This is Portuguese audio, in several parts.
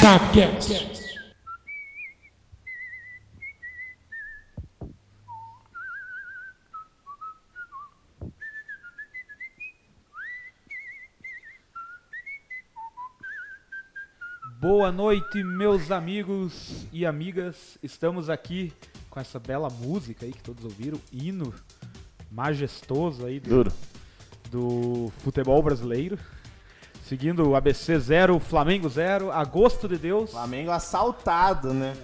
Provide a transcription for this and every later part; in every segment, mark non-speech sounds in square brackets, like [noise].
Sapcast. Boa noite, meus amigos e amigas. Estamos aqui com essa bela música aí que todos ouviram, hino majestoso aí do, Duro. do futebol brasileiro. Seguindo o ABC 0, Flamengo 0, agosto de Deus, Flamengo assaltado, né?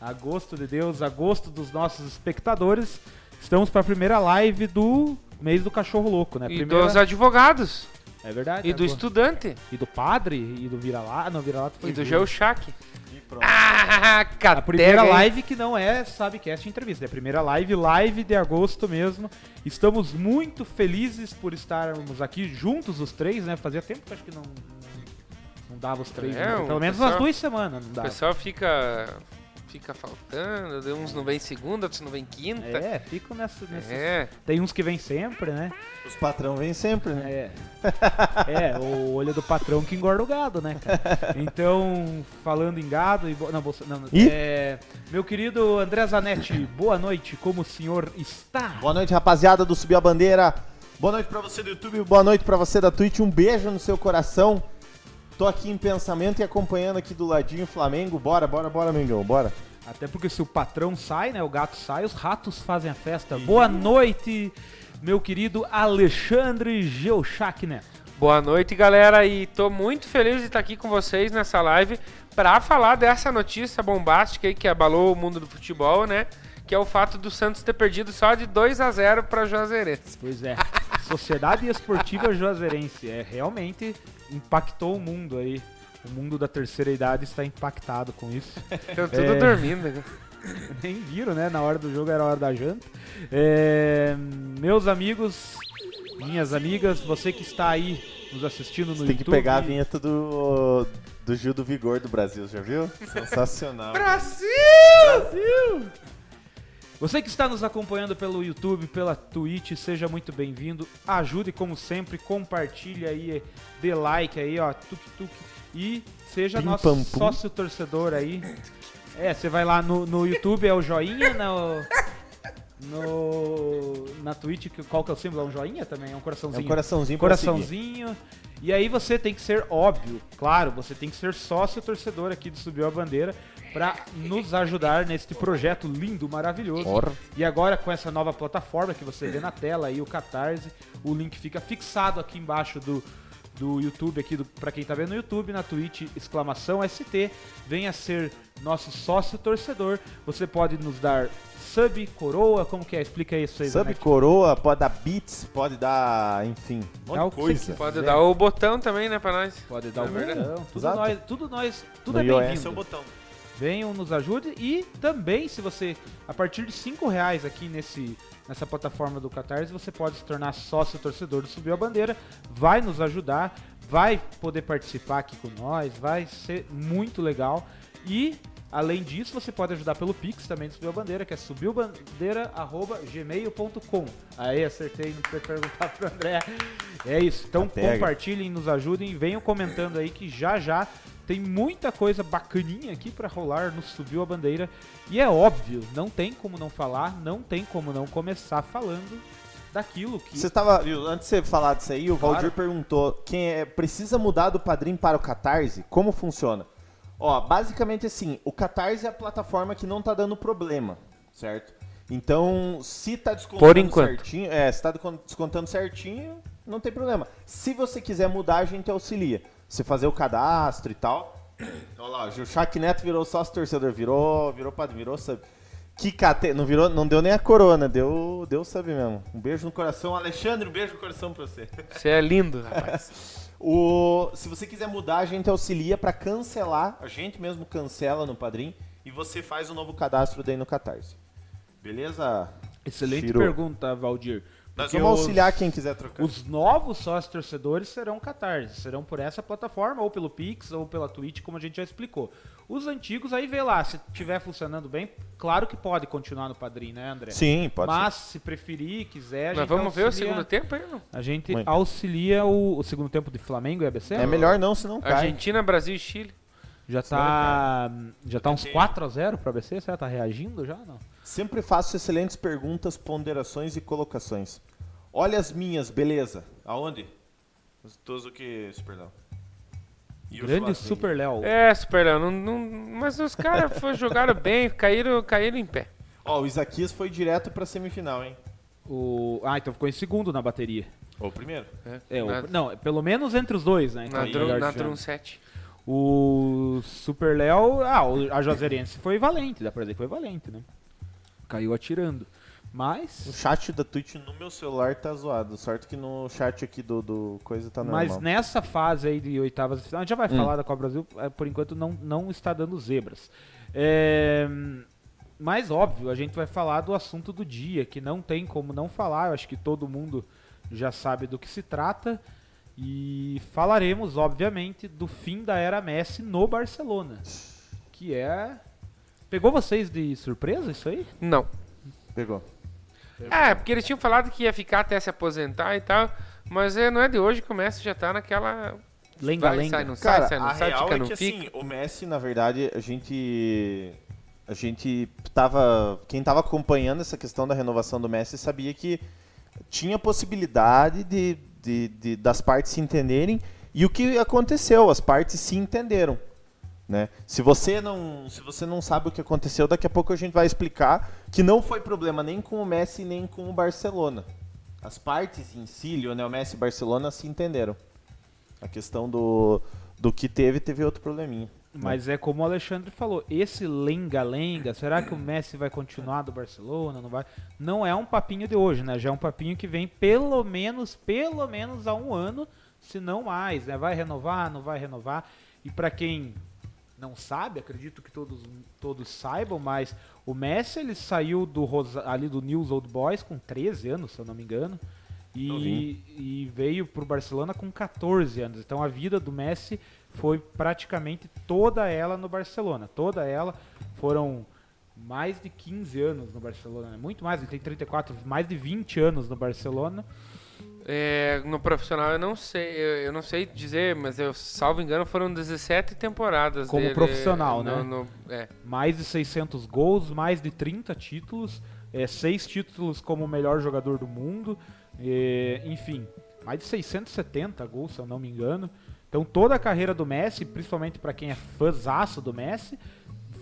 agosto de Deus, agosto dos nossos espectadores. Estamos para a primeira live do mês do cachorro louco, né? E Primeira- dos advogados. É verdade. E do agora- estudante. E do padre, e do vira-lata, não, vira-lata foi E do Júlio. Geo Shack. E pronto. Ah, A primeira catega, hein? live que não é Sabcast Entrevista, é a primeira live, live de agosto mesmo. Estamos muito felizes por estarmos aqui juntos os três, né? Fazia tempo que eu acho que não, não dava os três, É, né? pelo o menos pessoal- um umas duas semanas não O dava. pessoal fica. Fica faltando, daí uns não vem segunda, outros não vem quinta. É, ficam nessa, nesses- É. Tem uns que vêm sempre, né? Os patrão vêm sempre, É. né? é, o olho do patrão que engorda o gado, né? cara? Então, falando em gado e bo- não, bolsa- não, Ih. é, meu querido André Zanetti, boa noite. Como o senhor está? Boa noite, rapaziada do Subir a Bandeira. Boa noite pra você do YouTube, boa noite pra você da Twitch. Um beijo no seu coração. Tô aqui em pensamento e acompanhando aqui do ladinho o Flamengo. Bora, bora, bora, Mengão, bora. Até porque se o patrão sai, né? O gato sai, os ratos fazem a festa. Boa noite, meu querido Alexandre Geuchac né? Neto. Boa noite, galera. E tô muito feliz de estar aqui com vocês nessa live pra falar dessa notícia bombástica aí que abalou o mundo do futebol, né? Que é o fato do Santos ter perdido só de 2 a 0 pra Juazeirense. Pois é. Sociedade Esportiva Juazeirense. É, realmente impactou o mundo aí. O mundo da terceira idade está impactado com isso. [laughs] Estão tudo É. dormindo. né? [laughs] Nem viram, né? Na hora do jogo era a hora da janta. É, meus amigos, minhas amigas, você que está aí nos assistindo no Tem que YouTube. pegar a vinheta do, do Gil do Vigor do Brasil, já [laughs] viu? Sensacional. Brasil! Brasil! Você que está nos acompanhando pelo YouTube, pela Twitch, seja muito bem-vindo. Ajude como sempre, compartilha aí, dê like aí, ó, tuk tuk e seja Pim, nosso pam, pum. sócio torcedor aí. É, você vai lá no, no YouTube é o joinha, no no na Twitch que- qual que é o símbolo? É um joinha também, é um É coraçãozinho. um coraçãozinho pra seguir. Coraçãozinho. E aí você tem que ser óbvio, claro, você tem que ser sócio torcedor aqui do Subiu a Bandeira para nos ajudar neste projeto lindo, maravilhoso. Ora. E agora com essa nova plataforma que você vê na tela aí, o Catarse, o link fica fixado aqui embaixo do do YouTube aqui, do, pra quem tá vendo no YouTube, na Twitch, exclamação ST, venha ser nosso sócio torcedor, você pode nos dar sub, coroa, como que é? Explica aí isso aí, Sub Zanetti. coroa, pode dar beats, pode dar, enfim, um Dá o monte de que você coisa. Pode dar o botão também, né, pra nós. Pode dar o É verdade. botão. Tudo Exato. nós, tudo nós, tudo No é iOS é o bem-vindo. Venham, nos ajude e também se você, a partir de 5 reais aqui nesse, nessa plataforma do Catarse, você pode se tornar sócio torcedor do Subiu a Bandeira, vai nos ajudar, vai poder participar aqui com nós, vai ser muito legal e... Além disso, você pode ajudar pelo Pix também do Subiu a Bandeira, que é subiubandeira.gmail.com. Aí, acertei, não precisa perguntar [laughs] pro André. É isso. Então, Até. compartilha compartilhem, nos ajudem, venham comentando aí que já já tem muita coisa bacaninha aqui pra rolar no Subiu a Bandeira. E é óbvio, não tem como não falar, não tem como não começar falando daquilo que Você tava, viu, antes de você falar disso aí, o Claro. Valdir perguntou: quem é, precisa mudar do padrinho para o Catarse? Como funciona? Ó, basicamente assim, o Catarse é a plataforma que não tá dando problema, certo? Então, se tá descontando Por enquanto. certinho, é, se tá descon- descontando certinho, não tem problema. Se você quiser mudar, a gente auxilia. Você fazer o cadastro e tal. Então, Olha lá, o Gilchac Neto virou sócio torcedor, virou, virou padrinho, virou sub. Que cate... não virou, não deu nem a corona, deu, deu sub mesmo. Um beijo no coração, Alexandre, um beijo no coração pra você. [laughs] Você é lindo, rapaz. O, se você quiser mudar, a gente auxilia pra cancelar, a gente mesmo cancela no padrinho e você faz um novo cadastro daí no Catarse. Beleza? Excelente Tirou. pergunta, Valdir. Nós Porque os- vamos auxiliar quem quiser trocar. Os novos sócios torcedores serão Catarse, serão por essa plataforma, ou pelo Pix, ou pela Twitch, como a gente já explicou. Os antigos, aí vê lá, se tiver funcionando bem, claro que pode continuar no padrinho, né, André? Sim, pode Mas se preferir, quiser, a Nós gente vamos ver o auxilia- segundo tempo aí, não? A gente Muito. auxilia o, o segundo tempo de Flamengo e ABC? ser. É melhor não, se não cai. Argentina, Brasil e Chile. Já tá, já tá uns 4x0 pro ABC? Será que tá reagindo já? Não. Sempre faço excelentes perguntas, ponderações e colocações. Olha as minhas, beleza. Aonde? Os Tozuki, perdão. E o Grande Suazinho. Super Léo. É, Super Léo, não- não- mas os caras [laughs] foi- jogaram bem, caíram, caíram em pé. Ó, o Isaquias foi direto pra semifinal, hein? O... Ah, então ficou em segundo na bateria. Ou primeiro. É, o- na, Não, é pelo menos entre os dois, né? na, Então, drum, melhor na dizendo. drum set. O Super Léo. Ah, o- a Juazeirense foi valente, dá pra dizer que foi valente, né? Caiu atirando. O Mas. chat da Twitch no meu celular tá zoado. Sorte que no chat aqui do, do coisa tá normal. Hum. Mas nessa fase aí de oitavas de final, a gente já vai falar da Copa Brasil, eh, por enquanto não, não está dando zebras. É, mas óbvio, a gente vai falar do assunto do dia, que não tem como não falar, eu acho que todo mundo já sabe do que se trata. E falaremos, obviamente, do fim da era Messi no Barcelona. Que é. Pegou vocês de surpresa isso aí? Não. Pegou. É, porque eles tinham falado que ia ficar até se aposentar e tal, mas é, não é de hoje que o Messi já tá naquela... Vai, sai, Lenga-lenga. não sai, Cara, sai, não a sai, real fica, é não que fica. assim, o Messi, na verdade, a gente a gente tava, quem tava acompanhando essa questão da renovação do Messi sabia que tinha possibilidade de, de- de- das partes se entenderem e o que aconteceu, as partes se entenderam, né? Se você não, se você não sabe o que aconteceu, daqui a pouco a gente vai explicar que não foi problema nem com o Messi nem com o Barcelona. As partes em si, Lionel Messi e Barcelona se entenderam. A questão do, do que teve, teve outro probleminha. né? Mas é como o Alexandre falou, esse lenga-lenga, será que o Messi vai continuar do Barcelona? Não vai? Não é um papinho de hoje, né? Já é um papinho que vem pelo menos, pelo menos há um ano, se não mais, né? Vai renovar, não vai renovar. E pra quem não sabe, acredito que todos, todos saibam, mas o Messi ele saiu do Rosa- ali do News Old Boys com 13 anos, se eu não me engano. E, Novinho. e veio pro Barcelona com 14 anos. Então a vida do Messi foi praticamente toda ela no Barcelona. Toda ela foram mais de 15 anos no Barcelona, né? muito mais, ele tem 34, mais de 20 anos no Barcelona. É, no profissional eu não sei, eu, eu não sei dizer, mas eu salvo engano foram 17 temporadas Como dele, profissional, no- né? no- é. mais de 600 gols, mais de 30 títulos, é, seis títulos como melhor jogador do mundo, é, enfim, mais de 670 gols, se eu não me engano. Então toda a carreira do Messi, principalmente para quem é fãzaço do Messi,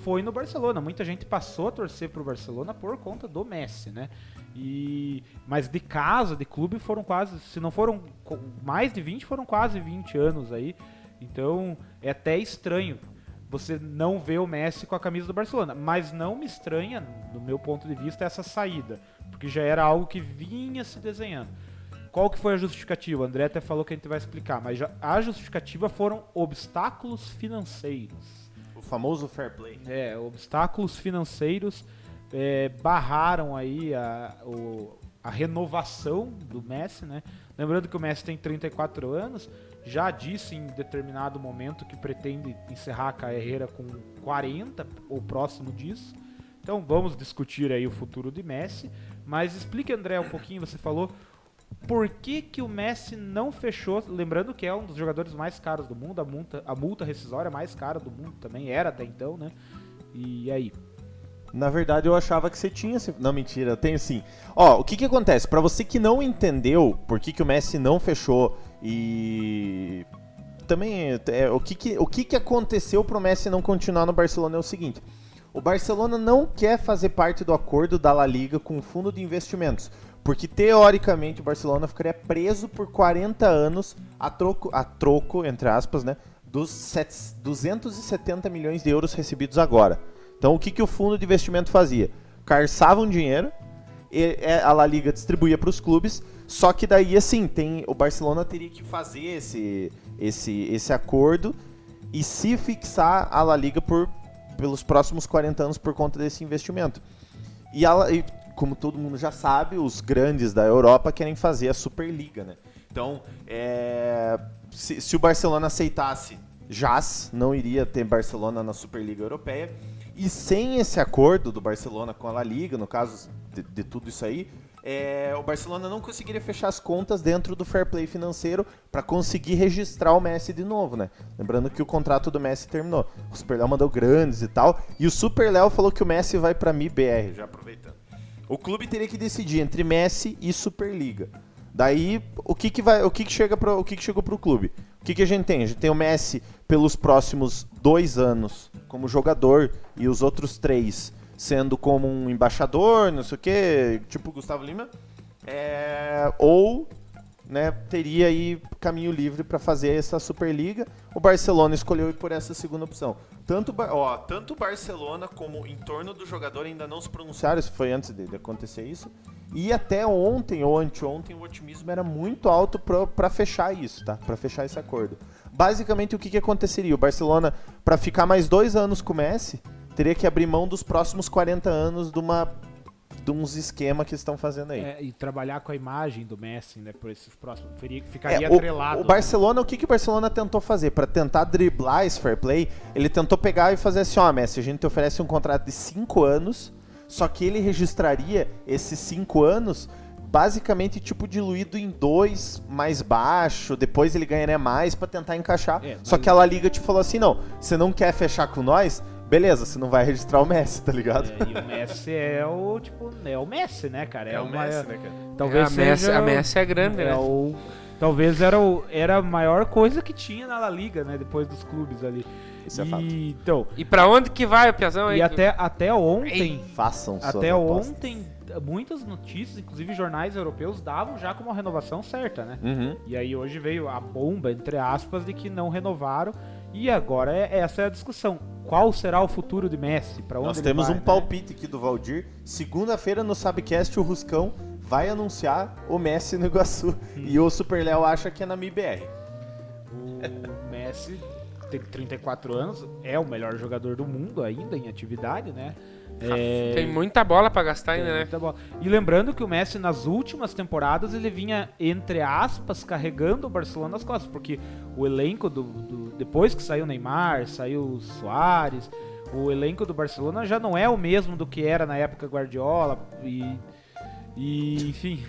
foi no Barcelona. Muita gente passou a torcer pro Barcelona por conta do Messi, né? E mas de casa, de clube foram quase, se não foram co- mais de 20, foram quase 20 anos aí. Então é até estranho você não vê o Messi com a camisa do Barcelona, mas não me estranha, do meu ponto de vista, essa saída, porque já era algo que vinha se desenhando. Qual que foi a justificativa? O André até falou que a gente vai explicar, mas já- a justificativa foram obstáculos financeiros. O famoso fair play. É, obstáculos financeiros é, barraram aí a, o- a renovação do Messi, né? Lembrando que o Messi tem 34 anos, já disse em determinado momento que pretende encerrar a carreira com 40 ou próximo disso. Então vamos discutir aí o futuro de Messi, mas explique André um pouquinho, você falou por que, que o Messi não fechou? Lembrando que é um dos jogadores mais caros do mundo, a multa, a multa rescisória mais cara do mundo também, era até então, né? E aí? Na verdade, eu achava que você tinha. esse- Não, mentira, eu tenho sim. Ó, o que que acontece? Pra você que não entendeu por que, que o Messi não fechou e. Também, é, o, que que, o que que aconteceu pro Messi não continuar no Barcelona é o seguinte: o Barcelona não quer fazer parte do acordo da La Liga com o fundo de investimentos, porque teoricamente o Barcelona ficaria preso por 40 anos a troco, a troco entre aspas, né? Dos sete- 270 milhões de euros recebidos agora. Então o que, que o fundo de investimento fazia? Carçava um dinheiro, e- é, a La Liga distribuía para os clubes, só que daí assim, tem, o Barcelona teria que fazer esse, esse, esse acordo e se fixar a La Liga por, pelos próximos 40 anos por conta desse investimento. E, a La- e, como todo mundo já sabe, os grandes da Europa querem fazer a Superliga, né? Então, é, se, se o Barcelona aceitasse, Jaz não iria ter Barcelona na Superliga Europeia. E sem esse acordo do Barcelona com a La Liga, no caso de, de tudo isso aí, é, o Barcelona não conseguiria fechar as contas dentro do fair play financeiro para conseguir registrar o Messi de novo, né? Lembrando que o contrato do Messi terminou. O Super Léo mandou grandes e tal. E o Super Léo falou que o Messi vai para MIBR, já aproveitando. O clube teria que decidir entre Messi e Superliga. Daí, o que que vai, o que que chega para, o que que chegou pro clube? O que que a gente tem? A gente tem o Messi pelos próximos dois anos como jogador e os outros três sendo como um embaixador, não sei o quê, tipo Gustavo Lima, É, ou né, teria aí caminho livre para fazer essa Superliga. O Barcelona escolheu ir por essa segunda opção. Tanto, o Bar- ó, tanto o Barcelona como em torno do jogador ainda não se pronunciaram, isso foi antes de, de acontecer isso. E até ontem ou anteontem o otimismo era muito alto para fechar isso, tá? Para fechar esse acordo. Basicamente o que, que aconteceria? O Barcelona para ficar mais dois anos com o Messi teria que abrir mão dos próximos 40 anos de uma de uns esquema que estão fazendo aí. É, e trabalhar com a imagem do Messi, né? Por esses próximos. Feria, ficaria É, o, atrelado. né? o Barcelona, o que, que o Barcelona tentou fazer? Pra tentar driblar esse fair play, ele tentou pegar e fazer assim: ó, Messi, a gente te oferece um contrato de 5 anos, só que ele registraria esses 5 anos basicamente tipo diluído em dois mais baixo, depois ele ganharia mais pra tentar encaixar. É, mas- só que a La Liga te falou assim: não, você não quer fechar com nós? Beleza, você não vai registrar o Messi, tá ligado? É, e o Messi é o tipo, é o Messi, né, cara? É, o Messi, né, cara? Talvez a, Messi, seja a o- Messi é grande, é né? o- talvez era o era a maior coisa que tinha na La Liga, né, depois dos clubes ali. Isso é E, fato. Então, E pra onde é que vai o Piazão aí? e até até ontem, Façam suas até apostas. ontem muitas notícias, inclusive jornais europeus davam já como a renovação certa, né? Uhum. E aí hoje veio a bomba, entre aspas, de que não renovaram. E agora é, essa é a discussão. Qual será o futuro de Messi? Pra onde Nós ele temos vai, um né? palpite aqui do Valdir. Segunda-feira no Sabcast, o Ruscão vai anunciar o Messi no Iguaçu. Hum. E o Super Léo acha que é na MIBR. O Messi tem 34 anos, é o melhor jogador do mundo ainda em atividade, né? É, tá Tem muita bola pra gastar ainda, né? muita bola. E lembrando que o Messi nas últimas temporadas ele vinha entre aspas carregando o Barcelona nas costas, porque o elenco do, do- depois que saiu o Neymar, saiu o Soares, o elenco do Barcelona já não é o mesmo do que era na época Guardiola e e enfim,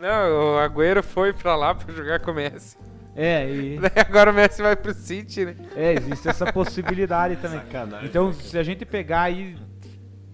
Não, o Agüero foi pra lá pra jogar com o Messi. é, e- Daí [laughs] agora o Messi vai pro City, né? é, existe essa possibilidade também. Sacanagem. Então, se a gente pegar aí.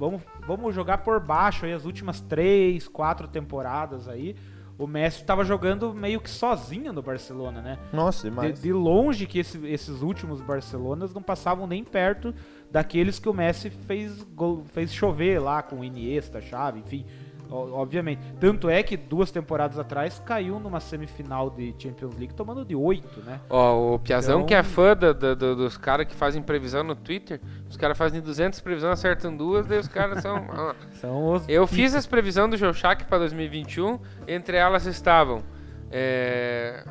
Vamos, vamos jogar por baixo aí as últimas três, quatro temporadas aí. O Messi tava jogando meio que sozinho no Barcelona, né? Nossa, De, demais. de longe que esse- esses últimos Barcelonas não passavam nem perto daqueles que o Messi fez, gol- fez chover lá com o Iniesta, Xavi, enfim, o- obviamente. Tanto é que duas temporadas atrás caiu numa semifinal de Champions League tomando de oito, né? Ó, o Piazão Então- que é fã da- da- do- dos caras que fazem previsão no Twitter, os caras fazem 200 previsões, acertam duas, daí os [laughs] caras são... ó. São os Eu fiz as previsões do Geuchac pra 2021, entre elas estavam... é,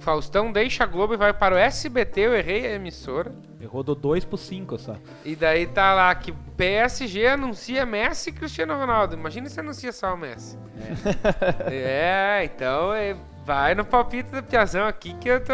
Faustão deixa a Globo e vai para o SBT, eu errei a emissora. Errou do 2 pro 5 só. E daí tá lá que PSG anuncia Messi e Cristiano Ronaldo. Imagina se anuncia só o Messi. É, então é, vai no palpite do Piazão aqui que eu tô.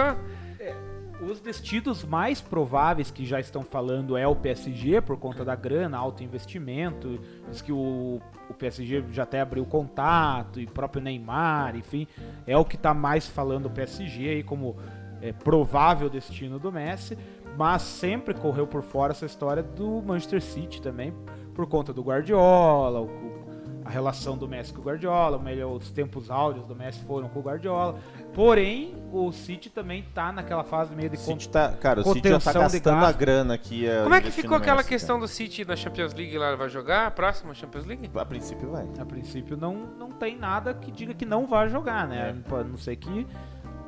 Os destinos mais prováveis que já estão falando é o PSG, por conta da grana, alto investimento. Diz que o, o PSG já até abriu contato, e próprio Neymar, enfim. É o que está mais falando o PSG aí como é, provável destino do Messi. Mas sempre correu por fora essa história do Manchester City também, por conta do Guardiola, o- o- a relação do Messi com o Guardiola, ou melhor, os tempos áureos do Messi foram com o Guardiola. Porém, o City também tá naquela fase meio de O contra- City tá, cara, o City já tá contenção de gastando gasto. a grana aqui. Como é que ficou aquela né? questão do City na Champions League lá? Vai jogar a próxima Champions League? A princípio vai. A princípio não, não tem nada que diga que não vai jogar, né? É. A não ser que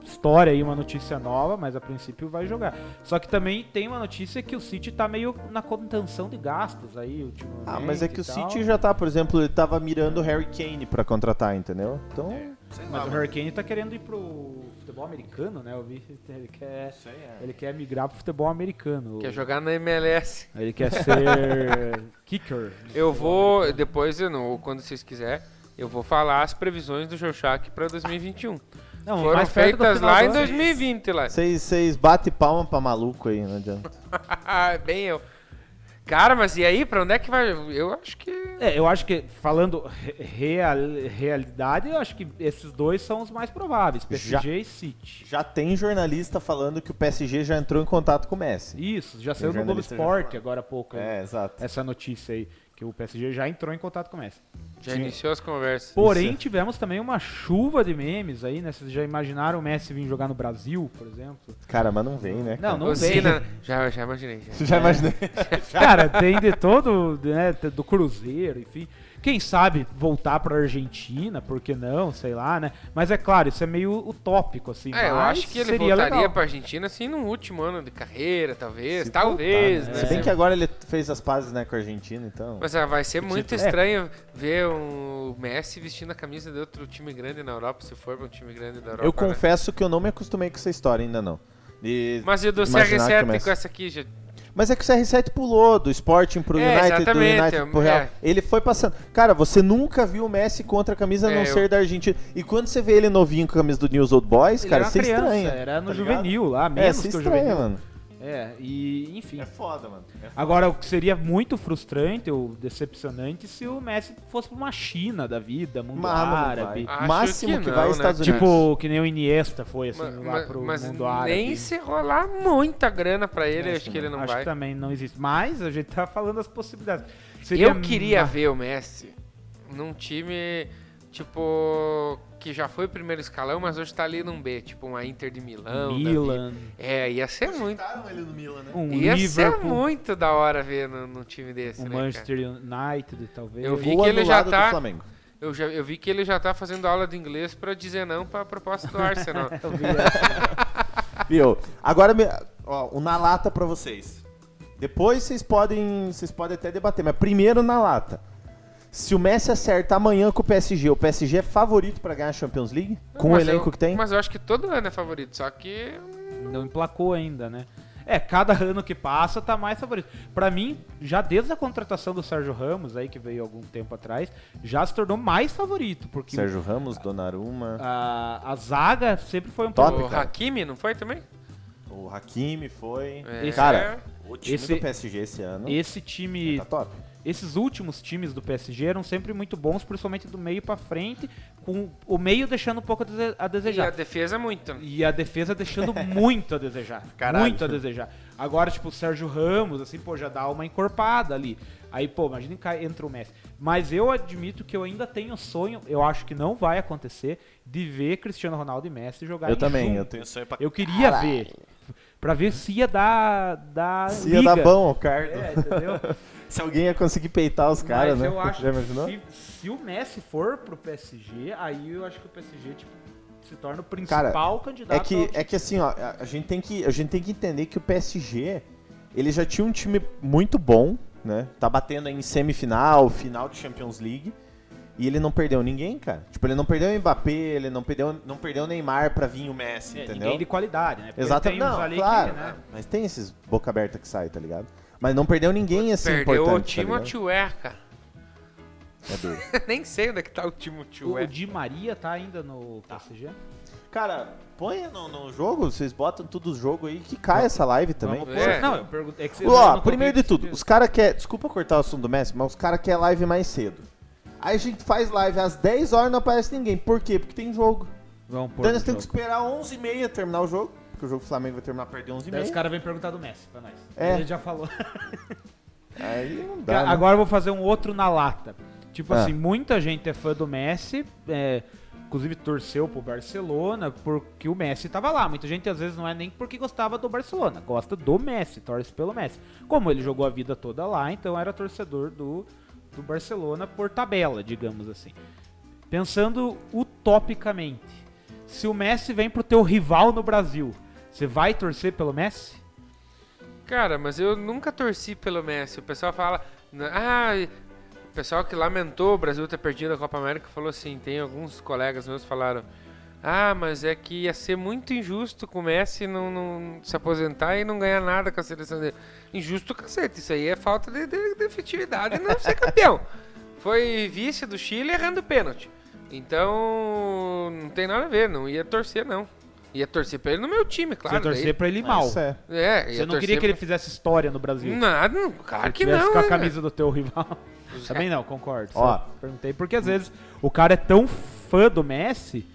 história aí, uma notícia nova, mas a princípio vai jogar. Só que também tem uma notícia que o City tá meio na contenção de gastos aí ultimamente. Ah, mas é que e o tal. City já tá, por exemplo, ele tava mirando o Harry Kane pra contratar, entendeu? Então, É. Mas o Hurricane tá querendo ir pro futebol americano, né? Eu vi. Ele quer, é. ele quer migrar pro futebol americano. Quer jogar na MLS? Ele quer ser [laughs] kicker. Eu vou, depois, eu não, ou quando vocês quiserem, eu vou falar as previsões do Geuchac pra 2021. Não, Foram mais perto do feitas final lá em do ano. 2020 lá. [laughs] vocês vocês batem palma pra maluco aí, não adianta. Bem Ah, eu. Cara, mas e aí, pra onde é que vai? Eu acho que. É, eu acho que, falando re- real- realidade, eu acho que esses dois são os mais prováveis, PSG e City. Já tem jornalista falando que o PSG já entrou em contato com o Messi. Isso, já saiu no Globo jornalista já Esporte falou. agora há pouco. É, exato. Essa notícia aí, que o PSG já entrou em contato com o Messi. Já Sim. iniciou as conversas. Porém, tivemos também uma chuva de memes aí, né? Vocês já imaginaram o Messi vir jogar no Brasil, por exemplo? Cara, mas não vem, né? cara? Não, é. não vem. Usina. Já, já imaginei. já. Já imaginei. Cara, tem de todo, né? Do Cruzeiro, enfim. Quem sabe voltar pra Argentina, por que não? Sei lá, né? Mas é claro, isso é meio utópico, assim. É, eu mas acho que ele seria voltaria legal. pra Argentina assim no último ano de carreira, talvez. Se talvez, voltar, né? Tá, Se bem que é agora ele fez as pazes né, com a Argentina, então. Mas ah, vai ser muito título. estranho ver um, o Messi vestindo a camisa de outro time grande na Europa, se for pra um time grande da Europa. eu né? confesso que eu não me acostumei com essa história ainda não. E- Mas e o do imaginar que o CR7 Messi- com essa aqui, já... Mas é que o CR7 pulou do Sporting pro É, United, do exatamente, United pro é. Real. Ele foi passando. Cara, você nunca viu o Messi contra a camisa a não É, eu- ser da Argentina. E quando você vê ele novinho com a camisa do News Old Boys, Ele cara, era você criança, estranha. Era no tá ligado? juvenil lá, É, menos você que o estranha, juvenil. mano. É, e enfim. foda, mano. Agora, o que seria muito frustrante ou decepcionante se o Messi fosse pra uma China da vida, mundo Um árabe. Acho Um Máximo que que, não, Ah, vai né? aos Estados Unidos. Tipo, que nem o Iniesta foi, assim, Ma- lá ma- pro mas mundo árabe. nem se rolar muita grana pra ele, Acho acho que que ele não Acho vai. que também não existe. Mas a gente tá falando as possibilidades. Seria Eu queria ma- ver o Messi num time, tipo, que já foi o primeiro escalão, mas hoje tá ali num B, tipo uma Inter de Milão. da vida. Milan, É, ia ser muito. ele no Milan, né? um Ia ser Liverpool, muito da hora ver num, num time desse, um né, cara? Manchester United, talvez. Eu vi Ou que ele já anulado tá- do Flamengo. Eu, já, eu vi que ele já tá fazendo aula de inglês pra dizer não pra proposta [laughs] do Arsenal. Viu? Agora, me- ó, o na lata pra vocês. Depois vocês podem, vocês podem até debater, mas primeiro na lata. Se o Messi acerta amanhã com o PSG, o PSG é favorito pra ganhar a Champions League? Com o Mas elenco eu- que tem? Mas eu acho que todo ano é favorito, só que Não emplacou ainda, né? É, cada ano que passa tá mais favorito. Pra mim, já desde a contratação do Sérgio Ramos, aí que veio algum tempo atrás, já se tornou mais favorito, porque Sérgio Ramos, Donnarumma, a, a zaga sempre foi um Top, problema. o cara. Hakimi não foi também? o Hakimi foi. É. Cara, o time Esse- do PSG esse ano Esse time tá top. esses últimos times do PSG eram sempre muito bons, principalmente do meio pra frente, com o meio deixando um pouco a dese- a E a desejar. defesa muito. né? E a defesa deixando muito a desejar. Caralho. Muito a desejar. Agora, tipo, o Sérgio Ramos, assim, pô, já dá uma encorpada ali. Aí, pô, imagina que entra o Messi. Mas eu admito que eu ainda tenho sonho, eu acho que não vai acontecer, de ver Cristiano Ronaldo e Messi jogarem Eu também, eu junto. tenho sonho pra Eu queria ver. Pra ver se ia dar, dar Se ia dar liga. bom, Carlos. É, [laughs] entendeu? Se alguém ia conseguir peitar os caras, Mas né? eu acho [laughs] Já que imaginou? se, se o Messi for pro PSG, aí eu acho que o PSG tipo, se torna o Cara, principal candidato. É que, ao é que assim, ó, a- a gente, tem que, a gente tem que entender que o PSG, ele já tinha um time muito bom, né? Tá batendo aí em semifinal, final de Champions League, e ele não perdeu ninguém, cara. Tipo, ele não perdeu o Mbappé, ele não perdeu, não perdeu o Neymar pra vir o Messi, time. É, entendeu? ninguém de qualidade, né? Porque Exatamente. Tem uns Não, ali claro, que, né? mas tem esses boca aberta que sai, tá ligado? Mas não perdeu ninguém assim Perdeu o importante, tá ligado? Timothy Weah, cara. É duro. [laughs] Nem sei onde é que tá o Timothy O, o Weah. Di Maria tá É. ainda no PSG? Cara, põe no, no jogo, vocês botam tudo o jogo aí, que cai essa live também. Vamos É. pôr? Não, eu pergunto. É que vocês não- Ó, não primeiro de convido- tudo, os caras querem. Desculpa cortar o assunto do Messi, mas os caras querem live mais cedo. Aí a gente faz live às 10 horas e não aparece ninguém. Por quê? Porque tem jogo. Vamos pôr. Então no eles têm que jogo. esperar 11h30 terminar o jogo. Porque o jogo do Flamengo vai terminar perder Daí os 11h30. caras vêm perguntar do Messi pra nós. É. Ele já falou. Aí não dá. né? Agora eu vou fazer um outro na lata. Tipo Ah. assim, muita gente é fã do Messi, é, inclusive torceu pro Barcelona, porque o Messi tava lá. Muita gente às vezes não é nem porque gostava do Barcelona, gosta do Messi, torce pelo Messi. Como ele jogou a vida toda lá, então era torcedor do, do Barcelona por tabela, digamos assim. Pensando utopicamente, se o Messi vem pro teu rival no Brasil, você vai torcer pelo Messi? Cara, mas eu nunca torci pelo Messi. O pessoal fala. Ah, o pessoal que lamentou o Brasil ter perdido a Copa América falou assim: tem alguns colegas meus que falaram. Ah, mas é que ia ser muito injusto com o Messi não, não se aposentar e não ganhar nada com a seleção dele. Injusto, cacete. Isso aí é falta de, de, de efetividade e não ser campeão. [laughs] Foi vice do Chile errando pênalti. Então, não tem nada a ver, não ia torcer, não. Ia torcer pra ele no meu time, Você claro. ia torcer daí- pra ele Mas mal. isso é. É, ia Você não torcer queria que pra- ele fizesse história no Brasil. Nada, claro que Tivesse não. com a né, camisa do teu rival. [laughs] velho? Também não, concordo. Ó. Só perguntei porque às vezes o cara é tão fã do Messi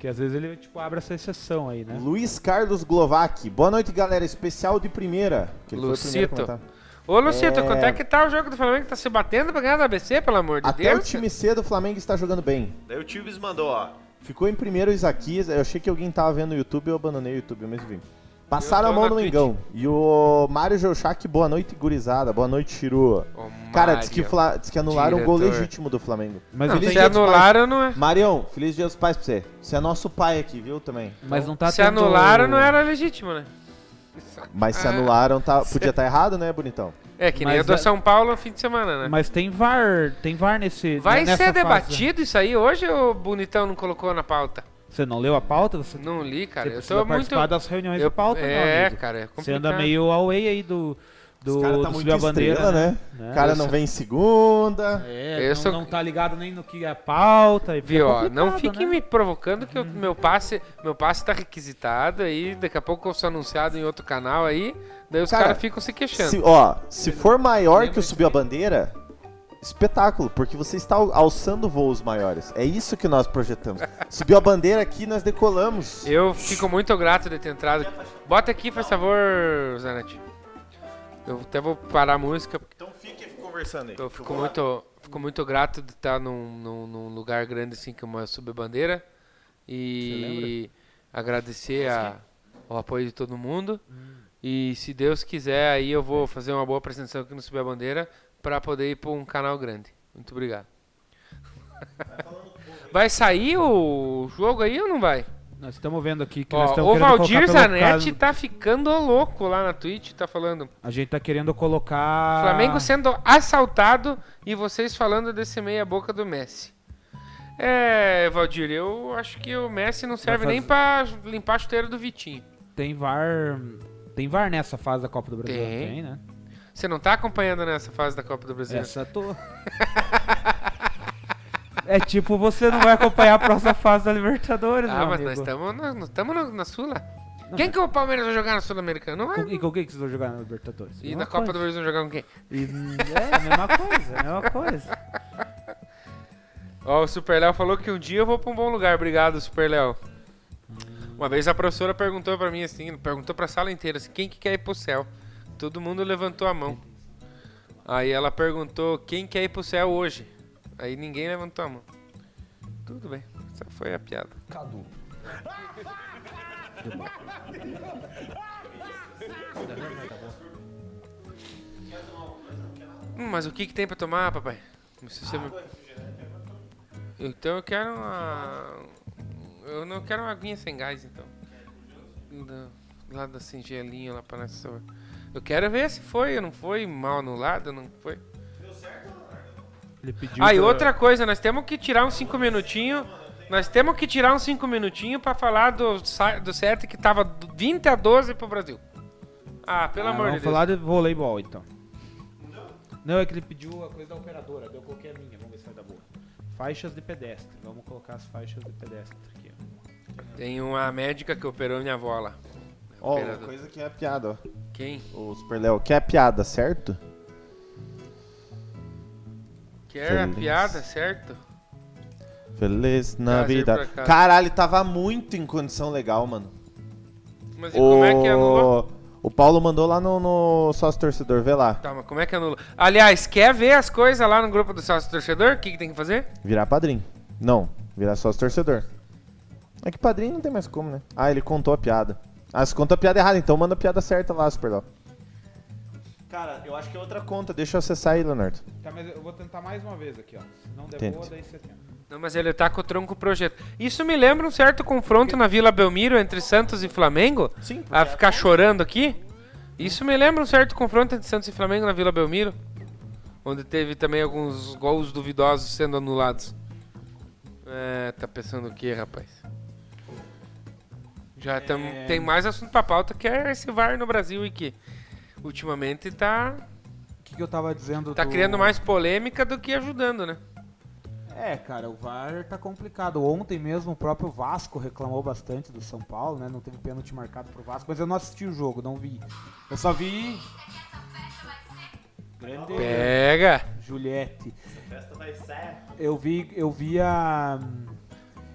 que às vezes ele tipo abre essa exceção aí, né? Luiz Carlos Glovac. Boa noite, galera. Especial de primeira. Que ele foi o primeiro a Lucito. comentar. Ô, Lucito, É. quanto é que tá o jogo do Flamengo que tá se batendo pra ganhar da ABC, pelo amor de Até Deus? o time C do Flamengo está jogando bem. Daí o Tibes mandou, ó. Ficou em primeiro o Isaquias. Eu achei que alguém tava vendo o YouTube, eu abandonei o YouTube, mas enfim. Passaram a Eu tô mão na no Twitch. Mengão. E o Mário Geuchac, boa noite, gurizada. Boa noite, Chiru. Ô, Cara, diz que, Mário. fla- diz que anularam o gol Diretor. legítimo do Flamengo. Mas, Não, ele- Feliz se Dia dos anularam, não é. Marião, feliz dia dos pais pra você. Você é nosso pai aqui, viu, também. mas não tá se tendo- anularam, não era legítimo, né? Mas Ah. se anularam, tá... podia estar errado, né, bonitão? É, que nem Mas a do a- São Paulo no fim de semana, né? Mas tem VAR, tem VAR nesse né, Vai nessa ser fase. debatido isso aí hoje ou o Bonitão não colocou na pauta? Você não leu a pauta? Você, Não li, cara. você eu precisa tô muito. participar das reuniões eu- de pauta, meu é, amigo. cara, é complicado. Você anda meio away aí do do, Os cara tá do subir a bandeira, né? né? O cara Eu não sou- vem em segunda. É, Eu não, sou- não tá ligado nem no que é a pauta. e fica Viu, ó, complicado, não fiquem né? me provocando que o meu passe, meu passe tá requisitado aí, daqui a pouco eu sou anunciado em outro canal aí, daí os Cara, caras ficam se queixando. Se, ó, se for maior Lembra que o Subiu a Bandeira, espetáculo, porque você está al- alçando voos maiores. É isso que nós [laughs] projetamos. Subiu a bandeira aqui, nós decolamos. Eu fico muito grato de ter entrado. Bota aqui, por favor, Zanetti. Eu até vou parar a música, porque Então fique conversando aí. eu fico muito, fico muito grato de estar num, num, num lugar grande assim como é a Subbandeira. E agradecer a- o apoio de todo mundo. E se Deus quiser, aí eu vou fazer uma boa apresentação aqui no Subir a Bandeira para poder ir para um canal grande. Muito obrigado. [laughs] Vai sair o jogo aí ou não vai? Nós estamos vendo aqui que nós Ó, estamos o querendo Valdir colocar pelo Zanetti caso- tá ficando louco lá na Twitch, tá falando. A gente tá querendo colocar. Flamengo sendo assaltado e vocês falando desse meia boca do Messi. É, Valdir, eu acho que o Messi não serve nem pra limpar a chuteira do Vitinho. Tem VAR. Tem VAR nessa fase da Copa do Brasil? Tem. né? Você não tá acompanhando nessa fase da Copa do Brasil? Essa tô. [laughs] é tipo, você não vai acompanhar a próxima fase da Libertadores, ah, é meu mas amigo. nós estamos na, nós tamo na, na Sula. Quem que o Palmeiras vai jogar na Sul-Americana? Não vai. Com- E com quem que vocês vão jogar na Libertadores? E Mesma na Copa do coisa. Brasil vão jogar com quem? E- é, mesma coisa, mesma coisa. Ó, o Super Léo falou que um dia eu vou pra um bom lugar. Obrigado, Super Léo. Uma vez a professora perguntou pra mim assim, perguntou pra sala inteira assim, quem que quer ir pro céu? Todo mundo levantou a mão. Aí ela perguntou quem quer ir pro céu hoje. Aí ninguém levantou a mão. Tudo bem, essa foi a piada. Hum, mas o que, que tem pra tomar, papai? Se você me- Então eu quero uma. Eu não quero uma aguinha sem gás, então. Da- Lá da singelinha, lá pra nessa. sabor. Eu quero ver se foi, não foi mal anulado, não foi. Ele pediu. Ah, e pra- outra coisa, nós temos que tirar uns 5 minutinhos. Nós temos que tirar uns 5 minutinhos pra falar do, sa- do set que tava do 20 a 12 pro Brasil. Ah, pelo Ah, amor de Vamos Deus. falar de voleibol, então. Não, é que ele pediu a coisa da operadora, daí eu coloquei a minha, vamos ver se vai dar boa. Faixas de pedestre, vamos colocar as faixas de pedestre aqui. ó. Tem uma médica que operou minha avó lá. Ó, uma Operador. coisa que é piada, Quem? ó. O Super Léo, que é piada, certo? Quer é a Feliz. piada, certo? Ah, Feliz Navidad. pra cá. Caralho, tava muito em condição legal, mano. Mas e como é que anulou? O Paulo mandou lá no, no sócio torcedor, vê lá. Tá, mas como é que anula? Aliás, quer ver as coisas lá no grupo do sócio torcedor? O que, que tem que fazer? Virar padrinho. Não, virar sócio torcedor. É que padrinho não tem mais como, né? Ah, ele contou a piada. Ah, se contou a piada errada, então manda a piada certa lá, Super Léo. Cara, eu acho que é outra coisa. Conta, deixa eu acessar aí, Leonardo. Tá, mas eu vou tentar mais uma vez aqui, ó. Se não der Tente. boa, daí você tenta. Não, mas ele tá com o tronco projeto. Isso me lembra um certo confronto na Vila Belmiro entre Santos e Flamengo? Sim, A ficar chorando aqui? Isso me lembra um certo confronto entre Santos e Flamengo na Vila Belmiro? Onde teve também alguns gols duvidosos sendo anulados. É, tá pensando o que, rapaz? Já tam- tem mais assunto pra pauta que é esse VAR no Brasil e que ultimamente tá O que, que eu tava dizendo? Tá do- criando mais polêmica do que ajudando, né? É, cara, o VAR tá complicado. Ontem mesmo o próprio Vasco reclamou bastante do São Paulo, né? Não teve pênalti marcado pro Vasco, mas eu não assisti o jogo, não vi. Eu só vi É. Grande É. Pega! Juliette. festa vai ser. Eu vi, eu vi a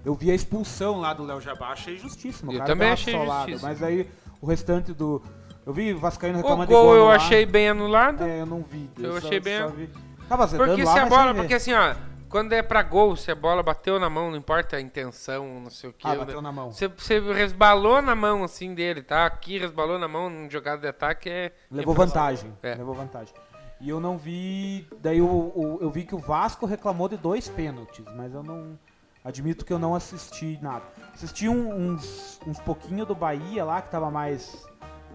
eu vi a expulsão lá do Léo Jabá, achei justíssimo, Eu cara. também deu uma achei justíssimo. Mas aí o restante do eu vi o Vascaíno O reclamando de gol eu anulado. achei bem anulado. É, eu não vi. Eu achei bem- vi. Tava azedando Porque lá, se a mas bola, sem ver. porque assim, ó, quando é pra gol, se a bola bateu na mão, não importa a intenção, não sei o que. Ah, bateu na mão. né? Você, você resbalou na mão, assim, dele, tá? Aqui resbalou na mão, num jogado de ataque é... Levou é- vantagem. É. Levou vantagem. E eu não vi. Daí eu, o- eu vi que o Vasco reclamou de dois pênaltis, mas eu não. Admito que eu não assisti nada. Assisti um- uns, uns pouquinho do Bahia lá, que tava mais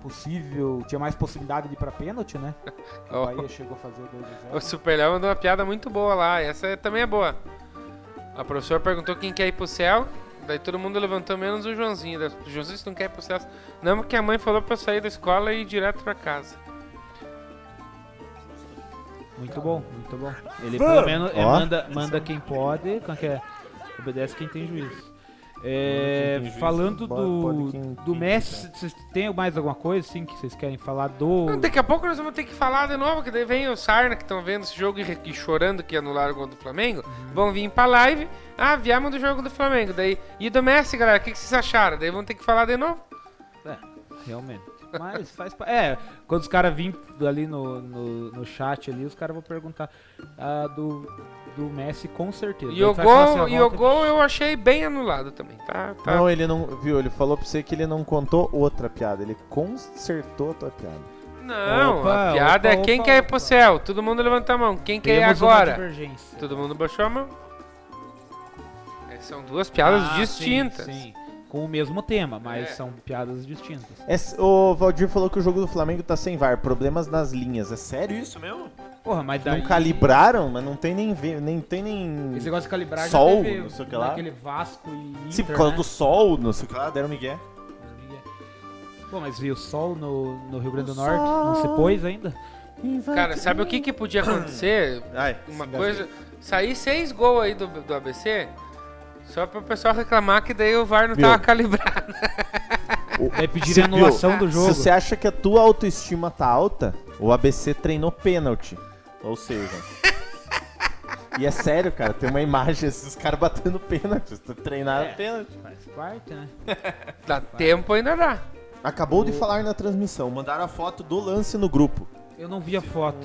possível, tinha mais possibilidade de ir pra pênalti, né? O Ó, [laughs] Bahia chegou a fazer 2 a 0 O Super Léo mandou uma piada muito boa lá. Essa é- também é boa. A professora perguntou quem quer ir pro céu. Daí todo mundo levantou, menos o Joãozinho. Daí, O Joãozinho você não quer ir pro céu. Não, porque a mãe falou pra eu sair da escola e ir direto pra casa. Muito bom, muito bom. Ele Vamos! pelo menos é, Ó. manda, manda quem pode, como é que é? Obedece quem tem juízo. É, Manda quem tem falando juízo, pode- do, pode quem- do quem Messi, vocês têm mais alguma coisa assim que vocês querem falar do. Não, daqui a pouco nós vamos ter que falar de novo, que daí vem o Sarna, que estão vendo esse jogo e, re- e chorando que anularam o gol do Flamengo. Uhum. Vão vir pra live. Ah, viemos do jogo do Flamengo. Daí, e do Messi, galera, o que, que vocês acharam? Daí vão ter que falar de novo. É, realmente. Mas faz pa- É, quando os caras vêm ali no, no, no chat ali, os caras vão perguntar ah, do, do Messi com certeza. E Daí o vai falar gol, assim, ó, e o volta- gol eu achei bem anulado também, tá? tá. Não, ele não. Viu? Ele falou pra você que ele não contou outra piada. Ele consertou a tua piada. Não, a Opa, piada opa, é quem opa, quer ir opa. pro céu. Todo mundo levanta a mão. Quem quer ir Temos uma agora? divergência. Todo mundo baixou a mão. É, São duas piadas Ah, distintas. sim, sim. Com o mesmo tema, mas É. são piadas distintas. Esse- o É Valdir falou que o jogo do Flamengo tá sem VAR, problemas nas linhas. É sério isso? Isso mesmo? Porra, mas daí. Não calibraram, mas não tem nem vi- nem tem nem. Tá Esse negócio de calibrar Sol, já teve não sei o que lá. naquele Vasco e Sim, Inter, por causa né? do sol, não sei o que lá, deram Miguel. Pô, mas viu o sol no, no Rio Grande do Norte? Não se pôs ainda? Cara, sabe o que, [coughs] que podia acontecer? Ai, Uma engasguei. coisa. Sair seis gols aí do, do ABC. Só pro pessoal reclamar que daí o VAR não Viu? tava calibrado. [laughs] Daí pedir Cê anulação do Se jogo. você acha que a tua autoestima tá alta, o ABC treinou pênalti. Ou seja. e é sério, cara, tem uma imagem desses caras batendo pênalti. Se tu treinar É. pênalti. Faz parte, né? Dá tempo ainda dá. Acabou de falar na transmissão, mandaram a foto do lance no grupo. Eu não vi a foto.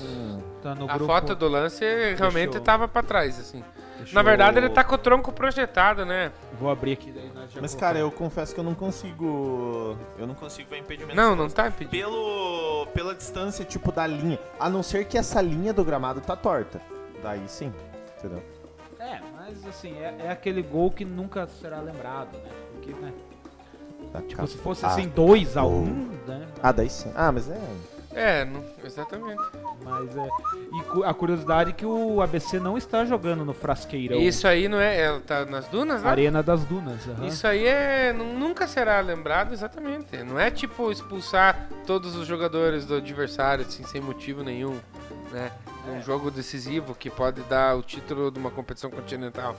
Tá no a grupo. foto do lance realmente Deixa eu- tava pra trás, assim. Deixa Na verdade, eu- ele tá com o tronco projetado, né? Vou abrir aqui daí nós já Mas, colocamos. cara, eu confesso que eu não consigo. Eu não consigo ver impedimento. Não, não tá impedido. Pelo, pela distância, tipo, da linha. A não ser que essa linha do gramado tá torta. Daí sim, entendeu? É, mas assim, é, é aquele gol que nunca será lembrado, né? Porque, né? Tá Tipo, cap- se fosse Ah, assim, 2x1, gol. né? Ah, daí sim. Ah, mas é. É, não- exatamente. Mas é. E cu- a curiosidade é que o ABC não está jogando no Frasqueirão. Isso aí não é. Ela tá nas dunas, né? Arena das Dunas. aham. Isso aí é, nu- nunca será lembrado exatamente. Não é tipo expulsar todos os jogadores do adversário assim, sem motivo nenhum, né? Um jogo decisivo que pode dar o título de uma competição continental.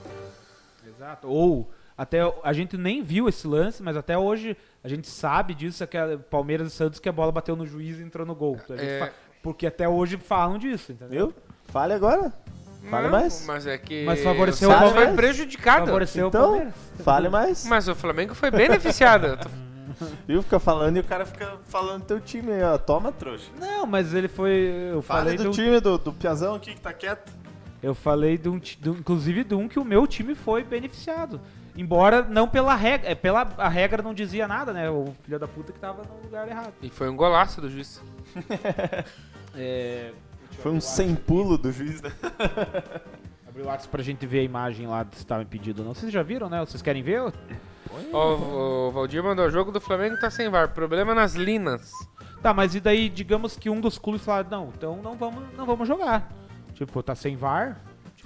Exato. Ou até a gente nem viu esse lance, mas até hoje a gente sabe disso, é que a Palmeiras e Santos que a bola bateu no juiz e entrou no gol. Então, A gente É. fa- Porque até hoje falam disso, entendeu? Viu? Fale agora. Fale mais. Mas é que Mas favoreceu o o Santos foi Palmeiras? prejudicado. Favoreceu o Então, Palmeiras. fale mais. Mas o Flamengo foi beneficiado. [laughs] Eu tô- Viu? Fica falando e o cara fica falando teu time aí, ó. Toma, trouxa. Não, mas ele foi. Eu Fale falei do, do, time do, do Piazão aqui que tá quieto. Eu falei de um, ti- do- inclusive de um que o meu time foi beneficiado. Embora não pela regra. É, pela, a regra não dizia nada, né? O filho da puta que tava no lugar errado. E foi um golaço do juiz. É, Foi um sem pulo do juiz, né? Abriu o WhatsApp pra gente ver a imagem lá se tava impedido ou não. Vocês já viram, né? Vocês querem ver? Ó, o o Valdir mandou o jogo do Flamengo tá sem VAR. Problema nas linas. Tá, mas e daí, digamos que um dos clubes falaram, não, então não vamos, não vamos jogar. Tipo, tá sem VAR.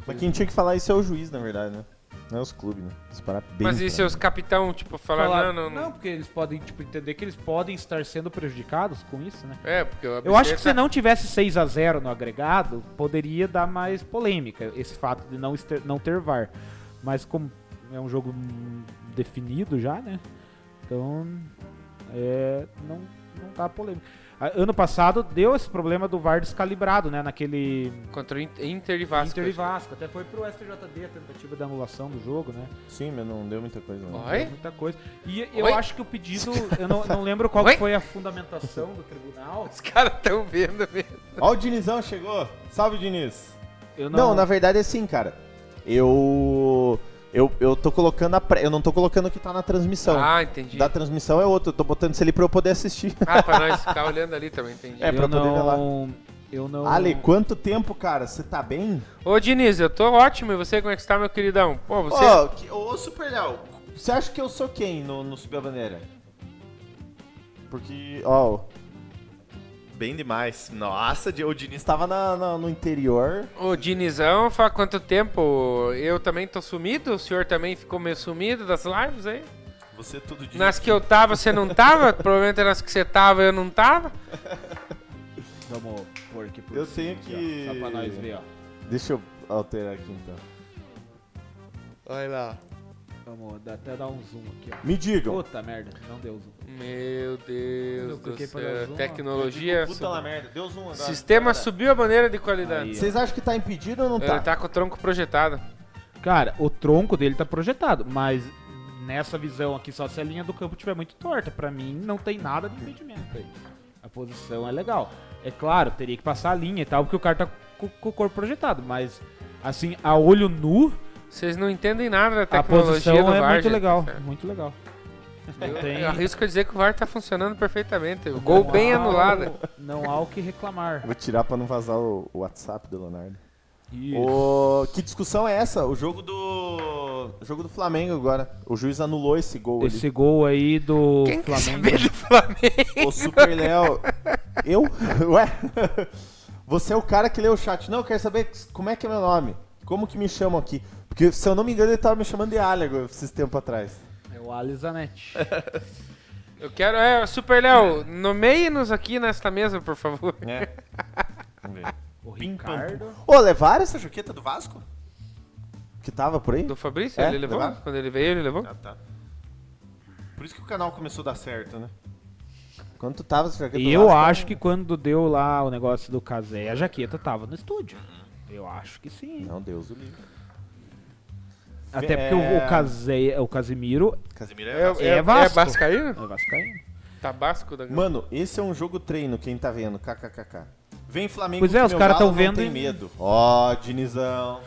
Mas quem tinha que falar isso é o juiz, na verdade, né? É os clubes, né? Eles param bem. Mas e pra- seus capitão, tipo, falar, Falar- não, não, não. porque eles podem tipo, entender que eles podem estar sendo prejudicados com isso, né? É, porque o Eu acho que ABC se tá- não tivesse 6 a 0 no agregado, poderia dar mais polêmica esse fato de não, ester- não ter VAR. Mas como é um jogo hum, definido já, né? Então, é, não, não tá polêmica. Ah, Ano passado deu esse problema do VAR descalibrado, né? Naquele Contra o In- Inter e Vasco. assim. é. Inter e Vasco. Até foi pro STJD a tentativa de anulação do jogo, né? Sim, mas não deu muita coisa. né? Não. Oi? Muita coisa. E eu Oi? acho que o pedido, eu não, não lembro qual Oi? que foi a fundamentação do tribunal. Os caras estão vendo mesmo. Ó, o Dinizão chegou. Salve, Diniz. Eu Não, na verdade é assim, cara. Eu. Eu, eu tô colocando a pré. Eu não tô colocando o que tá na transmissão. Ah, entendi. da transmissão é outro. Eu tô botando isso ali pra eu poder assistir. Ah, pra nós ficar olhando ali também, entendi. É, pra eu poder ver lá. não, Eu não. Ale, quanto tempo, cara? Você tá bem? Ô, Diniz, eu tô ótimo. E você, como é que está, meu queridão? Pô, você... Ó, Que- Ô, Super Léo, Você acha que eu sou quem no, no Subir a Bandeira? Porque, ó, bem demais. Nossa, de- o Diniz tá... estava na, na- no interior. Ô, Dinizão, faz quanto tempo? Eu também tô sumido? O senhor também ficou meio sumido das lives aí? Você é todo dia... Nas que eu tava, você não tava? Provavelmente é nas que você tava, eu não tava? Vamos pôr aqui por Eu cima tenho Aqui, que- ó, só pra nós ver, ó. Deixa eu alterar aqui então. Olha lá. Vamos dar- até dar um zoom aqui, ó. Me digam. Puta merda, não deu zoom. Meu Eu Deus do cliquei pra dar céu. zoom, ó. Tecnologia. Puta é sub- lá merda, deu zoom agora. Sistema subiu a bandeira de qualidade. Vocês acham que tá impedido ou não Ele tá? tá com o tronco projetado. Cara, o tronco dele tá projetado, mas nessa visão aqui, só se a linha do campo tiver muito torta. Pra mim, não tem nada de impedimento aí. A posição é legal. É claro, teria que passar a linha e tal, porque o cara tá co- com o corpo projetado, mas assim, a olho nu, Vocês não entendem nada da a tecnologia posição do é VAR. muito gente. legal. Muito legal. Eu, Tem- eu arrisco dizer que o VAR tá funcionando perfeitamente. O gol bem Não há anulado. o- Não há o que reclamar. Vou tirar pra não vazar o o WhatsApp do Leonardo. Isso. Ô, que discussão é essa? O jogo do. O jogo do Flamengo agora. O juiz anulou esse gol Esse gol aí do Quem quer Flamengo. saber do Flamengo? ali. O Super Léo. Eu? [laughs] Ué? Você é o cara que lê o chat. Não, eu quero saber como é que é meu nome. Como que me chamam aqui? Porque se eu não me engano, ele tava me chamando de Ale agora, esses tempos atrás. É o Alizanetti. Eu quero. É, Super Léo, nomeie-nos aqui nesta mesa, por favor. É. [laughs] O Ricardo. Ô, levaram essa jaqueta do Vasco? Que tava por aí? Do Fabrício, É, ele levou? levaram? Quando ele veio, ele levou? Ah, tá. Por isso que o canal começou a dar certo, né? Quando tu tava essa jaqueta E do eu Vasco? acho que quando deu lá o negócio do Casé, a jaqueta tava no estúdio. Eu acho que sim. Não, Deus o livre. Até porque o, o Casé, o Casimiro Casemiro É, é... assim. é, É é Tá Vasco. Vascaíno? é vascaíno. Tabasco da Mano, esse é um jogo treino, quem tá vendo? KKKK. Vem Flamengo Pois é, que os meu cara tão Galo não vendo tem e- medo. Ó, Dinizão.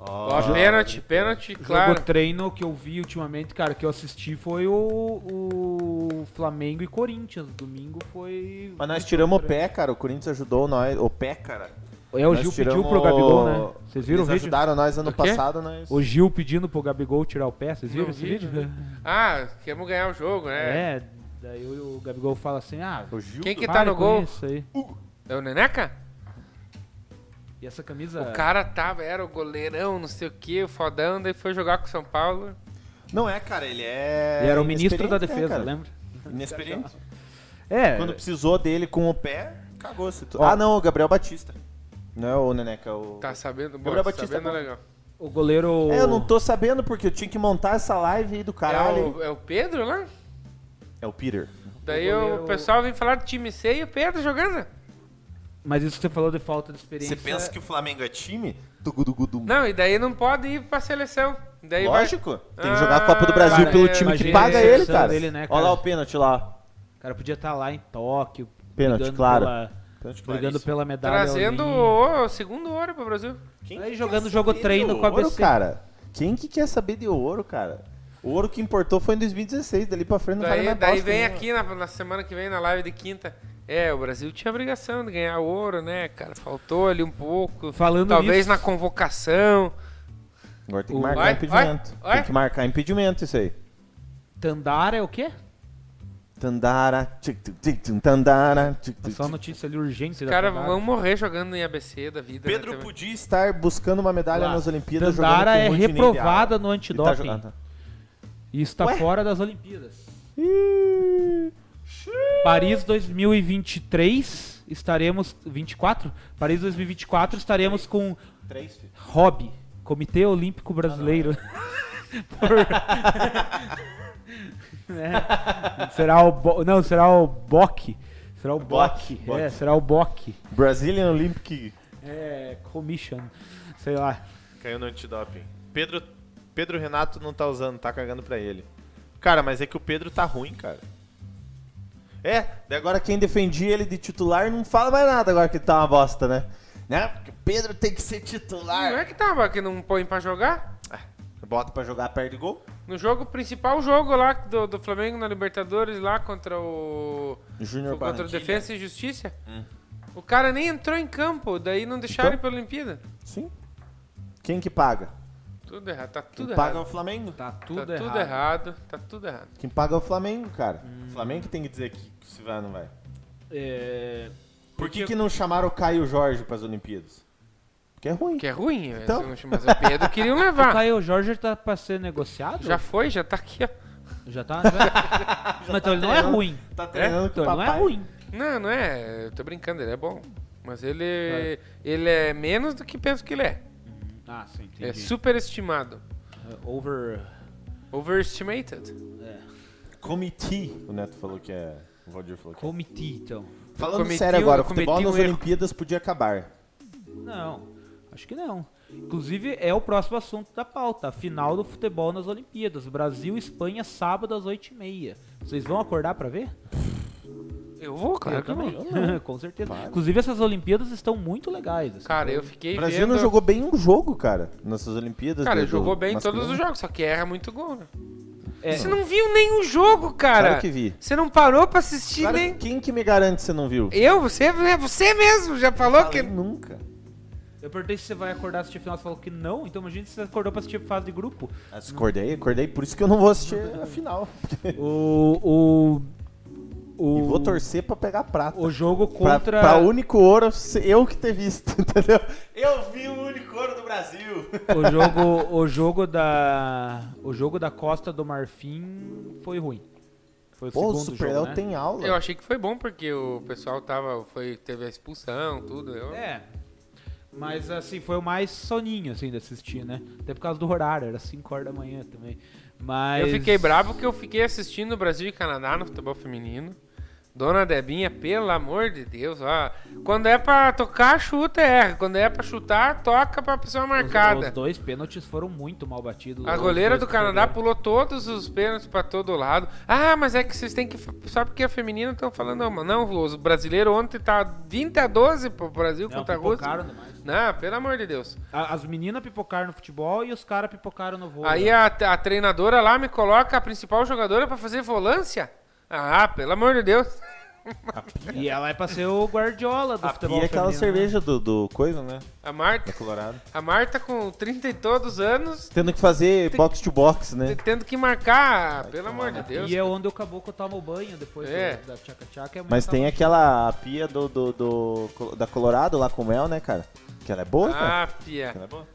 Ó, Ó, pênalti, pênalti, Claro. claro. Jogo treino que eu vi ultimamente, cara, que eu assisti foi o, o Flamengo e Corinthians. Domingo foi. Mas nós tiramos o pé, cara. O Corinthians ajudou nós. O pé, cara. É, o Nós Gil tiramos pediu pro Gabigol, né? Vocês viram Eles o vídeo? ajudaram nós ano O quê? passado, né? nós. O Gil pedindo pro Gabigol tirar o pé, vocês viram Não esse vi, vídeo? né? Ah, queremos ganhar o jogo, né? É, daí o Gabigol fala assim: ah, O Gil Quem que tá pare no com gol? Isso aí. É o Neneca? E essa É. camisa. O cara tava, era o goleirão, não sei o que, o fodão, daí foi jogar com o São Paulo. Não é, cara. Ele é... Ele era o ministro da inexperiente, né, defesa, cara? lembra? Inexperiente. É. Quando precisou dele com o pé, cagou. Se tu... Ah, não. O Gabriel Batista. Não é o Neneca. O... Tá sabendo? Bom, Gabriel Batista, é sabendo bom. legal. O goleiro. É, eu não tô sabendo porque eu tinha que montar essa live aí do É caralho. o, é o Pedro lá? É o Peter. Daí O o, goleiro- pessoal vem falar do time C e o Pedro jogando. Mas isso que você falou de falta de experiência. Você pensa que o Flamengo é time? Tugudugudum. Não, e daí não pode ir pra seleção. Daí vai- Lógico. Tem que jogar a Copa do Brasil Ah, pelo é, time que imagina paga a ele, decepção cara. dele, né, cara? Olha lá o pênalti lá. O cara podia estar lá em Tóquio. Pênalti, brigando claro. Pela, Pênalti brigando claríssimo. pela medalha. trazendo olímpica. o, o segundo ouro pro Brasil. Quem Aí que jogando quer jogo saber treino do com a Ouro, ABC. cara. Quem que quer saber de ouro, cara? O ouro que importou foi em 2016, dali pra frente não vale Daí, mais daí bosta né? vem nenhuma. aqui na, na semana que vem, na live de quinta. É, o Brasil tinha obrigação de ganhar ouro, né, cara? Faltou ali um pouco. Falando Talvez nisso- na convocação. Agora tem O- que marcar Vai, impedimento. vai, vai. Tem que marcar impedimento isso aí. Tandara é o quê? Tandara, tchic, tic, tic, tic, tandara, tchic, tic, Tá Só tic. notícia ali urgente. Os caras vão morrer jogando em ABC da vida. né, Pedro também. podia estar estar buscando uma medalha Lá. nas Olimpíadas jogando Tandara com é Rudinei de Alba. reprovada no Ele tá antidoping. jogando. e está Ué? fora das Olimpíadas. Paris 2023 estaremos 24? Paris 2024 estaremos com Três, filho. Hobby, Comitê Olímpico Brasileiro. [laughs] Por- Né? Será o Bo- não, será o BOC. Será o BOC. Boc. É, será o BOC. Brazilian Olympic. É, commission, sei lá. Caiu no antidoping. Pedro, Pedro Renato não tá usando, tá cagando pra ele. Cara, mas é que o Pedro tá ruim, cara. É, daí agora quem defendia ele de titular não fala mais nada agora que tá uma bosta, né? Né? Porque o Pedro tem que ser Não titular. Ah, é que tava que não põe pra jogar? Bota pra jogar perto de gol. No jogo principal, o jogo lá do, do Flamengo na Libertadores, lá contra o. Júnior contra o Barranquilla. Defensa e Justiça. O cara nem entrou em campo, daí não deixaram Então? ele pra Olimpíada. Sim. Quem que paga? Tudo errado, tá Quem tudo paga é errado. o Flamengo. Tá Tá tudo errado. tudo errado, tá tudo errado. Quem paga é o Flamengo, cara. O Flamengo que tem que dizer que se vai ou não vai. É, Por que, que não chamaram o Caio Jorge pras Olimpíadas? Porque é ruim. Que é ruim, Então. então. mas o Pedro [laughs] queriam O levar. Caio Jorge tá pra ser negociado? Já foi, já tá aqui, ó. Já tá? Já... Mas então ele não é treinando. ruim. Tá treinando com Então o ele não papai. é ruim. Não, não é. Eu tô brincando, ele é bom. Mas ele é, ele é menos do que penso que ele é. Ah, sim, É superestimado. Over... Overestimated. Comitê. O Neto falou que é... O Valdir falou que é. Comitê, então. Falando cometi sério agora, um- o futebol cometi um nas erro. Olimpíadas podia acabar. Não, acho que não. Inclusive, é o próximo assunto da pauta. a Final do futebol nas Olimpíadas. Brasil e Espanha, sábado às 8h30. Vocês vão acordar pra ver? Eu vou, claro que eu vou. [laughs] Com certeza. Inclusive, essas Olimpíadas estão muito legais. assim. Cara, eu fiquei O Brasil vendo... não jogou bem um jogo, cara, nessas Olimpíadas. Cara, do- do jogou bem em todos masculino. os jogos, só que erra muito gol, né? É. Você não viu nenhum jogo, cara. Claro que vi. Você não parou pra assistir Claro, nem... quem que me garante que você não viu? Eu? Você, é- você mesmo já falou Falei que... Nunca. Eu perguntei se você vai acordar assistir final, você falou que não. Então, imagina se você acordou pra assistir fase de [laughs] grupo. Ah, Acordei, acordei, por isso que eu não vou assistir a final. O... O... E vou O, torcer pra pegar prata. o jogo Pra, contra... pra único ouro, se- eu que ter visto, [laughs] entendeu? Eu vi o único ouro do Brasil. O jogo, o jogo da, o jogo da Costa do Marfim foi ruim. Foi o Pô, o segundo Super jogo, Léo né? tem aula. Eu achei que foi bom, porque o pessoal tava... Foi, teve a expulsão, tudo. Eu... É. Mas assim, foi o mais soninho assim de assistir, né? Até por causa do horário, era 5 horas da manhã também. Mas Eu fiquei bravo porque eu fiquei assistindo Brasil e Canadá no futebol feminino. Dona Debinha, pelo amor de Deus, ó. Quando é pra tocar, chuta, erra. Quando é pra chutar, toca pra pessoa Os- Os, marcada. dois pênaltis foram muito mal batidos. A Os goleira do dois Canadá perderam. pulou todos os pênaltis pra todo lado. Ah, mas é que vocês têm que. Só porque é feminino estão falando, não, mas não, os brasileiros ontem tá 20 a 12 pro Brasil Não, né? contra a Rússia. pipocaram demais. Não, pelo amor de Deus. A- As meninas pipocaram no futebol e os caras pipocaram no vôlei. Aí é- a, a treinadora lá me coloca a principal jogadora pra fazer volância? Ah, pelo amor de Deus. E ela é pra ser o Guardiola do futebol E é aquela feminino, né? cerveja do, do coisa, né? A Da Marta, Colorado. a Marta com 30 e todos anos, Tendo que fazer box to box, né? te- tendo que marcar, pelo amor de Deus. E é onde o caboclo toma o banho depois É. do- da tchaca-tchaca. e a mulher Mas tava tem aquela pia do, do, do- da Colorado lá com mel, né, cara? Que ela é boa, cara. Ah, pia. Ela é boa.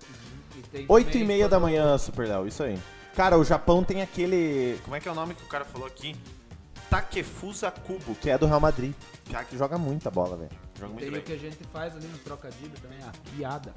E tem Oito e também meia da manhã, Super Léo, isso aí. Cara, o Japão tem aquele Como é que é o nome que o cara falou aqui? Takefusa Kubo. que é do Real Madrid, Já que que joga muita bola, velho. joga muito Tem bem. o que a gente faz ali no trocadilho também, a piada.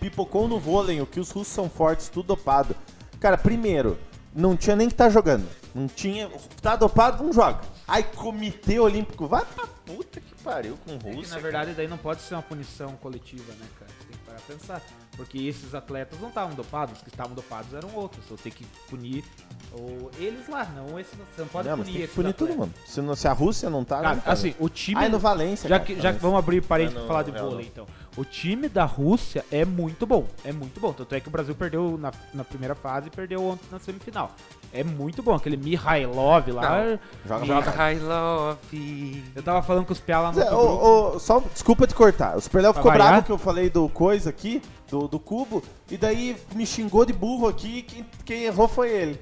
Pipocou no vôlei, o que os russos são fortes, tudo dopado. Cara, primeiro, não tinha nem que tá jogando. Não tinha. Tá dopado, não joga. Ai, Comitê Olímpico, vai pra puta que pariu com o É que, russo. na verdade, daí não pode ser uma punição coletiva, né, cara? Você tem que parar pra pensar. Porque esses atletas não estavam dopados, os que estavam dopados eram outros. Então tem que punir ou eles lá, não esses. Você não pode não, mas punir tem que esses punir tudo, atletas. mano. Se, não, se a Rússia não tá. Cara, não tá, assim, né? o time. Ai, no Valência. já cara, que, já que Valência. vamos abrir parênteses Não, pra falar de não, não. vôlei, então. O time da Rússia é muito bom. É muito bom. Tanto é que o Brasil perdeu na, na primeira fase e perdeu ontem na semifinal. É muito bom. Aquele Mihailov lá. Joga pra joga- I love. Eu tava falando com os piá lá no Zé, outro grupo. é, ô, ô, só, desculpa te cortar. O Super Léo ficou Avaiar? bravo que eu falei do coisa aqui, do, do cubo, e daí me xingou de burro aqui. Quem, quem errou foi ele.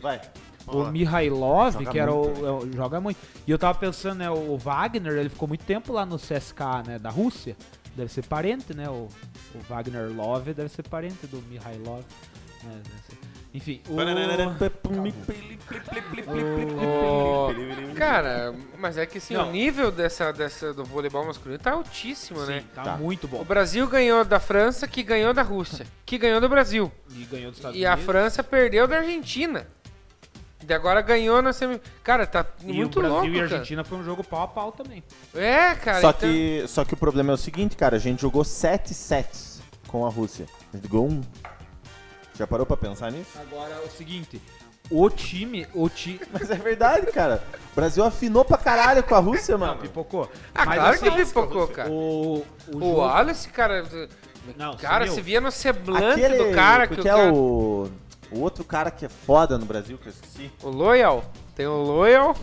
Vai. o Boa. Mihailov, Joga que era muito, o, é, joga muito. E eu tava pensando, né, o Wagner, ele ficou muito tempo lá no CSKA, né, da Rússia. Deve ser parente, né, o, o Wagner Love deve ser parente do Mihailov. né, deve ser. Enfim, o... Ô, Cara, mas é que sim, Não. o nível dessa, dessa, do voleibol masculino tá altíssimo, né? Sim, tá, muito O bom. Brasil ganhou da França, que ganhou da Rússia, que ganhou do Brasil. E ganhou dos Estados E a Unidos. França perdeu da Argentina. E agora ganhou na semi. Cara, tá E muito o Brasil louco. e a cara. Argentina foi um jogo pau a pau também. É, cara. Só, então- que, só que o problema é o seguinte, cara, a gente jogou 7 sets com a Rússia. A gente jogou um. Já parou pra pensar nisso? [laughs] Agora, é o seguinte, o time, o time... Mas é verdade, cara. O Brasil afinou pra caralho com a Rússia, mano. [coughs] Pipocou. Ah, Mas claro assim, que pipocou, cara. O, O, o, o jogo- Wallace, cara. Não, cara, sumiu. se via no semblante Aquele, do cara que que, o é cara. o, o outro cara que é foda no Brasil, que eu esqueci. O Loyal. Tem [laughs] o Loyal,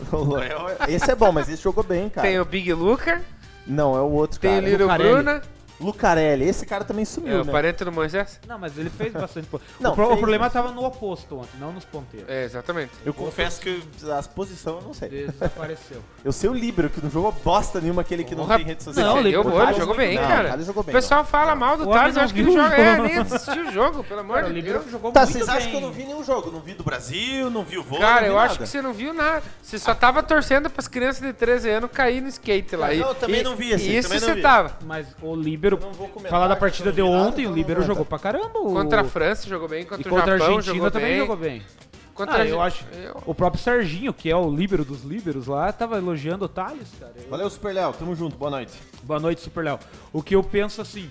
[laughs] Esse é bom, mas esse jogou bem, cara. tem o Big Luca, Não, é o outro tem o cara. Little Lucarelli. Bruna. Lucarelli. Esse cara também É sumiu, o né? parente do Moisés? Não, mas ele fez bastante ponto. Não, o, pro- o fez, problema mas- tava no oposto ontem, não nos ponteiros. É, exatamente. Eu confesso que as posições eu não sei. [laughs] Desapareceu. Eu sei o Libro, que não jogou bosta nenhuma, aquele que não Porra, tem rede social. Não, Não, deu ele- o o gol, Thales jogou bem, não, cara. o Thales jogou bem, o pessoal fala mal do O homem Thales, eu não acho que ele viu o joga. É, jogo. nem assistiu o jogo, pelo amor Cara, o de Libero Deus. jogou Tá, muito vocês bem. acham que eu não vi nenhum jogo? Não vi do Brasil, não vi o vôlei, Cara, não vi eu acho nada. que você não viu nada. Você só tava torcendo pras crianças de 13 anos cair no skate lá. E- Não, eu também e- não vi esse, e Isso também não você vi. tava. Mas o Líbero, não vou comentar, falar da porque partida eu não de vi nada, ontem, então o não Líbero vou jogou pra caramba. o- Contra a França jogou bem, contra, e contra o a Japão Argentina jogou também bem. jogou bem. Contra Ah, a- eu acho. eu- O próprio Serginho, que é o Líbero dos Líberos lá, tava elogiando o Thales, cara. Eu- Valeu, Super Léo. Tamo junto, boa noite. Boa noite, Super Léo. O que eu penso assim,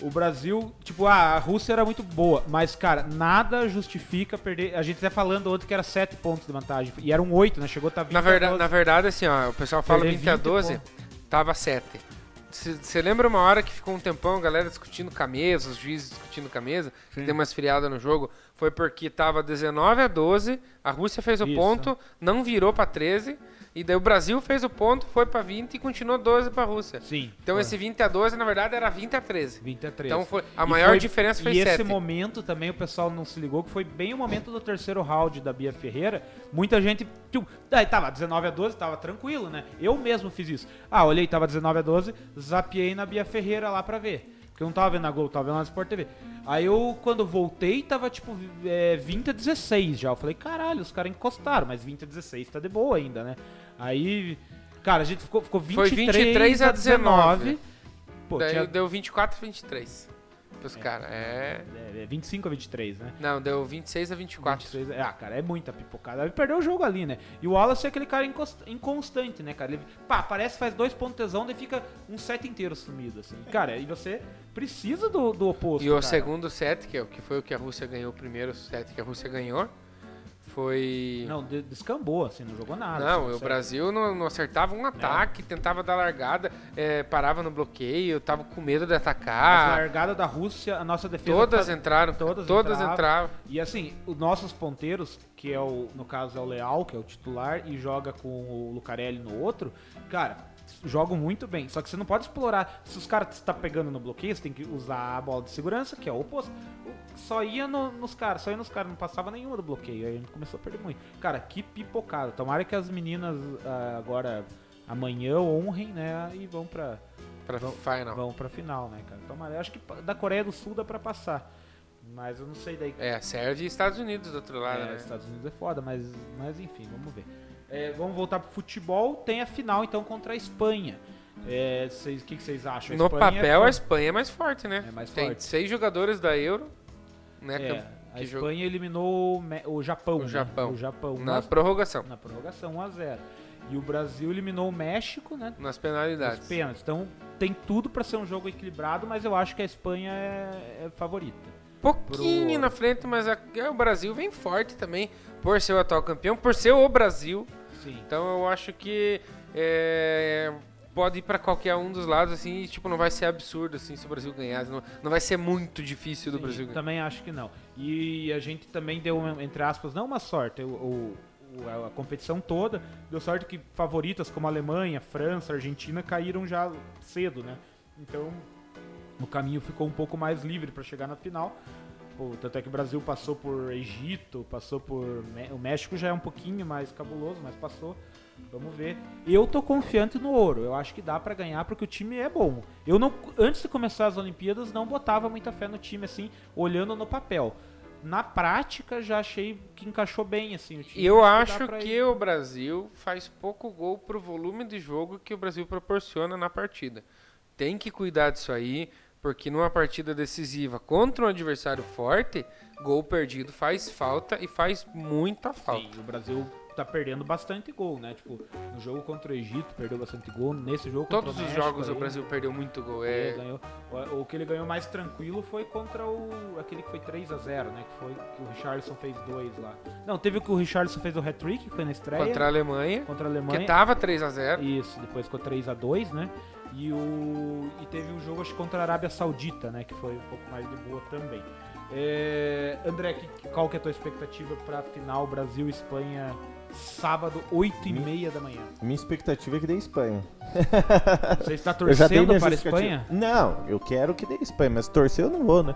o Brasil, tipo, ah, a Rússia era muito boa, mas, cara, nada justifica perder. A gente tá falando ontem que era 7 pontos de vantagem. E eram 8, né? Chegou a tá 20. Na verdade, na verdade, assim, ó, o pessoal fala Perder 20 a 20, 12, tava 7. Você lembra uma hora que ficou um tempão a galera discutindo com a mesa, os juízes discutindo com a mesa, que deu umas friadas no jogo? Foi porque tava 19 a 12, a Rússia fez o Isso. ponto, não virou pra 13, e daí o Brasil fez o ponto, foi pra 20 e continuou 12 pra Rússia. Sim. Então esse 20 a 12, na verdade, era 20 a 13. 20 a 13. Então foi- a E maior diferença foi E esse 7. momento também o pessoal não se ligou, que foi bem o momento do terceiro round da Bia Ferreira. Muita gente. Tipo, daí tava 19 a 12, tava tranquilo, né? Eu mesmo fiz isso. Ah, olhei, tava 19 a 12, zapiei na Bia Ferreira lá pra ver. Porque eu não tava vendo na Globo, tava vendo na Sport TV. Aí eu, quando voltei, tava tipo é, 20 a 16 já. Eu falei, caralho, os caras encostaram, mas 20 a 16 tá de boa ainda, né? Aí. Cara, a gente ficou, ficou Foi 23, 23 a a 19. 19. Pô, daí tinha deu 24 a 23 pros caras. É. é, é 25 a 23, né? Não, deu 26 a 24. 23, é, ah, cara, é muita pipocada. Ele perdeu o jogo ali, né? E o Wallace é aquele cara incos- inconstante, né, cara? Ele, pá, parece que faz dois pontos tesão, daí fica um set inteiro sumido, assim. Cara, e você precisa do, do oposto, E o cara. segundo set, que, é o que foi o que a Rússia ganhou, o primeiro set que a Rússia ganhou, foi. Não, de- descambou, assim, não jogou nada. Não, assim, o sério. Brasil não, não acertava um ataque, tentava dar largada, é, parava no bloqueio, tava com medo de As atacar. largadas da Rússia, a nossa defesa... Ah. Todas faz- entraram, todas, todas entravam. entravam. E assim, os nossos ponteiros, que é o, no caso é o Leal, que é o titular, e joga com o Lucarelli no outro, cara, jogam muito bem. Só que você não pode explorar. Se os caras estão pegando no bloqueio, você tem que usar a bola de segurança, que é o oposto. O- Só ia no- nos caras, só ia nos caras, não passava nenhuma do bloqueio. Aí a gente começou a perder muito. Cara, que pipocada. Tomara que as meninas ah, agora, amanhã, honrem, né? E vão pra, pra Vão- final. vão pra final, né, cara? Tomara. Eu acho que pa- da Coreia do Sul dá pra passar. Mas eu não sei daí É, Sérvia e Estados Unidos do outro lado, é, né? Estados Unidos é foda, mas, mas enfim, vamos ver. É, vamos voltar pro futebol. Tem a final, então, contra a Espanha. É, cês- O que que vocês acham? A No Espanha é papel, a fo- Espanha é mais forte, né? É mais Tem forte. seis jogadores da Euro, né? é, que a que Espanha jogou eliminou o, Me- o Japão. O né? Japão. O Japão. na Mas- prorrogação, na prorrogação, 1x0. E o Brasil eliminou o México, né? nas Os penalidades. pênaltis. Então, tem tudo pra ser um jogo equilibrado, mas eu acho que a Espanha é, é favorita. pouquinho Pro- na frente, mas a- é, o Brasil vem forte também, por ser o atual campeão, por ser o Brasil. Sim. Então eu acho que é, pode ir pra qualquer um dos lados, assim, e, tipo, não vai ser absurdo, assim, se o Brasil ganhar. Não, não vai ser muito difícil do Sim, Brasil ganhar. Também acho que não. E a gente também deu, entre aspas, não uma sorte, o, o- o- a competição toda deu sorte que favoritas como a Alemanha, França, Argentina caíram já cedo, né? Então o caminho ficou um pouco mais livre para chegar na final. Pô, tanto é que o Brasil passou por Egito, passou por. Mé- O México já é um pouquinho mais cabuloso, mas passou. Vamos ver. Eu tô confiante no ouro. Eu acho que dá pra ganhar porque o time é bom. Eu não, antes de começar as Olimpíadas, não botava muita fé no time assim, olhando no papel. Na prática, já achei que encaixou bem assim o time. Eu dá acho pra que ir. o Brasil faz pouco gol pro volume de jogo que o Brasil proporciona na partida. Tem que cuidar disso aí, porque numa partida decisiva contra um adversário forte, gol perdido faz falta e faz muita falta. Sim, o Brasil tá perdendo bastante gol, né? Tipo, no jogo contra o Egito perdeu bastante gol, nesse jogo contra Todos o os México jogos o aí, Brasil perdeu muito gol. É, É, ganhou. O, o que ele ganhou mais tranquilo foi contra o aquele que foi 3 a 0 né? Que foi que o Richardson fez dois lá. Não, teve o que o Richardson fez o hat-trick, que foi na estreia. contra a Alemanha, contra a que Alemanha. tava 3 a 0 Isso, depois ficou 3 a 2 né? E, o, e teve o jogo, acho que contra a Arábia Saudita, né? Que foi um pouco mais de boa também. É, André, que- qual que é a tua expectativa pra final Brasil-Espanha sábado, 8 e Hum? meia da [laughs] manhã? Minha expectativa é que dê Espanha. Você está Eu já dei torcendo minha para a justificativa. Espanha? Não, eu quero que dê Espanha, mas torcer eu não vou, né?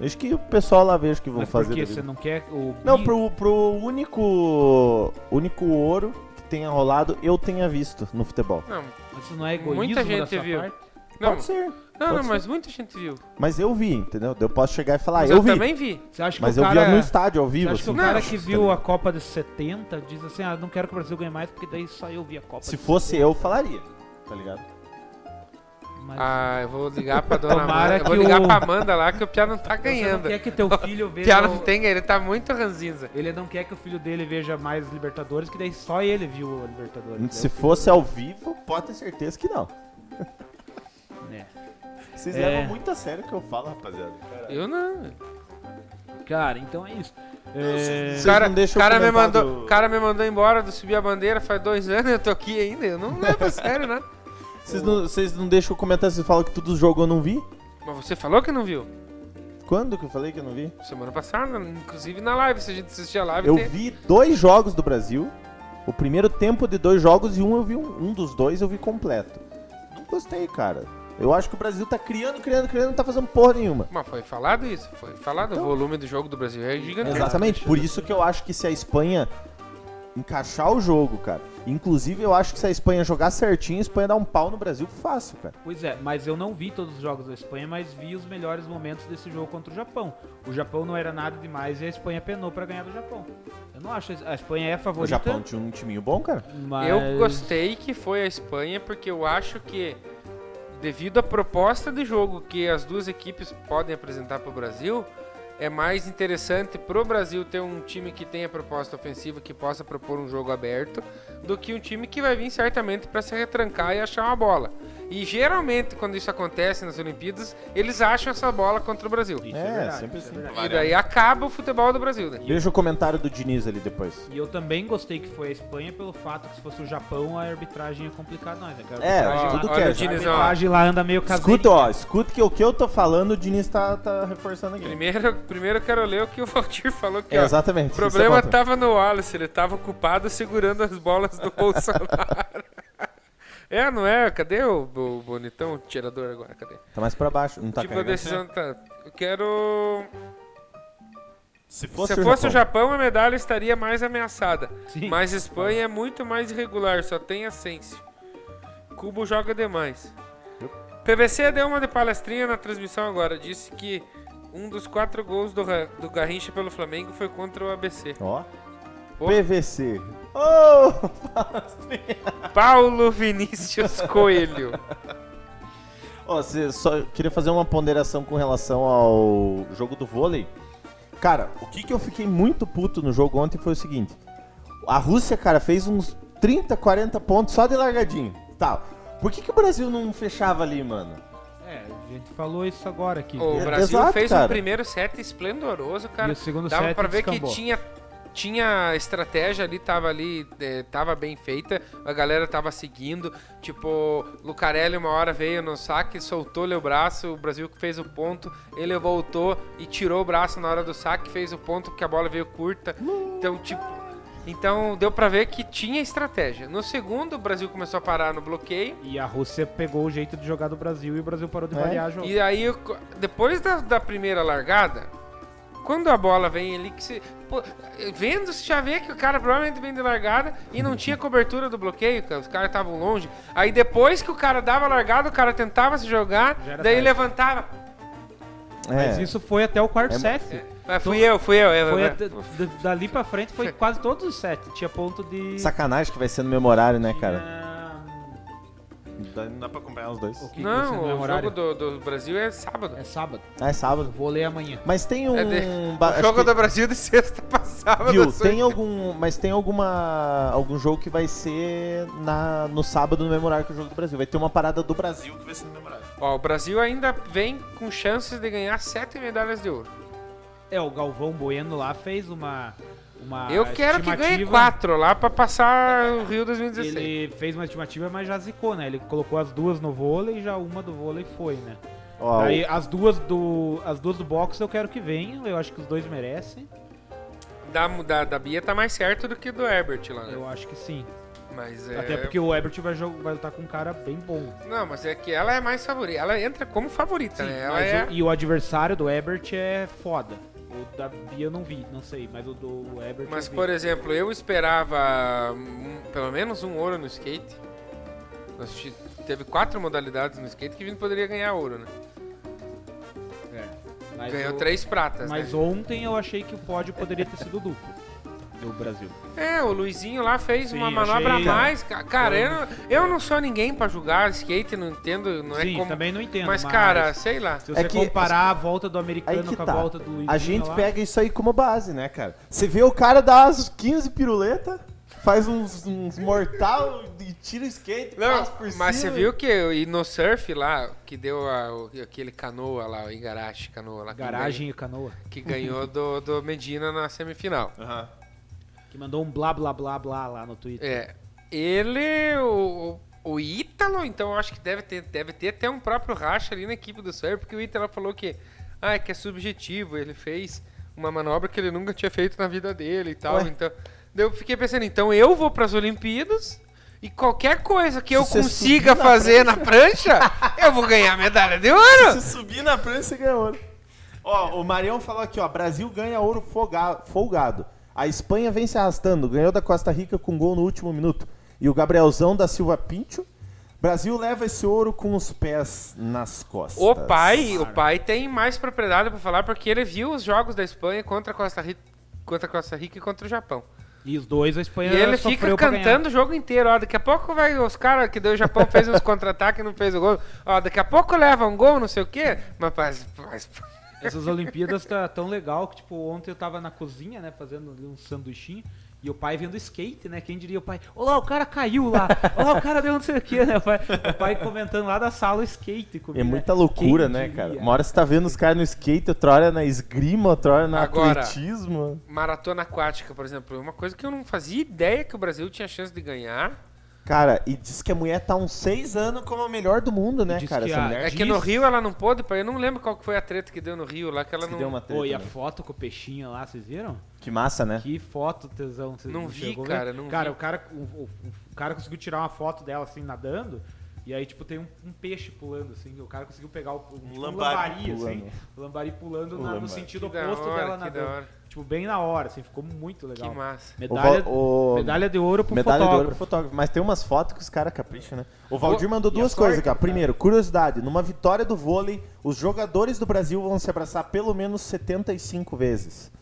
Acho que o pessoal lá veja o que vão Mas fazer. por da que vida. você não quer o Não, bi- pro, pro único, único ouro que tenha rolado, eu tenha visto no futebol. Não, Isso não é egoísmo muita da gente sua viu. parte? Não, Pode ser. não, pode não, ser. mas muita gente viu. Mas eu vi, entendeu? Eu posso chegar e falar, Mas Ah, eu, eu vi. também vi. Você acha que Mas o eu cara... é- vi no estádio, ao Você vivo, acha que assim. o Não, cara que viu a Copa de 70 diz assim, ah, não quero que o Brasil ganhe mais, porque daí só eu vi a Copa Se de fosse eu, falaria. Tá ligado? Mas Ah, eu vou ligar pra dona Tomara Amanda. Eu vou que ligar o- pra Amanda lá que o Pia não tá Você não ganhando. quer que [laughs] teu filho O veja... Pia não o- tem, ele tá muito ranzinza. Ele não quer que o filho dele veja mais Libertadores, que daí só ele viu a Libertadores. Se né? fosse ao vivo, pode ter certeza que não. É. Vocês É. levam muito a sério o que eu falo, rapaziada. Eu não. Cara, então é isso. É, O Vocês cara, não deixam o cara me comentar mandou, do- o cara me mandou embora do Subir a Bandeira faz dois anos eu tô aqui ainda. Eu [laughs] não levo a sério, né? Vocês não, vocês não deixam eu comentar, vocês falam que tudo do jogo eu não vi? Mas você falou que não viu? Quando que eu falei que eu não vi? Semana passada, inclusive na live, se a gente assistir a live, Eu tem- vi dois jogos do Brasil. O primeiro tempo de dois jogos e um eu vi um, um dos dois eu vi completo. Não gostei, cara. Eu acho que o Brasil tá criando, criando, criando, não tá fazendo porra nenhuma. Mas foi falado isso, foi falado. Então- O volume do jogo do Brasil é gigantesco. Exatamente. Por isso que eu acho que se a Espanha encaixar o jogo, cara. Inclusive, eu acho que se a Espanha jogar certinho, a Espanha dá um pau no Brasil fácil, cara. Pois é, mas eu não vi todos os jogos da Espanha, mas vi os melhores momentos desse jogo contra o Japão. O Japão não era nada demais e a Espanha penou pra ganhar do Japão. Eu não acho. A Espanha é a O favorita. Japão tinha um timinho bom, cara. Mas... Eu gostei que foi a Espanha, porque eu acho que, devido à proposta de jogo que as duas equipes podem apresentar para o Brasil, é mais interessante pro Brasil ter um time que tenha proposta ofensiva, que possa propor um jogo aberto, do que um time que vai vir certamente para se retrancar e achar uma bola. E geralmente, quando isso acontece nas Olimpíadas, eles acham essa bola contra o Brasil. Isso É, verdade, sempre isso assim. verdade. E daí acaba o futebol do Brasil, né? Veja o comentário do Diniz ali depois. E eu também gostei que foi a Espanha pelo fato que se fosse o Japão a arbitragem ia complicar nós. Né? que a É, arbitragem lá- tudo olha que é. o Diniz, a ó. arbitragem lá anda meio Escuta, caseira. ó, escuta que o que eu tô falando, o Diniz tá, tá reforçando aqui. Primeiro, primeiro eu quero ler o que o Valdir falou que É, ó, exatamente. O isso é bom problema também. tava no Wallace, ele tava ocupado segurando as bolas do Bolsonaro. [laughs] é, não é? Cadê o, o bonitão o tirador agora? Cadê? Tá mais pra baixo, não tá tipo, a carregando. decisão tá. Eu quero. Se Se fosse o Japão, a medalha estaria mais ameaçada. Sim. Mas Espanha é muito mais irregular, só tem Asensio. Cubo joga demais. PVC deu uma de palestrinha na transmissão agora. Disse que um dos quatro gols do, Ra- do Garrincha pelo Flamengo foi contra o [laughs] ABC. Ó. Pô. PVC. Oh! [laughs] Paulo Vinícius Coelho. Ó, cê- só eu queria fazer uma ponderação com relação ao jogo do vôlei. Cara, o que, que eu fiquei muito puto no jogo ontem foi o seguinte. A Rússia, cara, fez uns 30, 40 pontos só de largadinho. Tá. Por que, que o Brasil não fechava ali, mano? É, a gente falou isso agora aqui. O É, Brasil exato, fez cara. um primeiro set esplendoroso, cara. E o segundo Dava set pra ver descambou. que tinha, tinha estratégia ali, tava ali, eh, tava bem feita, a galera tava seguindo. Tipo, Lucarelli uma hora veio no saque, soltou-lhe o braço, o Brasil que fez o ponto, ele voltou e tirou o braço na hora do saque, fez o ponto porque a bola veio curta. Então, tipo. Então deu pra ver que tinha estratégia. No segundo, o Brasil começou a parar no bloqueio. E a Rússia pegou o jeito de jogar do Brasil e o Brasil parou de É. variar jogo. E aí, eu co- depois da, da primeira largada, Quando a bola vem ali, que se. pô, vendo, você já vê que o cara provavelmente vem de largada e não tinha cobertura do bloqueio, cara. Os caras estavam longe. Aí depois que o cara dava a largada, o cara tentava se jogar, Já era daí tarde. levantava. Mas É. isso foi até o quarto set. Mas é, fui eu, fui eu. é. eu- Foi eu- até- d- dali pra frente É. foi quase todos os sets. Tinha ponto de. Sacanagem que vai ser no memorário, né, cara? Tinha- Não dá pra acompanhar os dois. O que que vai ser no Não, meu o jogo um horário? do, do Brasil é sábado. É sábado. Ah, é sábado. Vou ler amanhã. Mas tem um. É de- ba- o acho jogo que- do Brasil é de sexta pra [laughs] sábado. Viu, assim. tem um- algum. Mas tem alguma. algum jogo que vai ser na, no sábado no memorário que é o jogo do Brasil. Vai ter uma parada do Brasil que vai ser no memorário. Ó, o Brasil ainda vem com chances de ganhar sete medalhas de ouro. É, o Galvão Bueno lá fez uma. uma eu quero que ganhe estimativa. quatro lá pra passar o Rio 2016. Ele fez uma estimativa, mas já zicou, né? Ele colocou as duas no vôlei e já uma do vôlei foi, né? Ó, Aí as duas do. As duas do boxe eu quero que venham, eu acho que os dois merecem. Da, da, da Bia tá mais certo do que do Herbert lá, né? Eu acho que sim. Mas é... Até porque o Ebert vai, jogar, vai lutar com um cara bem bom. Não, mas é que ela é mais favorita. Ela entra como favorita, né? Ela Mas é... o- e o adversário do Ebert é foda. O da Bia eu não vi, não sei, mas o do Ebert. Mas, eu vi. por exemplo, eu esperava um- pelo menos um ouro no skate. Nós ti- teve quatro modalidades no skate que a gente poderia ganhar ouro, né? É. Mas Ganhou o- três pratas, Mas né? ontem eu achei que o pódio poderia ter sido duplo do Brasil. É, o Luizinho lá fez Sim, uma manobra a achei- mais. ca- Cara, eu, não- eu não sou ninguém pra julgar skate, não entendo, não é Sim, como... também não entendo. mas, cara, sei lá. se você É que- comparar a volta do aí americano que com a tá. volta do Luizinho A gente lá, pega isso aí como base, né, cara? Você vê o cara dar as 15 piruletas, faz uns, uns mortal e tira o skate, Não, passa por cima. mas você viviu que e no surf lá, que deu a- o- aquele canoa lá, o Igarashi canoa lá. que garagem e canoa, ganhou- Que ganhou do, do Medina na semifinal. Aham. que mandou um blá blá blá blá lá no Twitter. É. Ele, o, o o Ítalo, então eu acho que deve ter, deve ter até um próprio racha ali na equipe do surf, porque o Ítalo falou que, ah, é que é subjetivo, ele fez uma manobra que ele nunca tinha feito na vida dele e tal, Ué. então... Daí Eu fiquei pensando, então eu vou pras Olimpíadas e qualquer coisa que eu você consiga subir na fazer na prancha, eu vou ganhar a medalha de ouro! Se subir na prancha, você ganha ouro. Ó, o Marião falou aqui, ó. Brasil ganha ouro folga- folgado. A Espanha vem se arrastando. Ganhou da Costa Rica com gol no último minuto. E o Gabrielzão da Silva Pinto. Brasil leva esse ouro com os pés nas costas. O pai, o pai tem mais propriedade pra falar porque ele viu os jogos da Espanha contra a Costa Rica, contra a Costa Rica e contra o Japão. E os dois a Espanha E ele fica sofreu pra ganhar. cantando o jogo inteiro, ó, daqui a pouco vai os caras que deu o Japão fez [laughs] uns contra-ataques e não fez o gol. Ó, daqui a pouco leva um gol, não sei o quê, mas faz, faz- Essas Olimpíadas tá tão legal que, tipo, ontem eu tava na cozinha, né, fazendo ali um sanduichinho. E o pai vendo skate, né? Quem diria o pai? Olá, o cara caiu lá. Olá, o cara deu não sei o quê, né? O pai, o pai comentando lá da sala o skate. Comigo, É muita né? loucura, Quem né, diria? cara? Uma hora você tá vendo os caras no skate, outra hora é na esgrima, outra hora no Agora- atletismo. maratona aquática, por exemplo, uma coisa que eu não fazia ideia que o Brasil tinha chance de ganhar. Cara, e diz que a mulher tá há uns seis anos como a melhor do mundo, né, Diz cara? que Essa a- mulher É que no Rio ela não pôde, pô, eu não lembro qual que foi a treta que deu no Rio lá que ela que não deu uma Pô, e treta, a né? foto com o peixinho lá, vocês viram? Que massa, né? Que foto, tesão. Vocês Não vi, chegou a ver? cara, não Cara, vi. o cara, o, o- o cara conseguiu tirar uma foto dela, assim, nadando. E aí, tipo, tem um, um peixe pulando, assim. O cara conseguiu pegar o, um, tipo, um lambari, lambari assim. pulando. O lambari pulando na- O no lambari. Que sentido da oposto hora, dela que da nadando. hora, Tipo, bem na hora, assim. Ficou muito que legal. massa. O Medalha, Val- o- medalha de ouro pro Medalha de ouro pro fotógrafo. fotógrafo. Mas tem umas fotos que os caras capricham, né? O Valdir Ô, mandou e a duas coisas, sorte, cara. cara? Primeiro, curiosidade. Numa vitória do vôlei, os jogadores do Brasil vão se abraçar pelo menos 75 vezes.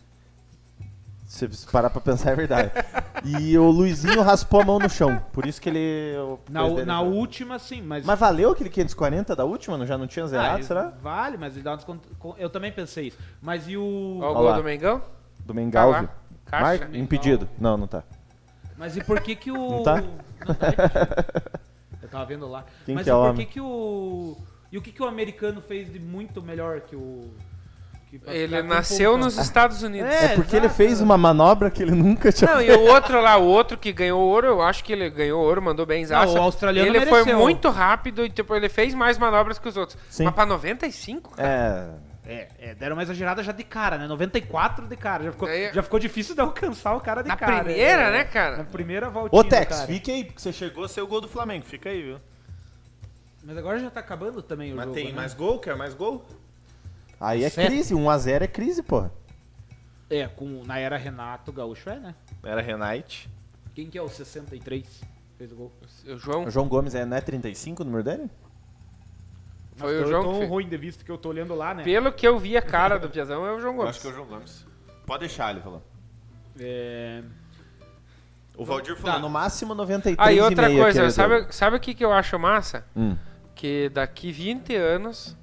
Se você parar pra pensar, é [laughs] verdade. e o Luizinho raspou a mão no chão. Por isso que ele... é o Na, coisa dele- na última, sim, mas... Mas valeu aquele 540 da última? Não, já não tinha Ah, zerado, ele- será? Vale, mas ele dá um desconto. com- Eu também pensei isso. Mas e o. Uh, Ó o Olha gol lá. do Mengão? Do Tá Mengalve. lá. Caixa. então. Mar- Impedido. Não, não tá. Mas e por que que o... Não tá? Não tá impedido. Eu tava vendo lá. Quem Mas que e é o por que homem? que o... E o que que o americano fez de muito melhor que o... que pra Ele ficar tão nasceu pouco? nos Estados Unidos. um É, porque ele fez uma manobra que ele nunca [laughs] tinha Não, e o outro lá, o outro que ganhou ouro, eu acho que ele ganhou ouro, mandou bem Não, o australiano Ele foi mereceu. muito rápido e tipo, ele fez mais manobras que os outros. Sim. Mas pra 95, cara. É... É, é, deram uma exagerada já de cara, né? 94 de cara. Já ficou, Daí- já ficou difícil de alcançar o cara de Na cara. primeira, é. né, cara? Na primeira voltinha, Ô, Tex, cara. fique aí, porque você chegou a ser o gol do Flamengo. Fica aí, viu? Mas agora já tá acabando também o Mas jogo, tem né? mais gol? Quer mais gol? Aí é Certo. crise, 1x0 é crise, porra. É, com, na era Renato Gaúcho, é, né? Era Renate. Quem que é o 63? Fez o gol. O João, O João Gomes é, não é 35 o número dele? foi Nossa, o tô João tão que fez. ruim de vista que eu tô olhando lá, né? Pelo que eu vi a cara do Piazão, é o João Eu Gomes. acho que é o João Gomes. Pode deixar ele falando. É, O Valdir falou. Tá, no máximo 93 Aí outra e meio, coisa, querido. sabe, sabe o que, que eu acho massa? Hum. Que daqui 20 anos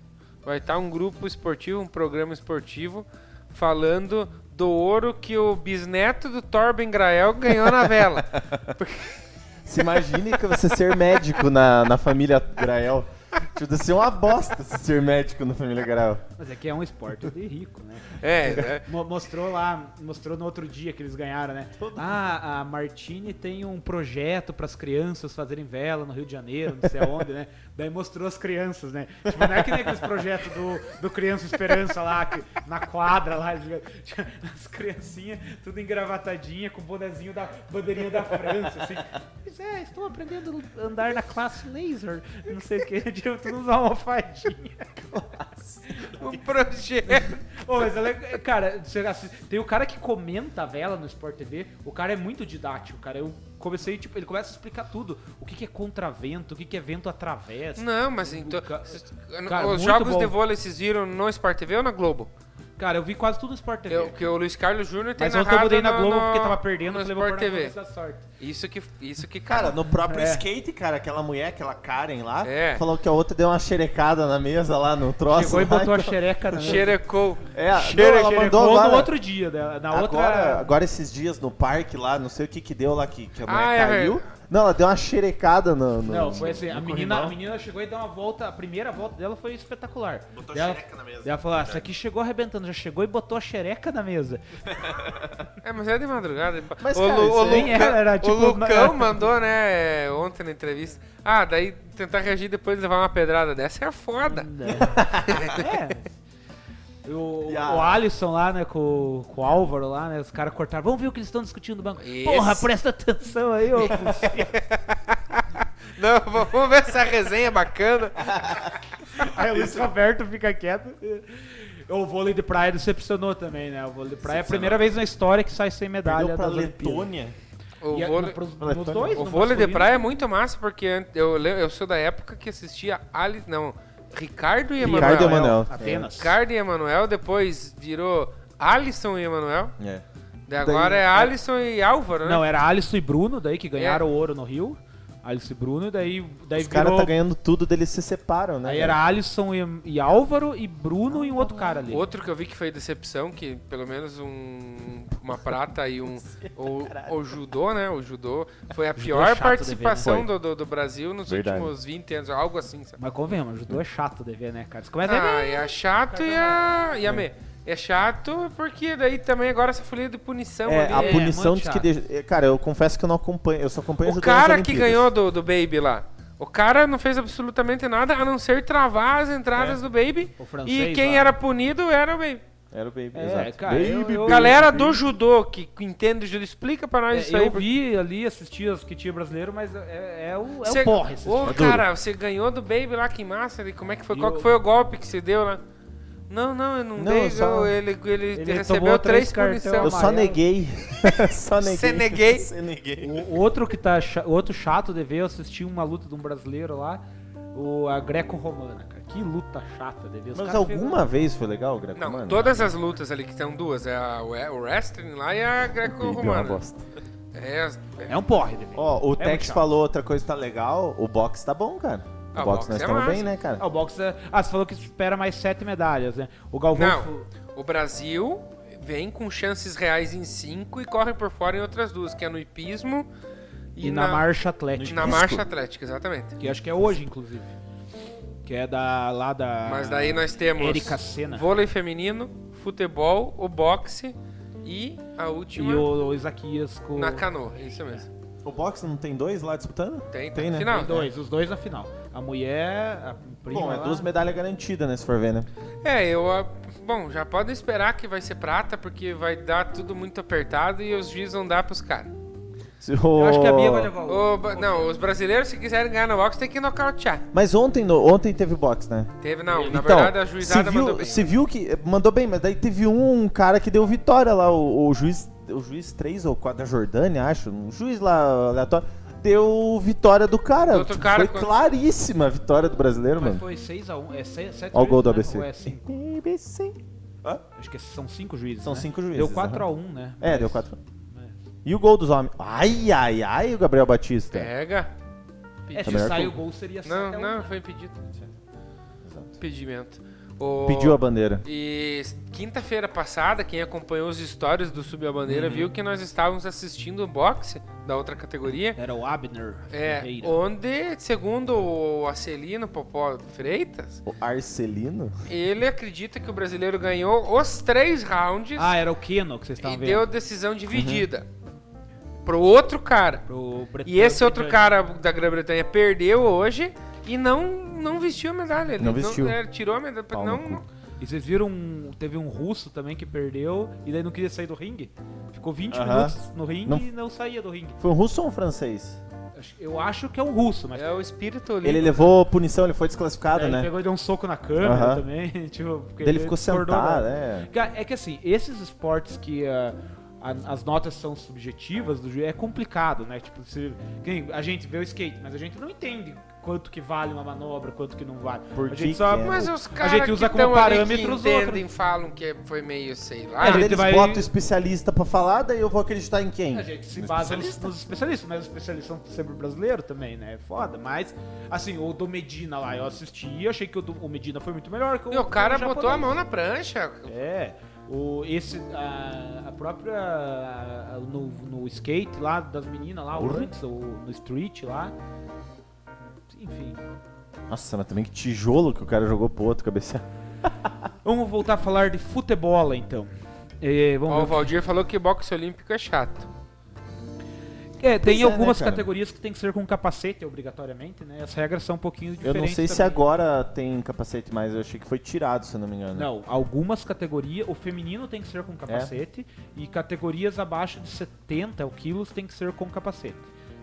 vai estar um grupo esportivo, um programa esportivo, falando do ouro que o bisneto do Torben Grael ganhou na [laughs] vela. Se imagine que você ser médico na, na família Grael. Tipo, deve ser uma bosta se ser médico na família Grael. Mas é que é um esporte de rico, né? é, né? Mo- Mostrou lá, mostrou no outro dia que eles ganharam, né? Ah, a Martini tem um projeto para as crianças fazerem vela no Rio de Janeiro, não sei aonde, né? Daí mostrou as crianças, né? Tipo, não é que nem aqueles projetos do, do Criança Esperança lá, que- na quadra lá, eles- [laughs] as criancinhas tudo engravatadinha com o bonezinho da bandeirinha da França, assim. Pois é, estou aprendendo a andar na classe laser, não sei o [laughs] que, tipo, tudo usar uma fadinha. um projeto. Ô, mas ela é, cara, você assi- tem o cara que comenta a vela no Sport TV, o cara é muito didático, cara. Eu comecei, tipo, ele começa a explicar tudo. O que, que é contravento, o que, que é vento através. Não, mas então. Ca- Os cara, muito jogos bom. de vôlei vocês viram no Sport TV ou na Globo? Cara, eu vi quase tudo no Sport TV. Eu, que o Luiz Carlos Júnior tem mas ontem narrado eu mudei na no- Globo no- porque tava perdendo, no eu falei, vou Sport pôr na TV. Globo da sorte. Isso que, isso que Cara, no próprio É. skate, cara, aquela mulher, aquela Karen lá, É. falou que a outra deu uma xerecada na mesa lá no troço. Chegou e lá, botou a então- xereca na xerecou. É, não, Xere- ela mandou xerecou agora, no outro dia, né? na outra... agora, agora esses dias no parque lá, não sei o que que deu lá que, que a mulher Ah, é, caiu. é. Não, ela deu uma xerecada no... no- Não, foi assim, a no menina, a corrimão. menina chegou e deu uma volta, a primeira volta dela foi espetacular. Botou Daí ela- xereca na mesa. daí Ela falou, ah, essa aqui chegou arrebentando, já chegou e botou a xereca na mesa. É, mas é de madrugada. Mas, o, cara, Lu- isso o, aí- Lucão, Era, era o tipo- Lucão mandou, né, ontem na entrevista. Ah, daí tentar reagir depois de levar uma pedrada dessa é [laughs] foda. é. O, E a- o Alisson lá, né, com, com o Álvaro lá, né, os caras cortaram. Vamos ver o que eles estão discutindo no banco. Isso. Porra, presta atenção aí, ô. Não, vamos ver essa resenha é bacana. [laughs] aí o Luiz Roberto fica quieto. O vôlei de praia decepcionou também, né? O vôlei de praia é a primeira vez na história que sai sem medalha Perdeu pra das Olimpíadas. Letônia. O E a- vôlei, pros- nos Letônia. dois, o no vôlei de masculino. praia é muito massa, porque an- eu, le- eu sou da época que assistia Ali, não, Ricardo e é Emanuel. Ricardo e Emanuel. Apenas. Ricardo e Emanuel, depois virou Alisson e Emanuel. É. Daí agora é Alisson e Álvaro, né? Não, é- era Alisson e Bruno, daí que ganharam É. o ouro no Rio. Alisson e Bruno, daí, daí Os caras virou- tá ganhando tudo, deles se separam, né? Aí cara? era Alisson e, e Álvaro e Bruno e um outro cara ali. Outro que eu vi que foi decepção, que pelo menos um- uma prata [laughs] e um. O, o judô, né? O judô foi a é pior chato de ver, né? participação do, do, do Brasil nos Verdade. últimos 20 anos, algo assim, sabe? Mas convenhamos, judô é chato de ver, né, cara? Você começa a Ah, é chato e a. E a me. É chato porque daí também agora essa folha de punição É, ali. É. a punição muito diz que. chato. deixa- é, Cara, eu confesso que eu não acompanho. Eu só acompanho O judô nas cara que Olimpíadas. ganhou do, do Baby lá. O cara não fez absolutamente nada a não ser travar as entradas do Baby. É. O francês E quem lá. era punido era o Baby. Era o Baby. É, exato. cara, eu- eu- Galera do judô que que entende judô, explica pra nós É, isso aí. eu porque- vi ali, assisti as que tinha brasileiro, mas é, é o, é Cê- o porre. esse Ô, time. cara, você ganhou do Baby lá, que massa. ele- Como é que foi? E Qual o- que foi o golpe que você deu lá? Não, não, eu não, Não, dei. eu só- eu- ele, ele, Ele recebeu tomou três três cartão Eu punição. só amarelo. neguei. [laughs] só neguei. Cê neguei? Cê neguei. O outro que tá cha- o outro chato de ver, eu assisti uma luta de um brasileiro lá, o, a greco-romana, cara. Que luta chata de ver. Os Mas cara fez- um- alguma vez foi legal o Greco Não, Romano? todas as lutas ali, que são duas, é a, o o wrestling lá e a Baby é uma greco-romana. bosta. É, as- é, É um porre de ver. Ó, o muito Tex chato. falou outra coisa que tá legal. O box tá bom, cara. O Ah, box o boxe nós é estamos massa. bem, né, cara? Ah, o boxe é- Ah, você falou que espera mais sete medalhas, né? O Galvão... Não, fu- o Brasil vem com chances reais em cinco e corre por fora em outras duas, que é no hipismo E, na, marcha atlética. na disco. marcha atlética, exatamente. Que acho que é hoje, inclusive. Que é da lá da. Mas daí nós temos Erika Senna. vôlei feminino, futebol, o boxe e a E última o, o Isaquias com. na canoa. é Isso mesmo. O box não tem dois lá disputando? Tem, Tem, tem, né? final. Tem dois, os dois na final. A mulher, a prima. Bom, é lá- duas medalhas garantidas, né, se for ver, né? É, eu. ah, Bom, já podem esperar que vai ser prata, porque vai dar tudo muito apertado e os juízes vão dar pros caras. Se o- Eu acho que a Bia vai levar o. O ba- não, os brasileiros, se quiserem ganhar no boxe, tem que nocautear. Mas ontem, no- ontem teve boxe, né? Teve, não. Na então, verdade, a juizada se viu, mandou bem. né? se viu que mandou bem, mas daí teve um cara que deu vitória lá, o, o juiz, o juiz 3 ou 4 da Jordânia, acho, um juiz lá aleatório, deu vitória do cara. Outro Foi cara com- claríssima a vitória do brasileiro, Mas mano. foi 6x1. É 7 Olha o gol do ABC. Ou é 5? BBC. Acho que são 5 juízes. São né? cinco juízes, Deu aham. 4x1, né? É, Mas- deu 4. É. E o gol dos homens? Ai, ai, ai, o Gabriel Batista. Pega. É, se Tá melhor sai que um. o gol seria um. 7 Não, não, foi impedido. Impedimento. O- Pediu a bandeira. E quinta-feira passada, quem acompanhou os stories do Subiu a Bandeira viu que nós estávamos assistindo o boxe da outra categoria. Era o Abner. É, Ferreira. onde, segundo o Acelino Popó Freitas, O Arcelino? ele acredita que o brasileiro ganhou os três rounds Ah, era o Keno que vocês e estavam vendo. deu decisão dividida pro outro cara. Pro Bret- E esse pro outro Bret- cara da Grã-Bretanha perdeu hoje e não, não vestiu a medalha. Ele Não vestiu. é, tirou a medalha. Pau no Não, cu. E vocês viram, um- teve um russo também que perdeu e daí não queria sair do ringue. Ficou 20 Aham. minutos no ringue Não- e não saía do ringue. Foi um russo ou um francês? Acho- Eu acho que é um russo, mas é o espírito olímpico. Ele levou punição, ele foi desclassificado, Daí ele né? pegou e deu um soco na câmera Aham. também. [laughs] tipo, porque Daí ele ficou acordou, sentado, né? é. Cara, É que assim, esses esportes que ah, a- as notas são subjetivas do juiz é complicado, né? Tipo, se, que nem a gente vê o skate, mas a gente não entende quanto que vale uma manobra, quanto que não vale. Por a que gente só. que é? Mas os a gente caras que usa como tão ali parâmetro que os né?" entendem falam que foi meio, sei lá. É, Mas gente eles vai- botam especialista pra falar, daí eu vou acreditar em quem? A gente se Um No baseia nos, especialista. nos especialistas, mas os especialistas são sempre brasileiros também, né? É foda. Mas, assim, o do Medina lá, eu assisti e achei que o, do, o Medina foi muito melhor que o. E o cara que o botou a é um japonês. mão na prancha. É. O, esse, a, a própria. a- no, no skate lá das meninas lá, o Porra. antes, o, no street lá. Enfim. Nossa, mas também que tijolo que o cara jogou pro outro cabecear. Vamos voltar a falar de futebola então. É, vamos Ó, ver o Valdir falou que boxe olímpico é chato. É, tem Pois é, algumas né, cara? categorias que tem que ser com capacete, obrigatoriamente, né? As regras são um pouquinho Eu diferentes. não sei se também. agora tem capacete, mas eu achei que foi tirado, se eu não me né? engano. Não, algumas categorias, o feminino tem que ser É. com capacete e categorias abaixo de 70 quilos tem que ser com capacete.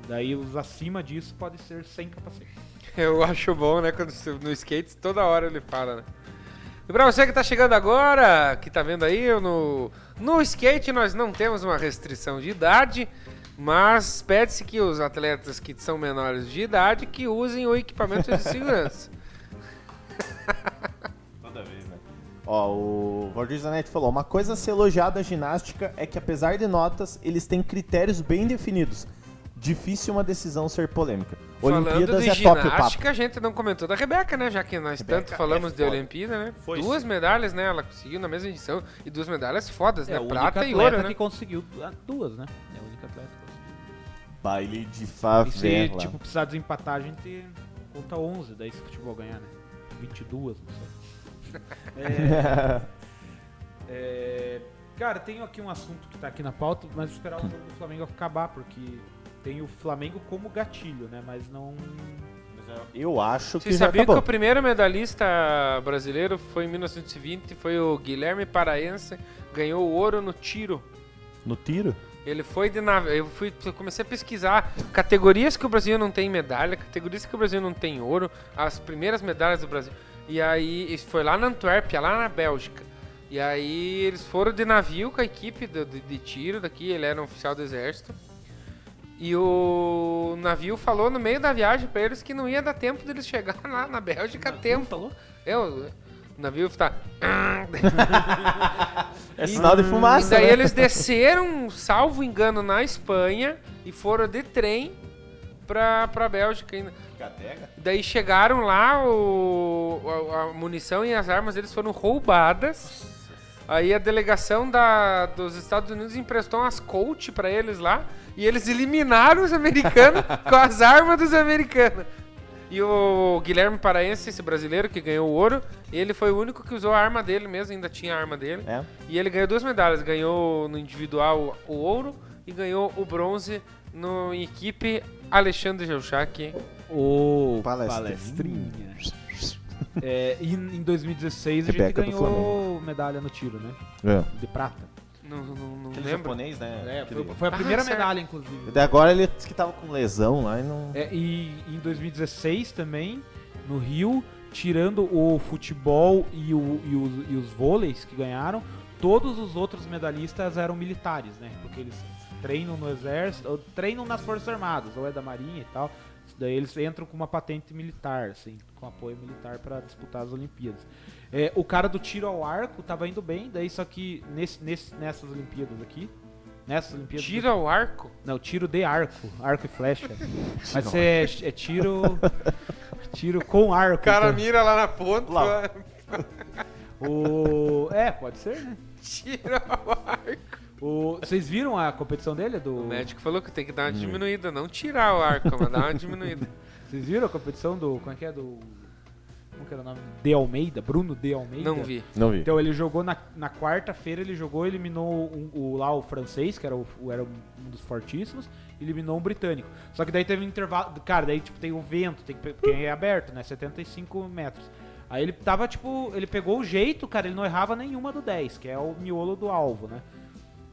Daí os acima disso pode ser sem capacete. [laughs] Eu acho bom, né? Quando você- no skate, toda hora ele fala, né? E pra você que tá chegando agora, que tá vendo aí, eu no, no skate nós não temos uma restrição de idade, mas pede-se que os atletas que são menores de idade que usem o [laughs] equipamento de segurança. né? Ó, o Valdir Zanetti falou: uma coisa a ser elogiada à ginástica é que, apesar de notas, eles têm critérios bem definidos. Difícil uma decisão ser polêmica. Falando Olimpíadas de é top o papo. é ginástica, a gente não comentou da Rebeca, né? Já que nós tanto falamos de Olimpíada, né? Foi duas sim. medalhas, né? Ela conseguiu na mesma edição. E duas medalhas fodas, a né? única Prata É, e atleta ouro, que né? conseguiu du- duas, né? É a única atleta que conseguiu. Baile de E se favela. tipo, precisar desempatar, a gente conta 11, daí se o futebol ganhar, né? 22, não sei. [laughs] É, cara, tenho aqui um assunto que tá aqui na pauta, mas esperar o jogo do Flamengo acabar, porque tem o Flamengo como gatilho, né? Mas não. é eu acho que Vocês já sabiam que acabou. o primeiro medalhista brasileiro foi em 1920, foi o Guilherme Paraense, ganhou o ouro no tiro. No tiro? Ele foi de nave. Eu fui, eu comecei a pesquisar categorias que o Brasil não tem medalha, categorias que o Brasil não tem ouro, as primeiras medalhas do Brasil. E aí isso foi lá na Antuérpia, lá na Bélgica. E aí eles foram de navio com a equipe do- de, de tiro daqui. Ele era um oficial do exército. E o navio falou no meio da viagem pra eles que não ia dar tempo deles chegar [laughs] lá na Bélgica a tempo. falou? É, o o navio tá. [clears throat] É sinal de E fumaça. Hum, daí né? eles desceram, salvo engano, na Espanha e foram de trem pra, pra Bélgica ainda. Daí chegaram lá, o, a, a munição e as armas eles foram roubadas. Aí a delegação da, dos Estados Unidos emprestou umas Colt pra eles lá e eles eliminaram os americanos com as armas dos americanos. E o Guilherme Paraense, esse brasileiro que ganhou o ouro, ele foi o único que usou a arma dele mesmo, ainda tinha a arma dele. É. E ele ganhou duas medalhas, ganhou no individual o ouro e ganhou o bronze no em equipe Alexandre Geuchac. O Palestrinha. É, e em 2016 a gente Rebeca do ganhou medalha no tiro, né? É. De prata. Não, não, não Aquele lembro. japonês, né? É, Aquele- foi, foi a Ah, primeira certo. medalha, inclusive. Até agora ele disse que tava com lesão lá e não. É, e em 2016 também, no Rio, tirando o futebol e, o- e os, e os vôleis que ganharam, todos os outros medalhistas eram militares, né? Porque eles treinam no exército, ou treinam nas forças armadas, ou é da marinha e tal. Isso Daí eles entram com uma patente militar, assim, com apoio militar pra disputar as Olimpíadas. É, o cara do tiro ao arco tava indo bem, daí só que nesse, nesse- nessas Olimpíadas aqui, nessas Olimpíadas do Tira o arco? não, tiro de arco. Arco e [laughs] flecha. Mas é, é tiro. Tiro com arco. O cara então. mira lá na ponta, Lá. O- É, pode ser, né? [laughs] tira o arco. O... Vocês viram a competição dele? O Do... médico falou que tem que dar Hum. uma diminuída, não tirar o arco, mas dar [laughs] uma diminuída. Vocês viram a competição do. Como é que é? Do. Como que era o nome? De Almeida? Bruno De Almeida? Não vi. Não vi. Então ele jogou na, na quarta-feira, ele jogou, eliminou um- o, lá o francês, que era, o, o- era um dos fortíssimos, e eliminou um britânico. Só que daí teve um intervalo. Cara, daí tipo, tem o vento, tem que pe- porque é aberto, né? 75 metros. Aí ele tava, tipo, ele pegou o jeito, cara, ele não errava nenhuma do 10, que é o miolo do alvo, né?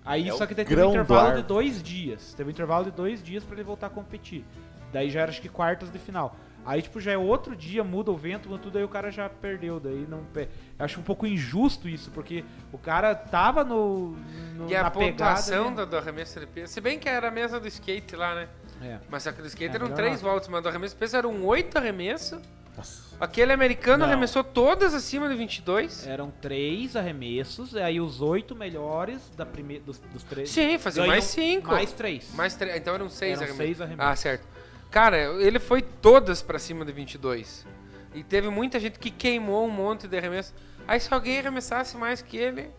Aí É só o que daí teve grão um do intervalo ar. de dois dias. Teve um intervalo de dois dias pra ele voltar a competir. Daí já era acho que quartas de final. Aí, tipo, já é outro dia, muda o vento, muda tudo, aí o cara já perdeu. Daí não. pe- Eu acho um pouco injusto isso, porque o cara tava no. no- E a na pontuação pegada, do, do arremesso de peso, se bem que era a mesa do skate lá, né? né? Mas aquele skate É, eram melhor três não. voltas, mas do arremesso de peso eram oito arremesso. Aquele americano Não. arremessou todas acima de 22. É, Eram três arremessos, aí os oito melhores da prime... dos, dos três. Sim, fazia ganham mais cinco. Mais três. Mais três, então eram seis Eram arremessos. seis arremessos. Ah, certo. Cara, ele foi todas pra cima de 22. E teve muita gente que queimou um monte de arremesso. Aí se alguém arremessasse mais que ele...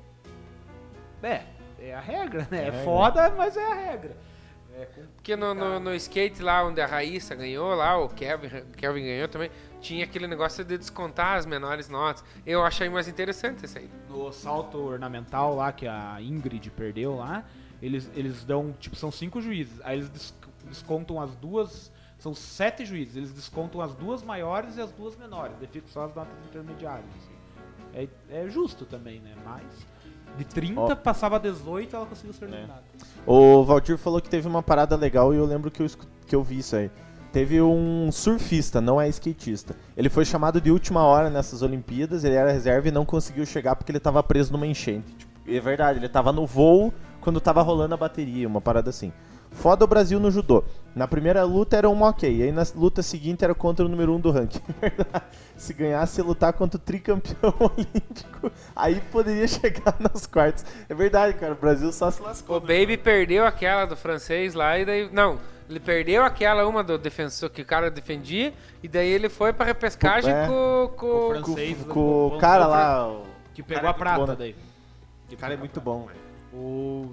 É, é a regra, né? É, foda, mas é a regra. Porque no, no, no skate lá onde a Raíssa ganhou, lá o Kevin, Kevin ganhou também, tinha aquele negócio de descontar as menores notas. Eu achei mais interessante isso aí. No salto ornamental lá que a Ingrid perdeu lá, eles, eles dão, tipo, são cinco juízes. Aí eles des- descontam as duas. São sete juízes, eles descontam as duas maiores e as duas menores. Daí ficam só as notas intermediárias. assim. É, é justo também, né? Mas. De 30 Ó. É. passava 18 ela conseguiu ser eliminada. O Valdir falou que teve uma parada legal e eu lembro que eu, escu- que eu vi isso aí. Teve um surfista, não é skatista. Ele foi chamado de última hora nessas Olimpíadas, ele era reserva e não conseguiu chegar porque ele tava preso numa enchente. Tipo, é verdade, ele tava no voo quando tava rolando a bateria, uma parada assim. Foda o Brasil no judô. Na primeira luta era um ok, aí na luta seguinte era contra o número um do ranking. [laughs] Se ganhasse ia lutar contra o tricampeão [laughs] olímpico, aí poderia chegar [laughs] nas quartas. É verdade, cara, o Brasil só se lascou. O Baby perdeu aquela do francês lá e daí. Não, ele perdeu aquela uma do defensor que o cara defendia e daí ele foi pra repescagem É. com, Com- com, francês, com, né? com Com- o cara com- lá. o- Que cara pegou é a muito prata bom, né? daí. O cara é muito bom. O...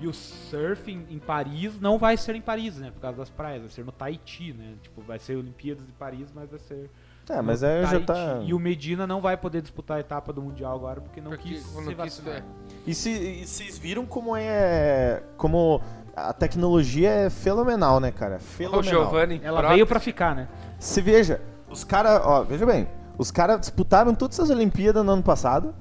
E o surfing em Paris não vai ser em Paris, né? Por causa das praias, vai ser no Tahiti, né? Tipo, vai ser Olimpíadas de Paris, mas vai ser. É, mas no aí já Tahiti. tá. E o Medina não vai poder disputar a etapa do Mundial agora porque não Porque quis não se quis, vacinar. é. E, se, e vocês viram como é. Como a tecnologia é fenomenal, né, cara? o Fenomenal. Giovanni. Ela Prota. veio pra ficar, né? Se veja, os caras, ó, veja bem, os caras disputaram todas as Olimpíadas no ano passado,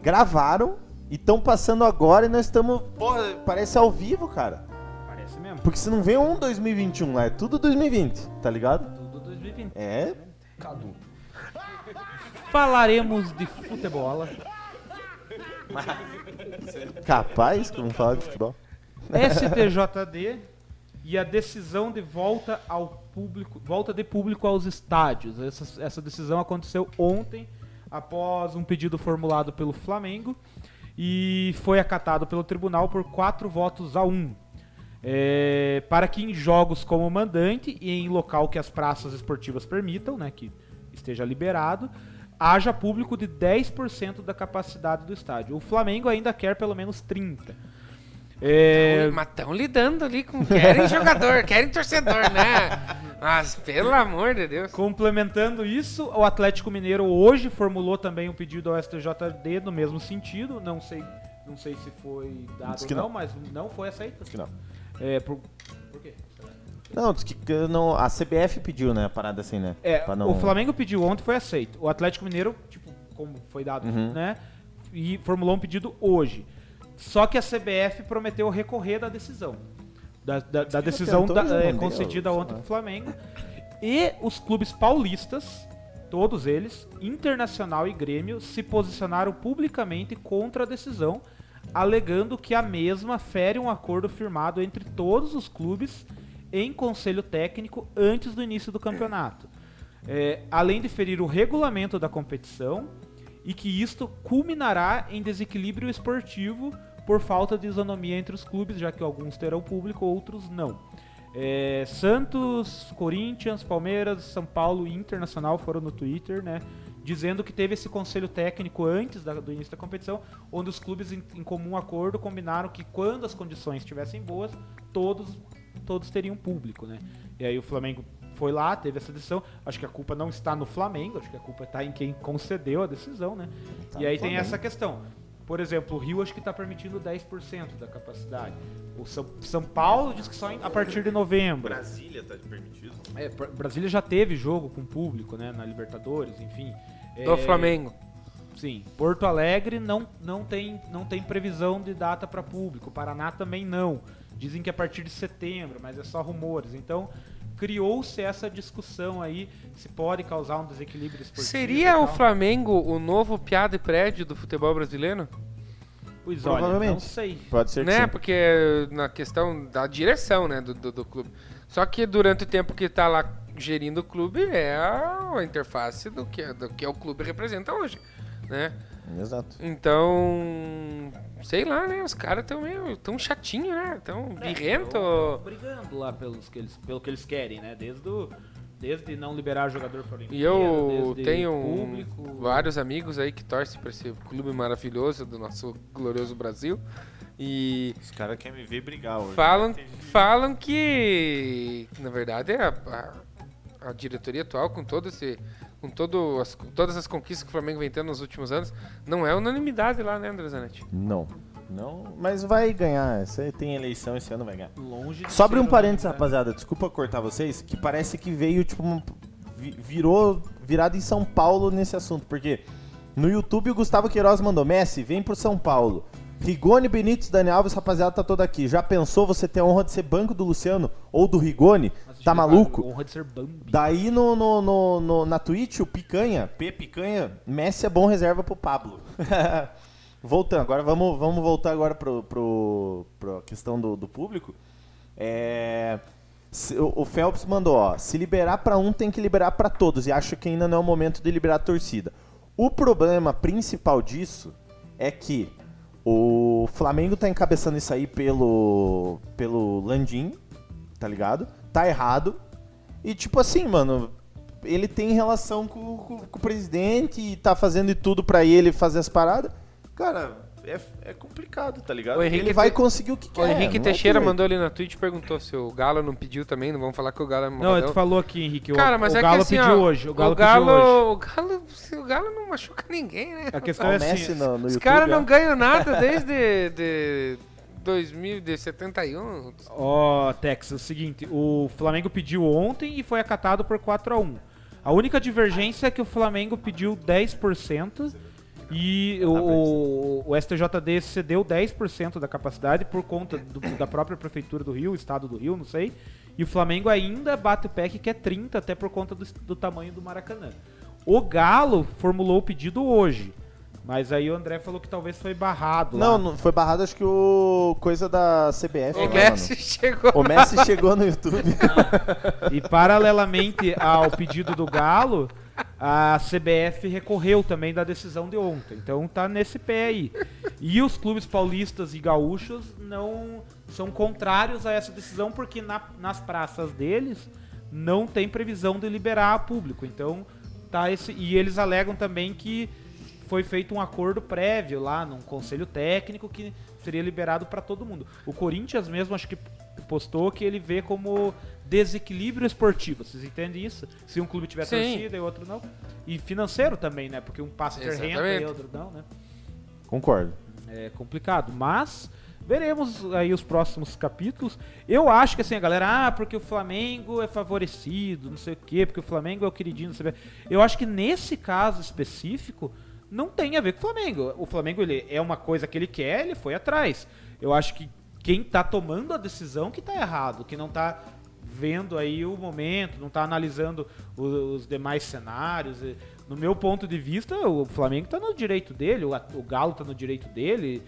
gravaram e estão passando agora e nós estamos, porra, parece ao vivo, cara. Parece mesmo. Porque se não vê um 2021 lá, é tudo 2020, tá ligado? Tudo 2020. É, Falaremos de futebol. capaz, como fala de futebol. STJD e a decisão de volta ao público, volta de público aos estádios. Essa, essa decisão aconteceu ontem após um pedido formulado pelo Flamengo e foi acatado pelo tribunal por quatro votos a um. É, para que em jogos como mandante e em local que as praças esportivas permitam, né, que esteja liberado, haja público de 10% da capacidade do estádio. O Flamengo ainda quer pelo menos 30. É, Mas estão lidando ali [laughs] com. Querem jogador, querem torcedor, né? Mas É. pelo amor de Deus. Complementando isso, o Atlético Mineiro hoje formulou também um pedido ao STJD no mesmo sentido. Não sei, não sei se foi dado Diz ou que não, não. mas não foi aceito. Que não. É, por, por quê? Não, diz que que não, a CBF pediu, né, a parada assim, né? É, Pra não- o Flamengo pediu ontem, foi aceito. Uhum. O Atlético Mineiro, tipo, como foi dado, né? E formulou um pedido hoje. Só que a CBF prometeu recorrer da decisão. Da, da- da que decisão tentou, da- mas não eh, deu, concedida sei ontem lá. pro Flamengo. E os clubes paulistas, todos eles, Internacional e Grêmio, se posicionaram publicamente contra a decisão, alegando que a mesma fere um acordo firmado entre todos os clubes em conselho técnico antes do início do campeonato. É, além de ferir o regulamento da competição e que isto culminará em desequilíbrio esportivo por falta de isonomia entre os clubes, já que alguns terão público, outros não. É, Santos, Corinthians, Palmeiras, São Paulo e Internacional foram no Twitter, né? Dizendo que teve esse conselho técnico antes da- do início da competição, onde os clubes em, em comum acordo combinaram que quando as condições estivessem boas, todos, todos teriam público, né? E aí o Flamengo foi lá, teve essa decisão. Acho que a culpa não está no Flamengo, acho que a culpa está em quem concedeu a decisão, né? Tá e aí tem no Flamengo. essa questão. Por exemplo, o Rio acho que está permitindo 10% da capacidade. O São, São Paulo diz que só em- a partir de novembro. Brasília tá permitido? É, Br- Brasília já teve jogo com público, né? Na Libertadores, enfim. Do É, Flamengo. Sim. Porto Alegre não, não, tem, não tem previsão de data para público. Paraná também não. Dizem que é a partir de setembro, mas é só rumores. Então, criou-se essa discussão aí se pode causar um desequilíbrio esportivo. e Seria o tal. Flamengo o novo piada e prédio do futebol brasileiro? Pois olha, Provavelmente. não sei. Pode ser que né? sim. Porque na questão da direção, né, do, do, do clube. Só que durante o tempo que tá lá gerindo o clube é a interface do que, do que o clube representa hoje, né? Exato. Então, sei lá, né? Os caras tão meio tão chatinho, né? Tão birrento. Tá brigando lá pelos que eles, pelo que eles querem, né? Desde, o- desde não liberar jogador para E eu tenho um- vários amigos aí que torcem para esse clube maravilhoso do nosso glorioso Brasil. E Os caras querem me ver brigar hoje. falam, falam que, na verdade, é a, a, a diretoria atual, com todo esse. Com todo as, com todas as conquistas que o Flamengo vem tendo nos últimos anos, não é unanimidade lá, né, André Zanetti? Não. Não, mas vai ganhar. Você tem eleição esse ano, vai ganhar. Longe de né? Só abre ser um parênteses, unanimidade. rapaziada. Desculpa cortar vocês, que parece que veio, tipo, um- vi- virou virado em São Paulo nesse assunto, porque no YouTube o Gustavo Queiroz mandou, Messi, vem pro São Paulo. Rigoni, Benítez, Dani Alves, rapaziada, tá toda aqui. Já pensou você ter a honra de ser banco do Luciano ou do Rigoni? Tá maluco? Honra de ser Bambi. Daí no, no, no- no- na Twitch, o Picanha, P Picanha, Messi é bom reserva pro Pablo. [laughs] Voltando, agora vamos, vamos voltar agora pro, pro, pro questão do, do público. É, se- o, o Phelps mandou, ó, se liberar pra um tem que liberar pra todos, e acho que ainda não é o momento de liberar a torcida. O problema principal disso é que o Flamengo tá encabeçando isso aí pelo, pelo Landim, tá ligado? Tá errado, e tipo assim, mano, ele tem relação com, com- com o presidente e tá fazendo de tudo pra ele fazer as paradas. Cara, é, é complicado, tá ligado? O Henrique ele vai Te- conseguir o que é, quer. o Henrique não Teixeira tem jeito. mandou ali na Twitch e perguntou se o Galo não pediu também, não vamos falar que o Galo é Não, malvadão. tu falou aqui, Henrique. O, Cara, mas o é Galo que assim, pediu ó, hoje. O Galo, o Galo, pediu hoje. o Galo, se o Galo não machuca ninguém, né? A questão Ah, é o assim. Messi no, no Os YouTube, caras não ó. ganham nada desde de 2000, de 71. Ó, Texas, é o seguinte, o Flamengo pediu ontem e foi acatado por 4 a 1. A única divergência é que o Flamengo pediu 10% e o, o, o STJD cedeu 10% da capacidade por conta do- da própria prefeitura do Rio, estado do Rio, não sei. E o Flamengo ainda bate o pé que quer 30 até por conta do, do tamanho do Maracanã. O Galo formulou o pedido hoje. Mas aí o André falou que talvez foi barrado. lá. né? Não, não, foi barrado acho que o coisa da CBF, O né, Messi mano? chegou. O [laughs] Messi chegou no YouTube. E paralelamente ao pedido do Galo, a CBF recorreu também da decisão de ontem. Então tá nesse pé aí. E os clubes paulistas e gaúchos não são contrários a essa decisão porque na- nas praças deles não tem previsão de liberar público. Então tá esse e eles alegam também que foi feito um acordo prévio lá num conselho técnico que seria liberado para todo mundo. O Corinthians mesmo acho que postou que ele vê como desequilíbrio esportivo. Vocês entendem isso? Se um clube tiver Sim. torcida e outro não. E financeiro também, né? Porque um passa a ter renda e Exatamente. outro não, né? Concordo. É complicado, mas veremos aí os próximos capítulos. Eu acho que assim, a galera, ah, porque o Flamengo é favorecido, não sei o quê, porque o Flamengo é o queridinho, não sei o quê. Eu acho que nesse caso específico, não tem a ver com o Flamengo. O Flamengo ele é uma coisa que ele quer, ele foi atrás. Eu acho que quem tá tomando a decisão que tá errado, que não tá vendo aí o momento, não tá analisando o- os, demais cenários. E, No meu ponto de vista, o Flamengo tá no direito dele, o, a- o Galo tá no direito dele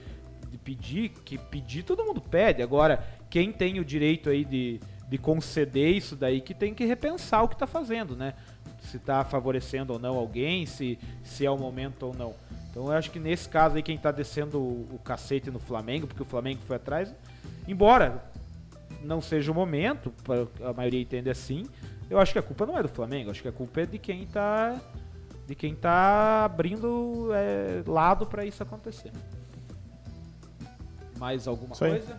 de pedir, que pedir todo mundo pede. Agora, quem tem o direito aí de, de conceder isso daí que tem que repensar o que tá fazendo, né? Se tá favorecendo ou não alguém, se, se é o momento ou não. Então eu acho que nesse caso aí quem tá descendo o, o cacete no Flamengo, porque o Flamengo foi atrás, embora não seja o momento, pra- a maioria entende assim, eu acho que a culpa não é do Flamengo, acho que a culpa é de quem tá de quem tá abrindo é, lado pra isso acontecer. Mais alguma Isso aí. coisa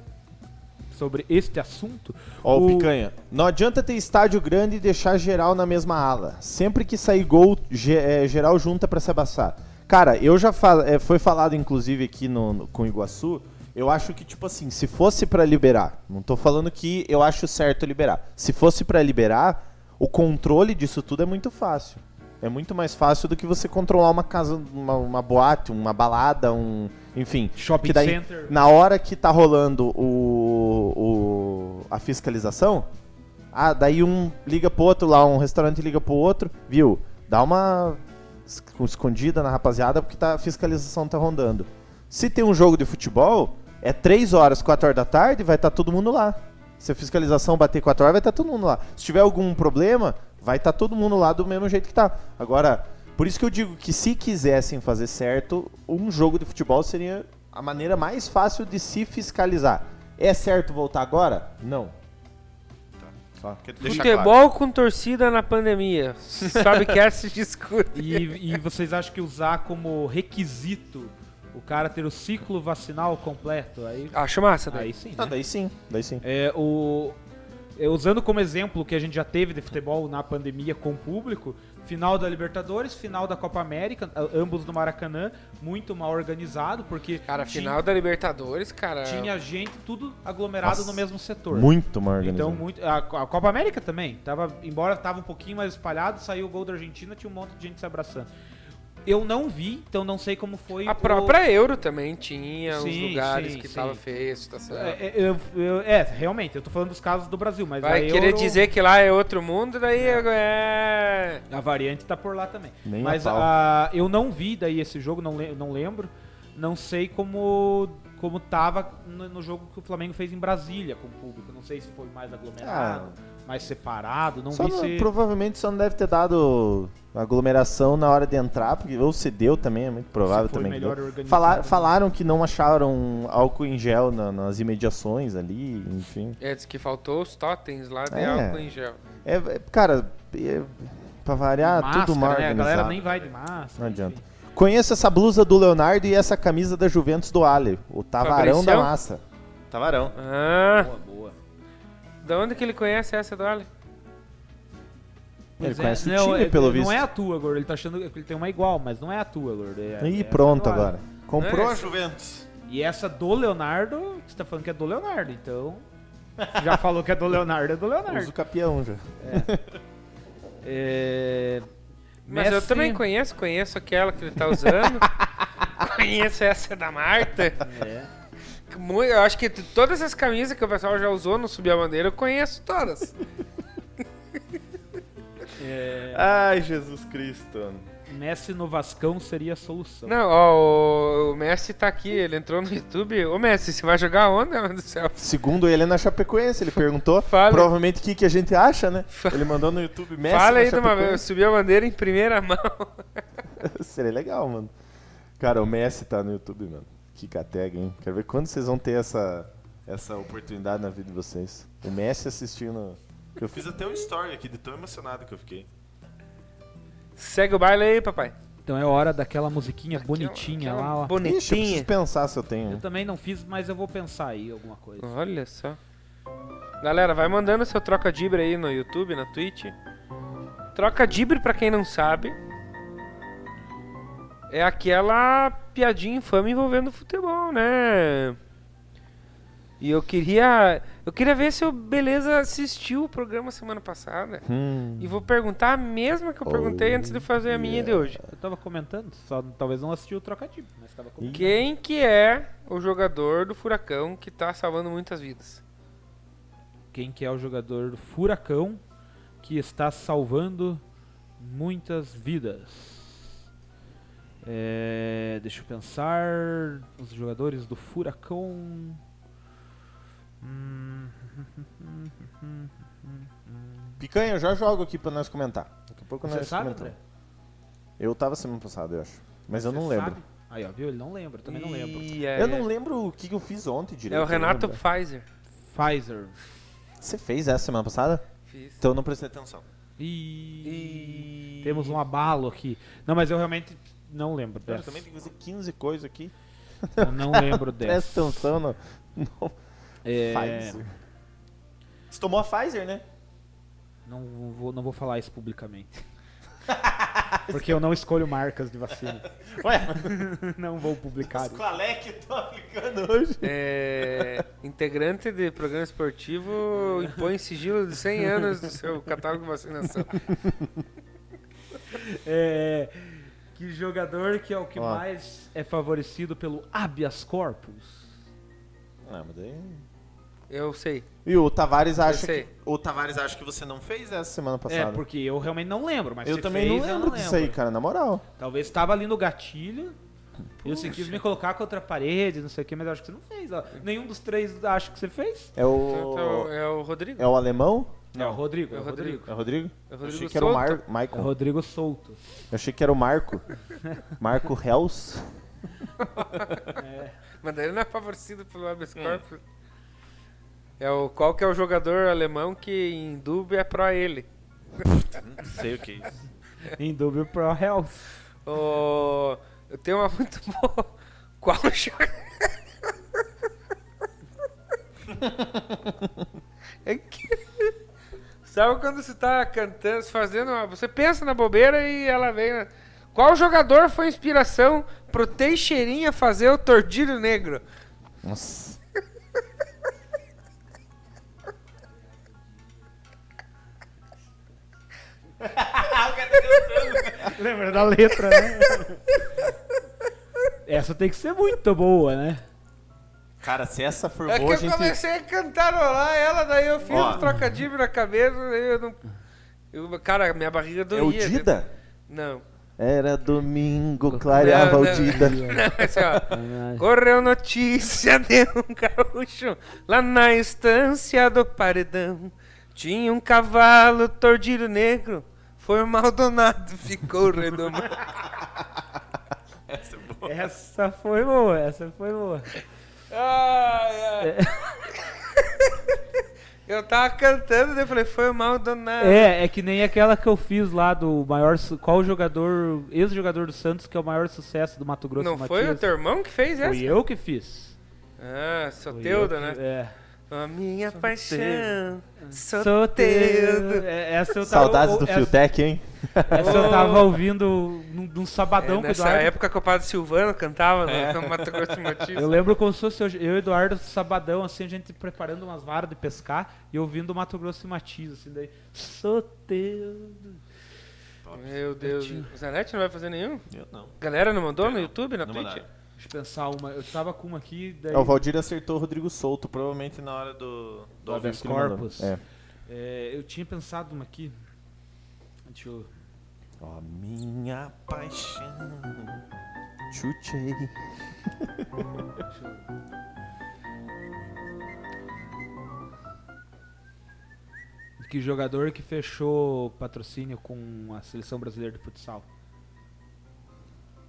sobre este assunto? Ó, o O- Picanha. Não adianta ter estádio grande e deixar geral na mesma ala. Sempre que sair gol, ge- é, geral junta pra se abraçar. Cara, eu já fa é, foi falado inclusive aqui no, no- com o Iguaçu. Eu acho que, tipo assim, se fosse pra liberar, não tô falando que eu acho certo liberar. Se fosse pra liberar, o controle disso tudo é muito fácil. É muito mais fácil do que você controlar uma casa, uma, uma boate, uma balada, um. Enfim. Shopping que daí- center. na hora que tá rolando o, o- a fiscalização, ah, daí um liga pro outro lá, um restaurante liga pro outro, viu? Dá uma es- escondida na rapaziada porque tá, a fiscalização tá rondando. Se tem um jogo de futebol, é 3 horas, 4 horas da tarde, vai estar todo mundo lá. Se a fiscalização bater 4 horas, vai estar todo mundo lá. Se tiver algum problema, vai estar todo mundo lá do mesmo jeito que tá. Agora, por isso que eu digo que se quisessem fazer certo, um jogo de futebol seria a maneira mais fácil de se fiscalizar. É certo voltar agora? Não. Só. Quero deixar claro. Futebol com torcida na pandemia. Sabe que [laughs] é essa se discute. E, e vocês acham que usar como requisito o cara ter o ciclo vacinal completo? Aí, Acho massa daí. aí sim. Ah, Né? daí sim, daí sim. É, o, é, usando como exemplo o que a gente já teve de futebol na pandemia com o público, final da Libertadores, final da Copa América, a- ambos no Maracanã, muito mal organizado, porque Cara, ti- final é da Libertadores, cara. tinha, gente tudo aglomerado Nossa, no mesmo setor. Muito mal organizado. Então, muito. A, a Copa América também. Tava, embora tava um pouquinho mais espalhado, saiu o gol da Argentina, tinha um monte de gente se abraçando. Eu não vi, então não sei como foi. A o- própria Euro também tinha uns Sim, lugares sim, que sim. tava feio, a situação. É, é, eu- eu- é, realmente, eu tô falando dos casos do Brasil, mas Vai a querer Euro- dizer que lá é outro mundo, daí é. A variante tá por lá também. Nem Mas a pau. a- eu não vi daí esse jogo, não, le- não lembro. Não sei como como tava no, no jogo que o Flamengo fez em Brasília com o público. Não sei se foi mais aglomerado, mais separado. Não Ah. Só vi não- se... Provavelmente só não deve ter dado aglomeração na hora de entrar, porque ou se deu também, é muito provável Se foi também. que melhor deu. organizado, Fala- né? falaram que não acharam álcool em gel na- nas imediações ali, enfim. É, diz que faltou os totens lá de É. álcool em gel. É, é, cara, é, pra variar, máscara, Ah, tudo mal né? A organizado. galera nem vai de máscara. Não adianta. enfim. Conheço essa blusa do Leonardo e essa camisa da Juventus do Ale, o Tavarão Fabricião? da Massa. Tavarão. Ah, Boa, boa. da onde que ele conhece essa, Ele Dolly? Pois é, conhece não, o time, é- pelo não visto. é a tua, gordo. Ele tá achando que ele tem uma igual, mas não é a tua, gordo. É- Ih, é pronto essa do agora. Comprou? Pro É. Juventus. E essa do Leonardo, você tá falando que é do Leonardo, então. Já falou que é do Leonardo, é do Usa Leonardo. [laughs] o campeão já. É, Mas eu Messi- também conheço, conheço aquela que ele tá [laughs] usando. conheço essa da Marta. É. Mu- Eu acho que t- todas as camisas que o pessoal já usou no Subir a Bandeira, eu conheço todas. Então. Ai, Jesus Cristo. é, Messi no Vascão seria a solução. Não, ó, o- o Messi tá aqui, ele entrou no YouTube. Ô Messi, você vai jogar onde, meu Deus do céu? Segundo ele, é na Chapecoense. Ele perguntou Fala. provavelmente o que, que a gente acha, né? Ele mandou no YouTube Messi Fala na aí de uma vez, Chapecoense. subir a bandeira em primeira mão. [laughs] [laughs] Seria legal, mano. Cara, o Messi tá no YouTube, mano. Que catega, hein? Quero ver quando vocês vão ter essa, essa oportunidade na vida de vocês. O Messi assistindo... que eu Eu fiz fiz- até um story aqui de tão emocionado que eu fiquei. Segue o baile aí, papai. Então é hora daquela musiquinha bonitinha Aquela lá, ó. Ixi, eu Bonitinha. preciso pensar se eu tenho. Eu também não fiz, mas eu vou pensar aí alguma coisa. Olha só. Galera, vai mandando seu troca dibre aí no YouTube, na Twitch. Troca dibre, pra quem não sabe, é aquela piadinha infame envolvendo futebol, né? E eu queria. Eu queria ver se o Beleza assistiu o programa semana passada. Hum. E vou perguntar a mesma que eu perguntei antes de fazer a minha de hoje. Eu tava comentando, só talvez não assistiu o trocadilho, mas tava comentando. Quem que é o jogador do Furacão que tá salvando muitas vidas? Quem que é o jogador do Furacão que está salvando muitas vidas? É, deixa eu pensar. Os jogadores do Furacão. Hum, Picanha, eu já jogo aqui pra nós comentar. Daqui a pouco você nós sabe, comentamos. André? Eu tava semana passada, eu acho. Mas eu não Você lembro. sabe? Aí, ó, viu? Ele não lembra, também não lembro. E é, Eu não lembro o que que eu fiz ontem direito. é o eu não Renato lembro. Pfizer. Pfizer. Você fez essa semana passada? Fiz. Então eu não prestei atenção. E... Temos um abalo aqui. Não, mas eu realmente não lembro Eu dessa. também tenho que fazer 15 coisas aqui. Eu não lembro dessa. [laughs] Presta atenção no. no É, Pfizer. Você tomou a Pfizer, né? Não vou, não vou falar isso publicamente. Porque eu não escolho marcas de vacina. [laughs] Ué, não vou publicar. mas isso. qual é que eu tô aplicando hoje? É, [laughs] integrante de programa esportivo impõe sigilo de 100 anos do seu catálogo de vacinação. É, que jogador que é o que Ó. mais é favorecido pelo habeas corpus? Não, mas daí... Eu sei. E o Tavares acha sei. que. O Tavares acha que você não fez essa semana passada. É, porque eu realmente não lembro, mas eu se também fez, não eu lembro disso aí, cara, na moral. Talvez estava ali no gatilho. E você quis me colocar contra a parede, não sei o que, mas acho que você não fez. ó. Nenhum dos três acho que você fez. É Então, o. é o Rodrigo. É o alemão? Não, é o Rodrigo. é o É o Rodrigo. É o Rodrigo? É o Eu Rodrigo achei que era o Mar... Souto. É o Michael. Rodrigo solto. Eu achei que era o Marco. Marco Hells. Mas daí ele não é favorecido pelo habeas corpus. É o, qual que é o jogador alemão que em dúvida é pra ele? Não sei o que é isso. [laughs] em dúvida pro Real. O, eu tenho uma muito [laughs] boa. Qual o jo- [laughs] É que- Sabe quando você tá cantando, se fazendo uma... Você pensa na bobeira e ela vem... na- Qual jogador foi a inspiração pro Teixeirinha fazer o Tordilho Negro? Nossa. Lembra da É letra, né? [laughs] Essa tem que ser muito boa, né? Cara, se essa for É que boa, a eu gente. comecei a cantarolar ela, daí eu fiz Ó. um trocadilho na cabeça, daí eu não... eu- cara, minha barriga É doía. né? o Dida? Não. Era domingo, clareava Não, o não. Dida. [laughs] Não, assim, ó. Correu notícia [laughs] de um gaúcho lá na estância do paredão. Tinha um cavalo tordilho negro. Foi maldonado, [laughs] ficou redomado. é Essa foi boa, essa foi boa. Ai, É. ai. Eu tava cantando, daí eu falei, foi maldonado. É, é que nem aquela que eu fiz lá do maior. su- Qual o jogador. Ex-jogador do Santos que é o maior sucesso do Mato Grosso Não Matias? foi o teu irmão que fez essa? Fui eu que fiz. Ah, sou Foi teudo, eu que- né? É. A minha paixão, sou Sou teudo. teudo. É, Essa eu tava, Saudades ou- do essa- Fiotec, hein? Essa eu tava ouvindo num, num sabadão É, com o nessa Eduardo. época que o Padre Silvano cantava né? no, É. no Mato Grosso do Matiz. Eu lembro como se fosse hoje, eu e Eduardo sabadão, assim, a gente preparando umas varas de pescar e ouvindo o Mato Grosso e Matiz, assim, daí. Soteudo. Meu Deus. O Zanetti não vai fazer nenhum? Eu não. Galera, não mandou no YouTube, na Não Twitch? mandaram. Deixa eu pensar uma. Eu tava com uma aqui, daí. É, o Valdir acertou o Rodrigo Souto, provavelmente na hora do. Do ao habeas vivo que ele mandou. corpus. É. É, eu tinha pensado uma aqui. Deixa eu. Ó, minha paixão. Chuchei. Que jogador que fechou patrocínio com a seleção brasileira de futsal?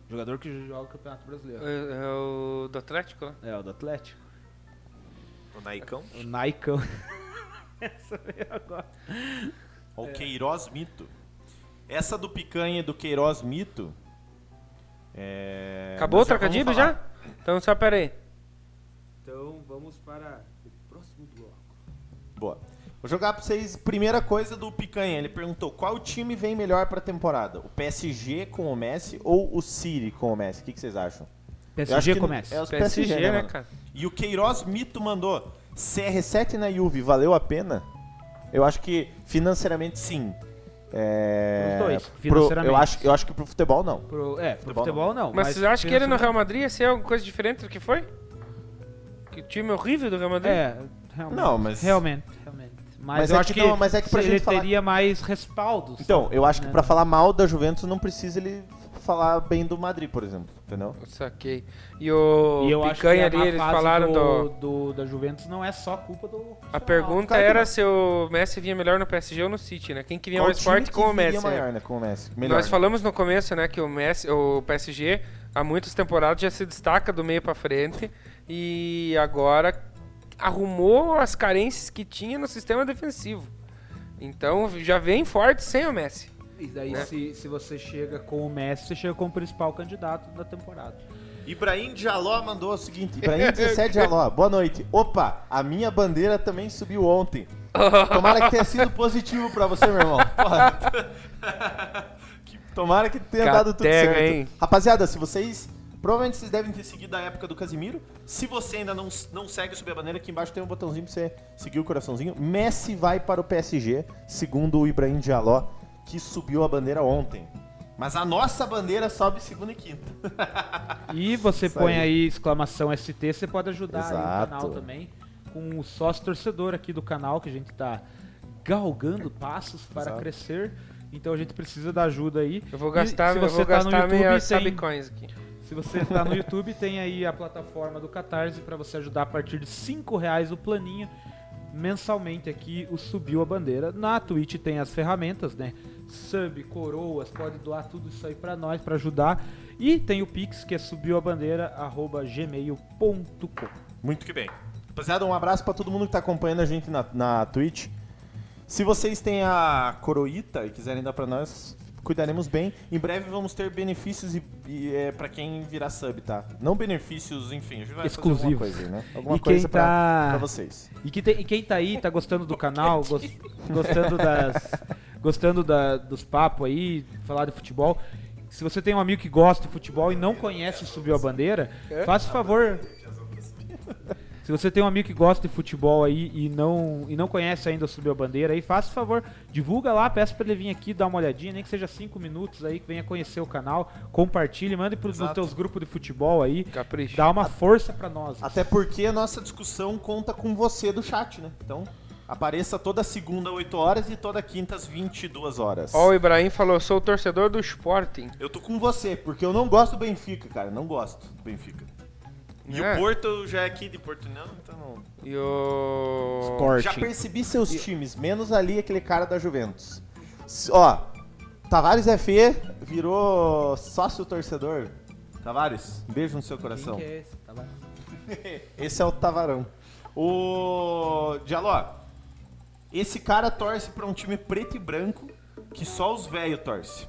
Jogador que joga o Campeonato Brasileiro. É, é o do Atlético, né? É, o do Atlético. O Naicão? O Naicão. [laughs] É. O Queiroz Mito. Essa do Picanha e do Queiroz Mito. é, Acabou o nós já trocadilho vamos já? falar. Então só pera aí. Então vamos para o próximo bloco. Boa. Vou jogar pra vocês. Primeira coisa do Picanha. Ele perguntou qual time vem melhor pra temporada? O PSG com o Messi ou o City com o Messi? O que, que vocês acham? Eu acho PSG que começa. É os PSG, né, mano? cara? E o Queiroz Mito mandou. CR7 na Juve valeu a pena? Eu acho que financeiramente sim. É, Os dois, pro- financeiramente. eu, acho, eu acho que pro futebol não. Pro, é, pro Futebol futebol não. Mas, vocês acham que ele é no financeiramente- Real Madrid ia ser alguma coisa diferente do que foi? Que time horrível do Real Madrid? É, realmente. Não, mas- Realmente, realmente. Mas, Mas eu é acho que que, não, mas é que pra ele gente falar- teria mais respaldos. Então, eu acho que né? pra falar mal da Juventus não precisa ele falar bem do Madrid, por exemplo, entendeu? Saquei. E o E eu acho que Picanha a ali, má eles fase falaram do... do, Ah, do- da Juventus não é só culpa do. A pergunta Claro que era não. se o Messi vinha melhor no PSG ou no City, né? Quem que vinha Qual mais time forte que com o viria Messi, né? maior, né, com o Messi. Melhor. Nós falamos no começo, né, que o Messi, o PSG há muitas temporadas já se destaca do meio pra frente e agora arrumou as carências que tinha no sistema defensivo. Então já vem forte sem o Messi. E daí, Né? se, se você chega com o Messi, você chega com o principal candidato da temporada. Ibrahim Jaló mandou o seguinte. [laughs] Ibrahim 17 Jaló, boa noite. Opa, a minha bandeira também subiu ontem. Tomara que tenha sido positivo pra você, meu irmão. [laughs] Porra. Tomara que tenha dado tudo Catega, certo. hein? Rapaziada, se vocês. Provavelmente vocês devem Devem ter seguido a época do Casimiro. Se você ainda não, não segue o Subir a Bandeira, aqui embaixo tem um botãozinho pra você. seguir o coraçãozinho. Messi vai para o PSG, segundo o Ibrahim Diallo, que subiu a bandeira ontem. Mas a nossa bandeira sobe segunda e quinta. E você Isso põe aí. aí. exclamação ST, você pode ajudar aí Exato. o canal também com o sócio torcedor aqui do canal, que a gente tá galgando passos para Exato. crescer. Então a gente precisa da ajuda aí. Eu vou E gastar, se eu você vou tá no gastar YouTube, minhas tem- sabicões aqui. Se você está no YouTube, tem aí a plataforma do Catarse para você ajudar a partir de R$ reais o planinho mensalmente aqui o Subiu a Bandeira. Na Twitch tem as ferramentas, né? Sub, coroas, pode doar tudo isso aí para nós, para ajudar. E tem o Pix, que é subiuabandeira.gmail.com. Muito que bem. Rapaziada, um abraço pra todo mundo que tá acompanhando a gente na, na Twitch. Se vocês têm a coroita e quiserem dar pra nós, cuidaremos bem. Em breve vamos ter benefícios e, e, é, para quem virar sub, tá? Não benefícios, enfim, a gente vai fazer alguma Exclusivos. coisa, aí, né? Alguma E quem coisa pra- tá- pra vocês. E, que tem- e quem tá aí, tá gostando do canal, gos- gostando das. gostando da- dos papos aí, falar de futebol. Se você tem um amigo que gosta de futebol e não conhece o Subiu a Bandeira, faça o favor. Se você tem um amigo que gosta de futebol aí e não, e não conhece ainda o Subiu a Bandeira aí, faça o favor, divulga lá, peça pra ele vir aqui, dar uma olhadinha, nem que seja cinco minutos aí, que venha conhecer o canal, compartilhe, mande pros Exato. teus grupos de futebol aí, Capricho. dá um uma força pra nós. Até porque a nossa discussão conta com você do chat, né? Então, apareça toda segunda, 8 horas, e toda quinta, às 22 horas. Ó, o Ibrahim falou, sou o torcedor do Sporting. Eu tô com você, porque eu não gosto do Benfica, cara. Não gosto do Benfica. E É. o Porto já é aqui de Porto não, então não. E o... Já percebi seus times, menos ali aquele cara da Juventus. S- Ó, Tavares FE virou sócio torcedor. Tavares, um beijo no seu coração. é esse? Tá bom. Esse é o Tavarão. Ô, Jaló, esse cara torce pra um time preto e branco que só os velhos torce.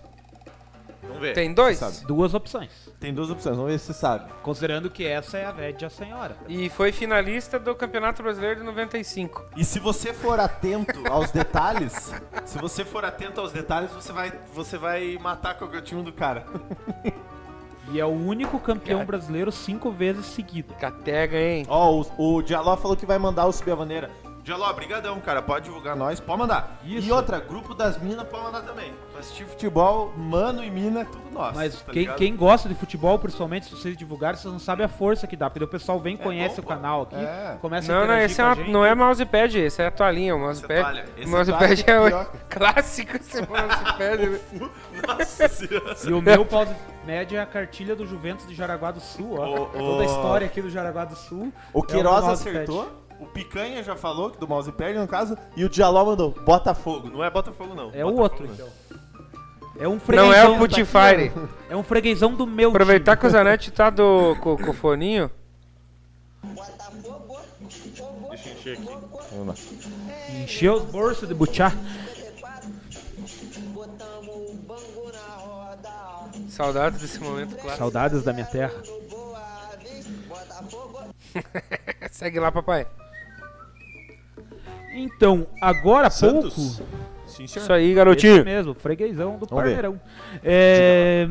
Vamos ver. Tem dois? Você sabe. Duas opções. Tem duas opções, vamos ver se você sabe. Considerando que essa é a velha senhora. E foi finalista do Campeonato Brasileiro de 95. E se você for atento aos detalhes, Se você for atento aos detalhes, você vai, você vai matar qualquer time do cara. E é o único campeão brasileiro cinco vezes seguida. Catega, hein? ó, o, o Dialó falou que vai mandar o Subir a Bandeira. Jaló, brigadão, cara. Pode divulgar nós, pode mandar. Isso. E outra, grupo das minas, pode mandar também. Pra assistir futebol, mano e mina, é tudo nosso. Mas tá quem, ligado? quem gosta de futebol, principalmente, se vocês divulgarem, vocês não sabem a força que dá. Porque o pessoal vem, bom, conhece o pô. canal aqui, começa a Não, não, interagir esse é com a uma, gente. não é mousepad, esse é a toalhinha, o mousepad. toalha. Esse o mousepad é, é o pior. [laughs] clássico, esse mousepad. né? [laughs] Nossa senhora. E o meu pause médio é a cartilha do Juventus de Jaraguá do Sul, ó. É Ô, ô. Toda a história aqui do Jaraguá do Sul. O é Queiroz mouse acertou, pad. O Picanha já falou que do do mousepad no caso, e o Dialó mandou Botafogo. Não é Botafogo, não. É o Botafogo né? outro, não. então. É um Não freguesão. é o daqui, Putifire. É um freguesão do meu [laughs] Aproveitar time. que o Zanetti tá do, co- com, o foninho. Deixa eu encher aqui. Encheu os bolsos de buchar. Saudades desse momento, claro. Saudades da minha terra. Segue lá, papai. Então, agora há pouco. Santos? Sim, senhor. Isso aí, Esse garotinho. mesmo, freguesão do Vamos ver. Parmeirão. É,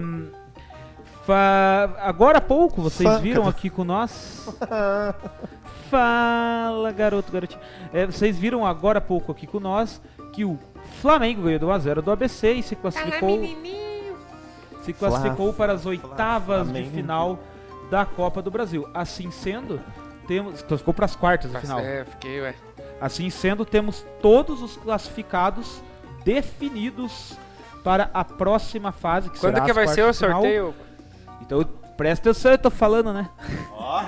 fa- Agora há pouco, vocês Fanca viram do- aqui com nós. [laughs] Fala, garoto, garotinho. É, vocês viram agora há pouco aqui com nós que o Flamengo ganhou de 1x0 do ABC e se classificou, se classificou para as oitavas de Flamengo. final da Copa do Brasil. Assim sendo, temos. Classificou para as quartas de final. É, fiquei, ué. Assim sendo, temos todos os classificados definidos para a próxima fase. Que Quando é será que as vai ser o quartas de final. sorteio? Então presta atenção, eu tô falando, né? [laughs] Ó.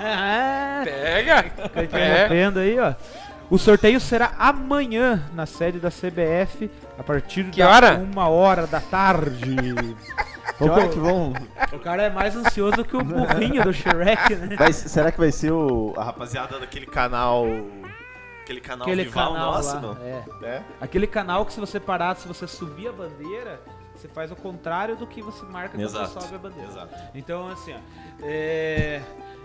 Pega! É. vendo aí, ó. O sorteio será amanhã na sede da CBF, a partir de Que hora? uma hora da [laughs] tarde. Então, Vamos ver que vão. o cara é mais ansioso que o burrinho do Shrek, né? Vai- será que vai ser o. A rapaziada daquele canal. Aquele canal rival nosso, lá, não? é. É? Aquele canal que se você parar, se você subir a bandeira, você faz o contrário do que você marca quando você É. Exato. sobe a bandeira. Exato. Então, assim, ó. é,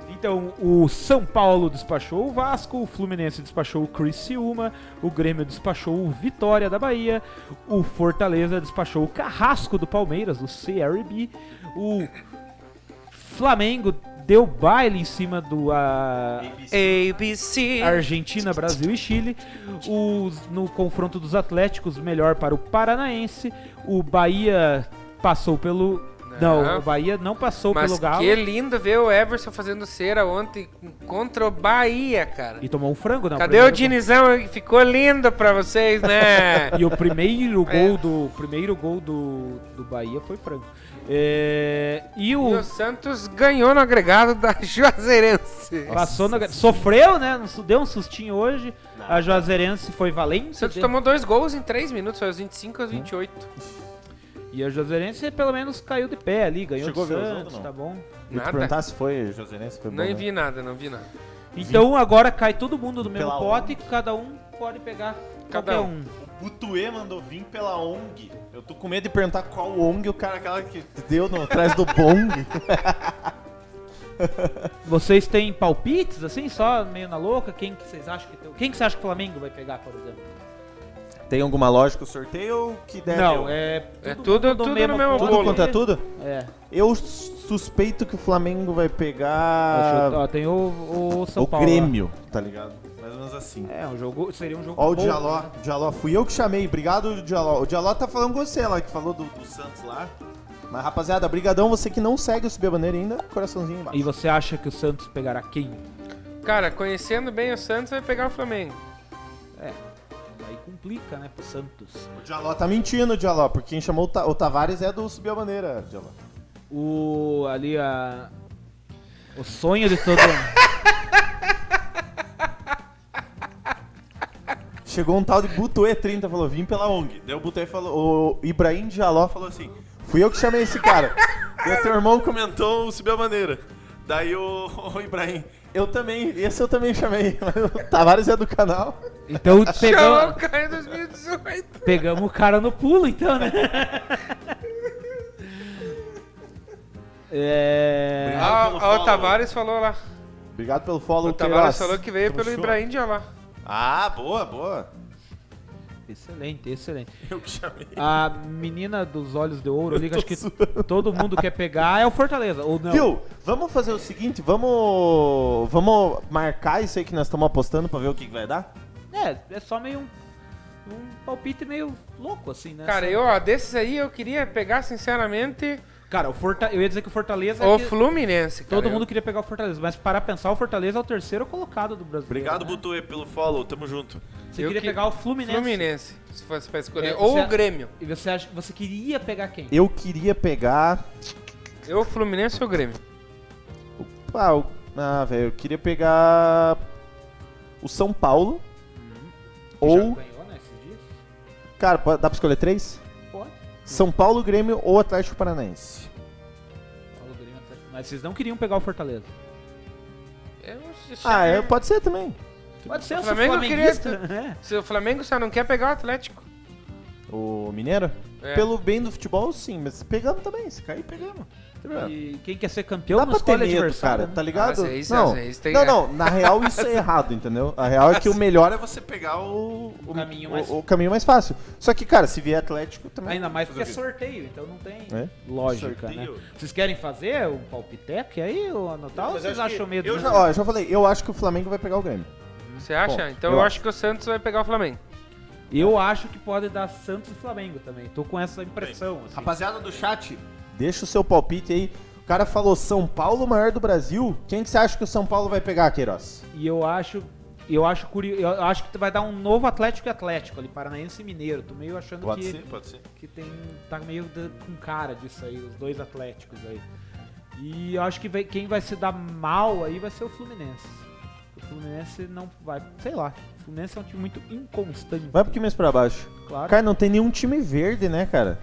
Então, o São Paulo despachou o Vasco, o Fluminense despachou o Criciúma, o Grêmio despachou o Vitória da Bahia, o Fortaleza despachou o Carrasco do Palmeiras, do CRB, o Flamengo deu baile em cima do ah, ABC. Argentina, Brasil e Chile. Os- no confronto dos Atléticos, melhor para o Paranaense. O Bahia passou pelo. Não, Não. o Bahia não passou Mas pelo Galo. que lindo ver o Everson fazendo cera ontem contra o Bahia, cara. E tomou um frango, não. Cadê o primeiro Dinizão? que Ficou lindo pra [laughs] vocês, né? gol. E o [laughs] primeiro gol do. primeiro gol do, do Bahia foi frango. É, e E o. o Santos ganhou no agregado da [laughs] Juazeirense. Passou na- Sofreu, né? Não su- Deu um sustinho hoje. A Juazeirense foi O valente. né? Santos de- tomou dois gols em três minutos, foi aos 25 aos 28. E a Juazeirense pelo menos caiu de pé ali, ganhou Chegou do a ver o jogo, Santos, não? tá bom. Eu te Nada. perguntar se foi Josenense, foi bom. Nem né? vi nada, não vi nada. Então agora cai todo mundo do mesmo Pela pote e cada um pode pegar Cada qualquer um. um. O Tuê mandou vir pela ONG. Eu tô com medo de Perguntar qual ONG o cara aquela que deu no, atrás [laughs] do Bong. Vocês têm palpites assim, só meio na louca? Quem que vocês acham que tem- Quem que você acha que o Flamengo vai pegar, por exemplo? Tem alguma lógica? o sorteio que um- der. Não, um. deu. é É tudo- do tudo no mesmo pote. Tudo bolo. contra tudo? É. Eu suspeito que o Flamengo vai Acho- pegar ó, tem o, o São Ah, o Paulo. Grêmio, tá ligado? Obrigado. Mais ou menos assim. lá. É, um jogo, seria um jogo Ó o bom. Dialó, Dialó, fui eu que chamei, obrigado Dialó. O Dialó tá falando com você lá, que falou do... Do Santos lá. Mas rapaziada, brigadão, você que não segue o Subir a Bandeira ainda, coraçãozinho embaixo. E você acha que o Santos pegará quem? Cara, conhecendo bem o Santos, vai pegar o Flamengo. Aí complica, né, pro Santos. O Dialó tá mentindo, Dialó, porque quem chamou o, Ta- o Tavares é do Subir a Bandeira, Dialó. O ali a o sonho de todo Chegou um tal de Butuê 30, falou, vim pela ONG. Deu o Butê falou. falou, o Ibrahim Dialó Falou falou, assim. fui eu que chamei esse cara. Meu teu irmão comentou, subiu a bandeira. Daí [laughs] o, o Ibrahim. Eu também, esse eu também chamei, [laughs] mas o Tavares é do canal. Então Chamou o pegamos, cara em 2018. pegamos o cara no pulo, então, né? É... Ah, pelo ah, o follow. Tavares falou lá. Obrigado pelo O follow, Tavares Queiroz. falou que veio pelo Fechou. Ibrahim de lá. Ah, boa, boa. Excelente, excelente. Eu que chamei. A menina dos olhos de ouro ali, que acho que todo mundo quer pegar, é o Fortaleza, ou não? Viu? Vamos fazer o seguinte, vamos vamos marcar isso aí que nós estamos apostando pra ver o que, que vai dar? É, é só meio um, um palpite meio louco, assim, né? Cara, Só- eu, ó, desses aí, eu queria pegar, sinceramente, Cara, o Forta... eu ia dizer que o Fortaleza... é o que- Fluminense. cara. Todo mundo queria pegar o Fortaleza, mas para pensar, o Fortaleza é o terceiro colocado do Brasil. Obrigado, né? Butuê, pelo follow. Tamo junto. Você Eu queria que- pegar o Eu- Fluminense. Fluminense, se fosse pra escolher. É, Ou você- o Grêmio. E você acha você queria pegar quem? Eu queria pegar... Eu, Fluminense ou Grêmio? Ah, o- ah, velho, eu queria pegar o São Paulo ou... Uhum. Já ganhou, né, esses dias? Cara, pode- dá pra escolher três? Uhum. Pode. São Paulo, Grêmio ou Atlético Paranaense? Paulo Grêmio, Atlético. Mas vocês não queriam pegar o Fortaleza. Eu não sei se- Ah, é, pode ser também. Pode ser, O eu sou Flamengo É. flamenguista. né? Se o Flamengo só não quer pegar o Atlético. O Mineiro? É. Pelo bem do futebol, sim, mas pegamos também. Se cair, pegamos. Não tem problema. E quem quer ser campeão É. Dá não pra ter escolhe medo, adversário. cara, né? tá ligado? às vezes- não. às é vezes tem- não, não, na real [laughs] isso é errado, entendeu? A real é que o melhor é você pegar o. o- O Assim, caminho o- mais- o, caminho mais fácil. Só que, cara, se vier Atlético também. Ainda mais porque é Fazer sorteio, então não tem É? lógica, Sorteio. né? Vocês querem fazer um palpitec aí, ou anotar, ou mas é vocês acho que acham medo? né? eu mesmo? Não, ó, eu já falei, eu acho que o Flamengo vai pegar o Grêmio. Você acha? Bom, então eu eu acho que o Santos vai pegar o Flamengo. Eu acho que pode dar Santos e Flamengo também. Tô com essa impressão. assim. Rapaziada do chat, Deixa o seu palpite aí. O cara falou São Paulo, maior do Brasil. Quem que você acha que o São Paulo vai pegar, Queiroz? E eu acho. Eu acho curio... eu acho que vai dar um novo Atlético e Atlético ali, Paranaense e Mineiro. Tô meio achando pode que, ser, pode ser. que tem. tá meio da- com cara disso aí, os dois Atléticos aí. E eu acho que vai- quem vai se dar mal aí vai ser o Fluminense. O Fluminense não vai. Sei lá. O Fluminense é um time muito inconstante. Vai um pouquinho mais pra baixo. Claro. Cara, não tem nenhum time verde, né, cara?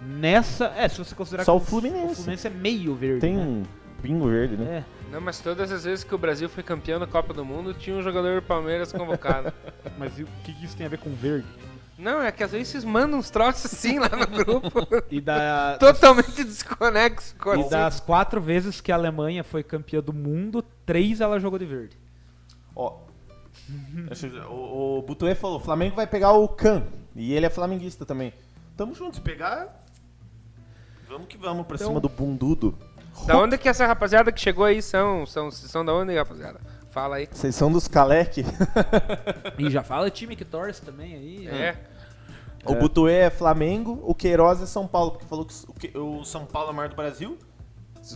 Nessa. É, se você considerar Só que o Fluminense. O Fluminense é meio verde. Tem né? um pingo verde, né? É. Não, mas todas as vezes que o Brasil foi campeão da Copa do Mundo, tinha um jogador do [laughs] Palmeiras convocado. É. É, Mas e o que que isso tem a ver com verde? Não, é que às vezes vocês mandam uns troços assim lá no grupo, [laughs] E [laughs] da. totalmente desconexo. com E das quatro vezes que a Alemanha foi campeã do mundo, três ela jogou de verde. Ó. Deixa eu ver, o o Butuê falou: Flamengo vai pegar o Can. E ele é flamenguista também. Tamo juntos, Se pegar. Vamos que vamos pra pra cima. cima do bundudo. Da onde que essa rapaziada que chegou aí são? São, são da onde, rapaziada? Fala aí. Vocês são dos Kalec. E já fala time que torce também aí. Ah, É. [laughs] O Butuê é Flamengo, o Queiroz é São Paulo, porque falou que. O, que- o São Paulo é o maior do Brasil.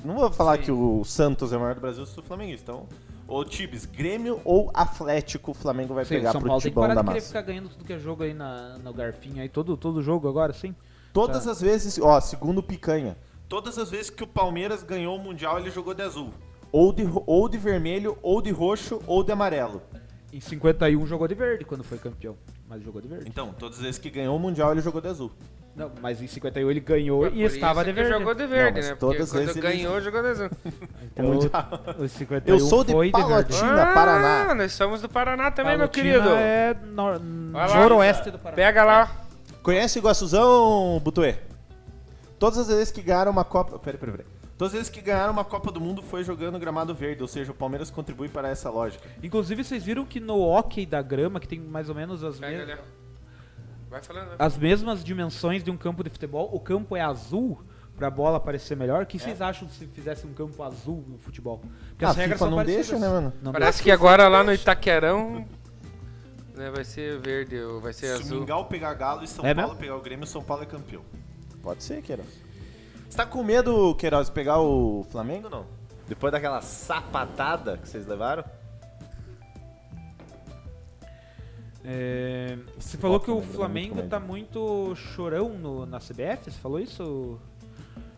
Não vou falar Sim. que o Santos é o maior do Brasil, eu sou flamenguista. Então, ou Tibes, Grêmio ou Atlético, o Flamengo vai pegar São pro Paulo tem que Tibão parar da de querer massa. ficar ganhando tudo que é jogo aí na, no garfinho aí, todo, todo jogo agora, sim. Todas as vezes, ó, segundo Picanha, Tá. Todas as vezes que o Palmeiras ganhou o Mundial, ele jogou de azul. ou de, ro- ou de vermelho, ou de roxo, ou de amarelo. Em 51 jogou de verde quando foi campeão. Mas jogou de verde. Então, todas as vezes que Que ganhou o Mundial, ele jogou de azul. Não, mas em 51 ele ganhou É Por e isso estava de que verde. jogou de verde, Não, mas né? Porque todas as quando vezes ganhou, jogou de azul. Então, [laughs] o 51 Eu sou de foi Palotina, verde. Paraná. Ah, nós somos do Paraná também, Palotina meu querido. é nor- Vai lá, noroeste do Paraná. Pega lá. Conhece o Iguaçuzão, Butuê? Todas as vezes que ganharam uma Copa... Peraí, peraí, peraí. Todas as vezes que ganharam uma Copa do Mundo foi jogando gramado verde, ou seja, o Palmeiras contribui para essa lógica. Inclusive, vocês viram que no hockey da grama, que tem mais ou menos as Pega, né? mesmas... Léo. Vai falando. né? as mesmas dimensões de um campo de futebol, o campo é azul pra bola parecer melhor. O É. que vocês acham se fizesse um campo azul no futebol? Porque Ah, FIFA não parecidas. deixa, né, mano? Não Parece que agora lá no Itaquerão né, vai ser verde ou vai ser Se o azul. Mingau pegar Galo e São É Paulo mesmo? pegar o Grêmio, São Paulo é campeão. Pode ser, Queiroz. Você tá com medo, Queiroz, de pegar o Flamengo ou não? Depois daquela sapatada que vocês levaram? deixa. É, Você falou que o Lembra muito Flamengo comédia. tá muito chorão no- na CBF? Você falou isso?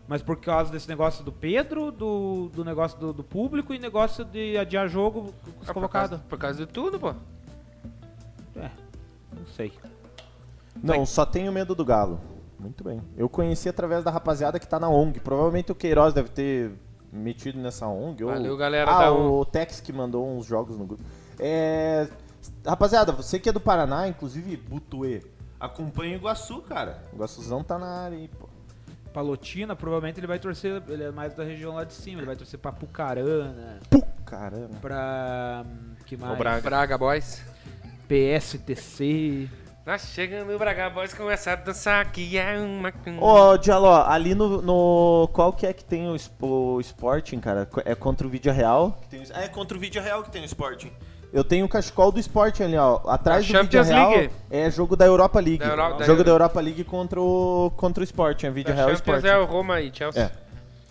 Mas por causa desse negócio do Pedro, do, do negócio do, do público e negócio de adiar jogo com os Ah, por, convocados? causa, por causa de tudo, pô. Não sei. Não, só tenho medo do Galo. Muito bem. Eu conheci através da rapaziada que tá na ONG. Provavelmente o Queiroz deve ter metido nessa ONG. ou- Valeu, galera ah, da o Tex que mandou uns jogos no grupo. É... Rapaziada, você que é do Paraná, inclusive Butuê, Acompanha o Iguaçu, cara. o Guaçuzão tá na área aí, pô. Palotina, provavelmente ele vai torcer, ele é mais da região lá de cima, ele vai torcer pra Pucarana, Puh, caramba. pra. hum, que mais? Braga Boys. PSTC. Nós chegando o Braga Boys começar a dançar aqui. É uma... Ô, Dialó, ali no, no- Qual que é que tem o, es- o Sporting, cara? Co- É contra o Vídeo Real? Que tem- Ah, é contra o Vídeo Real que tem no Sporting. Eu tenho o cachecol do Sporting ali, ó. Atrás Da do Vídeo Champions Real League. é jogo da Europa League. Da Euro- da jogo Euro- da Europa League contra o, contra o Sporting. É Vídeo Da Real e Champions Sporting. é o Roma e Chelsea. É.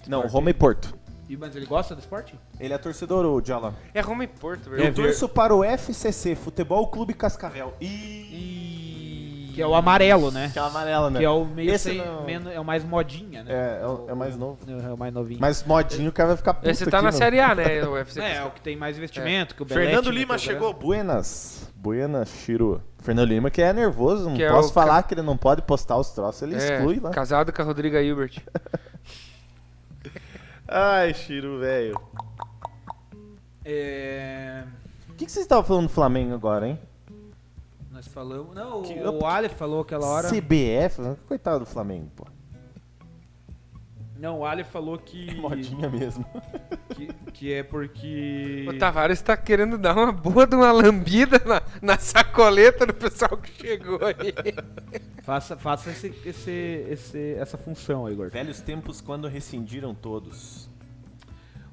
Não, Roma e Porto. E, mas ele gosta do esporte? Ele é torcedor, o Diallo. É, Roma e Porto, Eu velho. torço para o FCC, Futebol Clube Cascavel. Ih, E... Que é o amarelo, né? que é o amarelo, né? Que é o meio Esse sem, não- menos, é o mais modinha, né? É, é o- é o mais novo. É o mais novinho. Mas modinho, o cara vai ficar puto Esse tá aqui, na mano. Série A, né? O [laughs] UFC. é, é o que tem mais investimento, que o tá Belete Fernando meteu Lima o chegou. Buenas. Buenas, Chiru. Fernando Lima que é nervoso, não Que é posso o falar que ele não pode postar os troços, ele É, exclui lá. Casado com a Rodriga Hilbert. Ai, Chiru, velho. É... O que, que vocês estavam falando do Flamengo agora, hein? Nós Nós falamos. Não, Que- o, o Aleph falou aquela hora. CBF? Coitado do Flamengo, pô. Não, o Aleph [laughs] falou que. Modinha mesmo. Que, que é porque. O Tavares tá querendo dar uma boa de uma lambida na, na sacoleta do pessoal que chegou aí. Faça, faça esse, esse, esse- essa função, Igor. Velhos tempos quando rescindiram todos.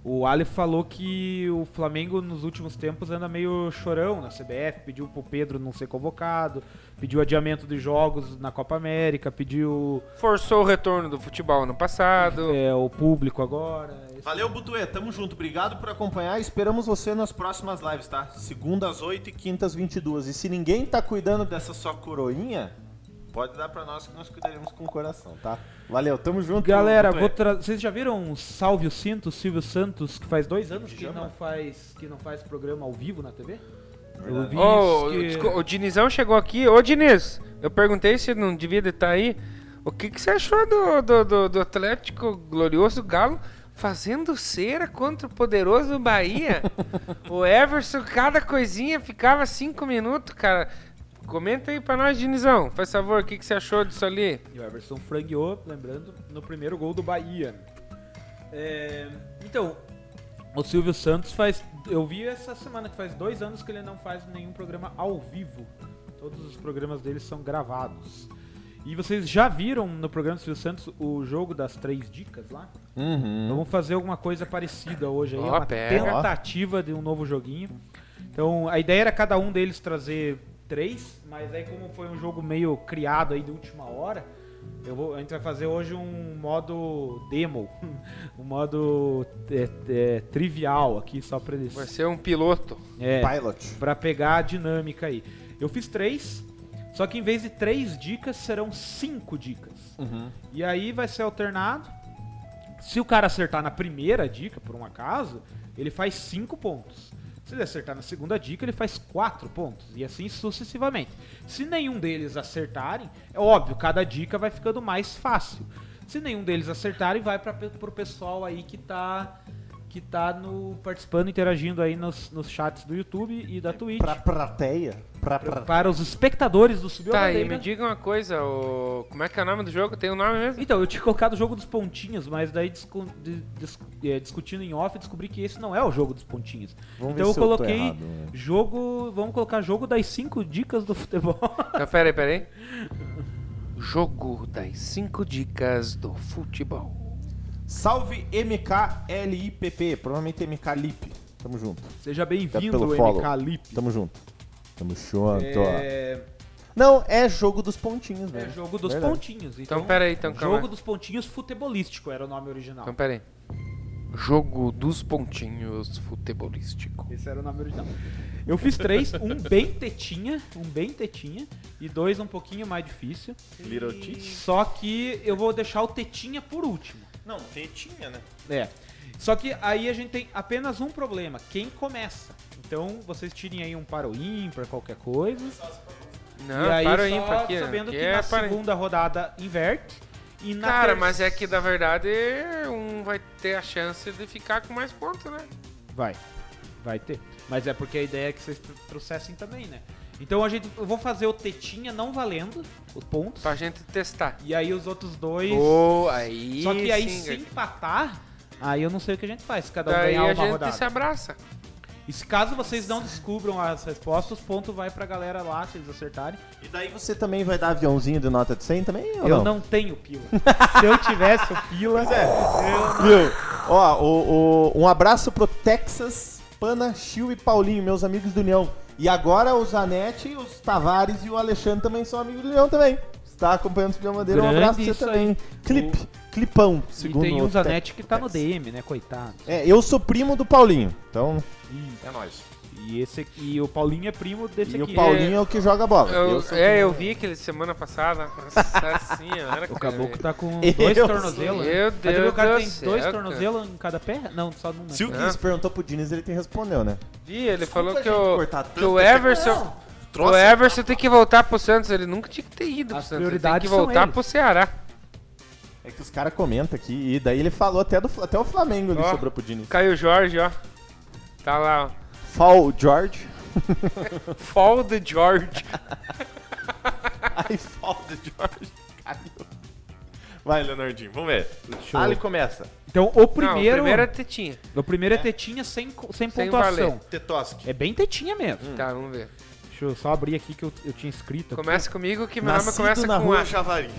O Aleph falou que o Flamengo nos últimos tempos anda meio chorão na CBF, pediu pro Pedro não ser convocado, pediu adiamento de jogos na Copa América, pediu Forçou o retorno do futebol ano passado. é, o público agora. Valeu, Butuê. Tamo junto. Obrigado por acompanhar. Esperamos você nas próximas lives, tá? Segunda às 8 e quinta às 22. E se ninguém tá cuidando dessa sua coroinha, pode dar pra nós que nós cuidaremos com o coração, tá? Valeu, tamo junto. Galera, Butuê. vou tra- vocês já viram o Salve o Cinto, Silvio Santos, que faz dois anos que Chama. não faz, que não faz programa ao vivo na TV? Eu vi isso Ô, que- desco- O Dinizão chegou aqui. Ô, Diniz, eu perguntei se não devia estar aí. O que, que você achou do, do, do- do Atlético Glorioso Galo fazendo cera contra o [laughs] poderoso Bahia? o Everson, cada coisinha ficava cinco minutos, cara. Comenta aí pra nós, Dinizão. Faz favor, o que, que você achou disso ali? E o Everson frangueou, lembrando, no primeiro gol do Bahia. É, então, o Silvio Santos faz. Eu vi essa semana que faz dois anos que ele não faz nenhum programa ao vivo. Todos os programas dele são gravados. E vocês já viram no programa do Silvio Santos o jogo das três dicas lá? Uhum. Então vamos fazer alguma coisa parecida hoje aí. Ó, uma pega. tentativa de um novo joguinho. Então a ideia era cada um deles trazer três, mas aí como foi um jogo meio criado aí de última hora, eu vou- a gente vai fazer hoje um modo demo, [laughs] um modo é, é, trivial aqui só para eles. Vai ser um piloto. É, Pilot. Pra pegar a dinâmica aí. Eu fiz três, só que em vez de três dicas, serão cinco dicas. Uhum. E aí vai ser alternado. Se o cara acertar na primeira dica, por um acaso, ele faz cinco pontos. Se ele acertar na segunda dica, ele faz quatro pontos. E assim sucessivamente. Se nenhum deles acertarem, é óbvio, cada dica vai ficando mais fácil. Se nenhum deles acertarem, vai para pro pessoal aí que tá que tá no participando, interagindo aí nos, nos chats do YouTube e da Twitch. Pra plateia? Pra, pra... Para os espectadores do Subiu a Tá aí, Bandeira. me diga uma coisa. o- Como é que é o nome do jogo? Tem o nome mesmo? Então, eu tinha colocado o jogo dos pontinhos, mas daí discu- de- dis- é, discutindo em off, descobri que esse não é o jogo dos pontinhos. Vamos ver então eu se eu tô coloquei errado, né? jogo. Vamos colocar jogo das cinco dicas do futebol. Não, Então, peraí, peraí. Jogo das 5 dicas do futebol. Salve MK. LIPP, provavelmente MK Lip. Tamo junto. [laughs] Seja pelo bem-vindo, follow. Então, MK Lip. Tamo junto. Tamo junto. É, Não, é jogo dos pontinhos, é né? velho. jogo dos Verdade. pontinhos. Então, Então, peraí, então, calma. Jogo dos pontinhos futebolístico era o nome original. Então, peraí. Jogo dos pontinhos futebolístico. Esse era o nome original. Eu fiz três, um bem tetinha, um bem tetinha, e dois um pouquinho mais difícil. Little Teach? Só que eu vou deixar o tetinha por último. Não, tetinha, né? É. Só que aí a gente tem apenas um problema, quem começa. Então vocês tirem aí um para o ímpar, qualquer coisa. Não, e aí para só aí, pra Ah, aqui. sabendo aqui que, é na para aí. segunda rodada inverte. E na Cara, ter- mas é que na verdade um vai ter a chance de ficar com mais pontos, né? Vai. Vai ter. Mas é porque a ideia é que vocês tr- trouxessem também, né? Então a gente. Eu vou fazer o tetinha não valendo os pontos. Pra gente testar. E aí os outros dois. Boa, aí. só que aí sim, se Gatinho. empatar, aí eu não sei o que a gente faz. se Cada um Daí ganhar a uma gente rodada. se abraça. E se caso vocês não descubram as respostas, os pontos vai pra galera lá, se eles acertarem. E daí você. Você também vai dar aviãozinho de nota de 100 também? ou Eu não tenho pila. [laughs] se eu tivesse o pila. Viu? Ó, o- o- um abraço pro Texas, Pana, Chiu e Paulinho, meus amigos do União. E agora o Zanetti, os Tavares e o Alexandre também são amigos do União também. Está acompanhando o Subiu a Bandeira, um Grande abraço pra isso você também. aí. Clipe, clipão, segundo e tem o o Tex- Zanetti que tá no DM, né? Coitado. É, eu sou primo do Paulinho, então... É nóis. E esse aqui, e o Paulinho é primo desse e aqui. o Paulinho é o que joga bola. Eu- Eu sou- é, eu vi aquele semana passada. Nossa assim, senhora, O cara. caboclo tá [laughs] com Eu dois sei. tornozelos. né? Meu Mas Deus também o cara do tem céu, dois cara. tornozelos em cada pé? Não, só num. né? Se o Cris perguntou pro Diniz, ele te respondeu, né? Vi, ele falou que gente o, cortar que tanto o um Everson. O então. Everson tem que voltar pro Santos. Ele nunca tinha que ter ido pro As Santos. Ele tem que prioridades são voltar eles. pro Ceará. É que os caras comentam aqui, e daí ele falou até, do, Fla- até o Flamengo ele Ó. sobrou pro Diniz. Caiu o Jorge, ó. Tá lá, ó. [laughs] Fall George. Fall the [laughs] George. Aí falta de Jorge. Caiu. Vai, Leonardinho, vamos ver. eu- Ali começa. Então, o Não, primeiro, o primeiro é tetinha. é tetinha sem, co- sem Sem pontuação. valer. Tetoski. É bem tetinha mesmo. Tá, vamos ver. Deixa eu só abrir aqui que eu, eu tinha escrito. aqui. Começa comigo que meu nome Nascido começa na com rua A. Javari.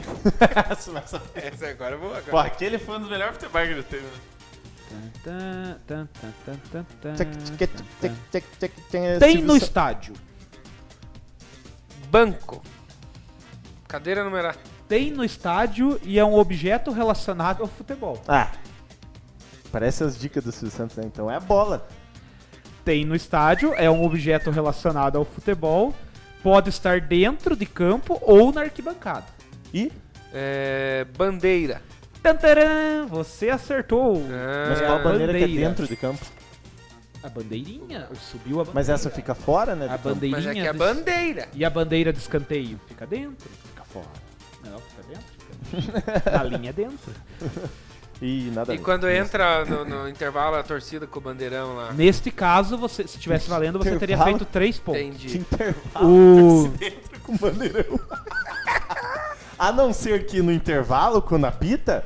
Essa é agora eu vou [laughs] Pô, agora. aquele foi um dos melhores futebol que ele teve. né? Tan, tan, tan, tan, tan, tan, tan. Tem Tem no estádio. Banco. Cadeira numerada. Tem no estádio e é um objeto relacionado ao futebol. Ah. Parece as dicas do Silvio Santos, né? Então é a bola. Tem no estádio, é um objeto relacionado ao futebol. Pode estar dentro de campo ou na arquibancada. E? É, bandeira. Tantaram, você acertou. Mas Ah, qual a bandeira que é bandeira. dentro de campo? A bandeirinha subiu a bandeira. Mas essa fica fora, né? do a campo? bandeirinha. Mas é que é do- bandeira. E a bandeira de escanteio? Fica dentro? Fica fora. Não, fica dentro. fica- Na linha é [laughs] dentro. Ih, nada a E ver. quando entra no, no intervalo a torcida com o bandeirão lá. Neste caso, você, se tivesse [laughs] valendo, você teria Intervalo. feito três pontos. De Entendi. intervalo Ah, O... entra com bandeirão. a não ser que no intervalo, quando apita,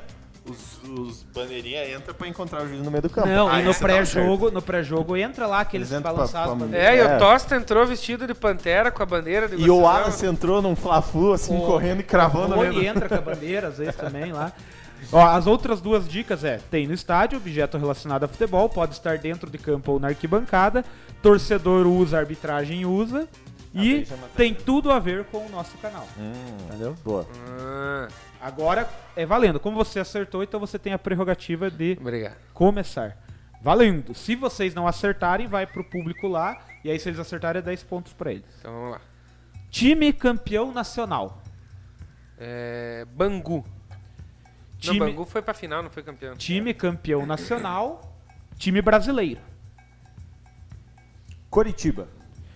os, os bandeirinha entram pra encontrar o juiz no meio do campo. Não, Aí e no você dá um pré-jogo, no pré-jogo entra lá aqueles Eles entram balançados. pra- pra- É, e É. o Tosta entrou vestido de pantera com a bandeira de certo. E o Barcelona. um Wallace entrou num fla-flu, assim, O- correndo e cravando Ou no ele meio do... entra com a bandeira, às vezes também lá. [laughs] Ó, as outras duas dicas é: tem no estádio, objeto relacionado a futebol, pode estar dentro de campo ou na arquibancada, torcedor usa, arbitragem usa, Ah, e tem tudo a ver com o nosso canal. É. Entendeu? Boa. Ah, Agora é valendo. Como você acertou, então você tem a prerrogativa de obrigado. começar. Valendo. Se vocês não acertarem, vai pro público lá, e aí se eles acertarem, é 10 pontos pra eles. Então vamos lá. Time campeão nacional. É, Bangu. Time- Não, Bangu foi pra final, não foi campeão. Time campeão nacional, time brasileiro. Coritiba.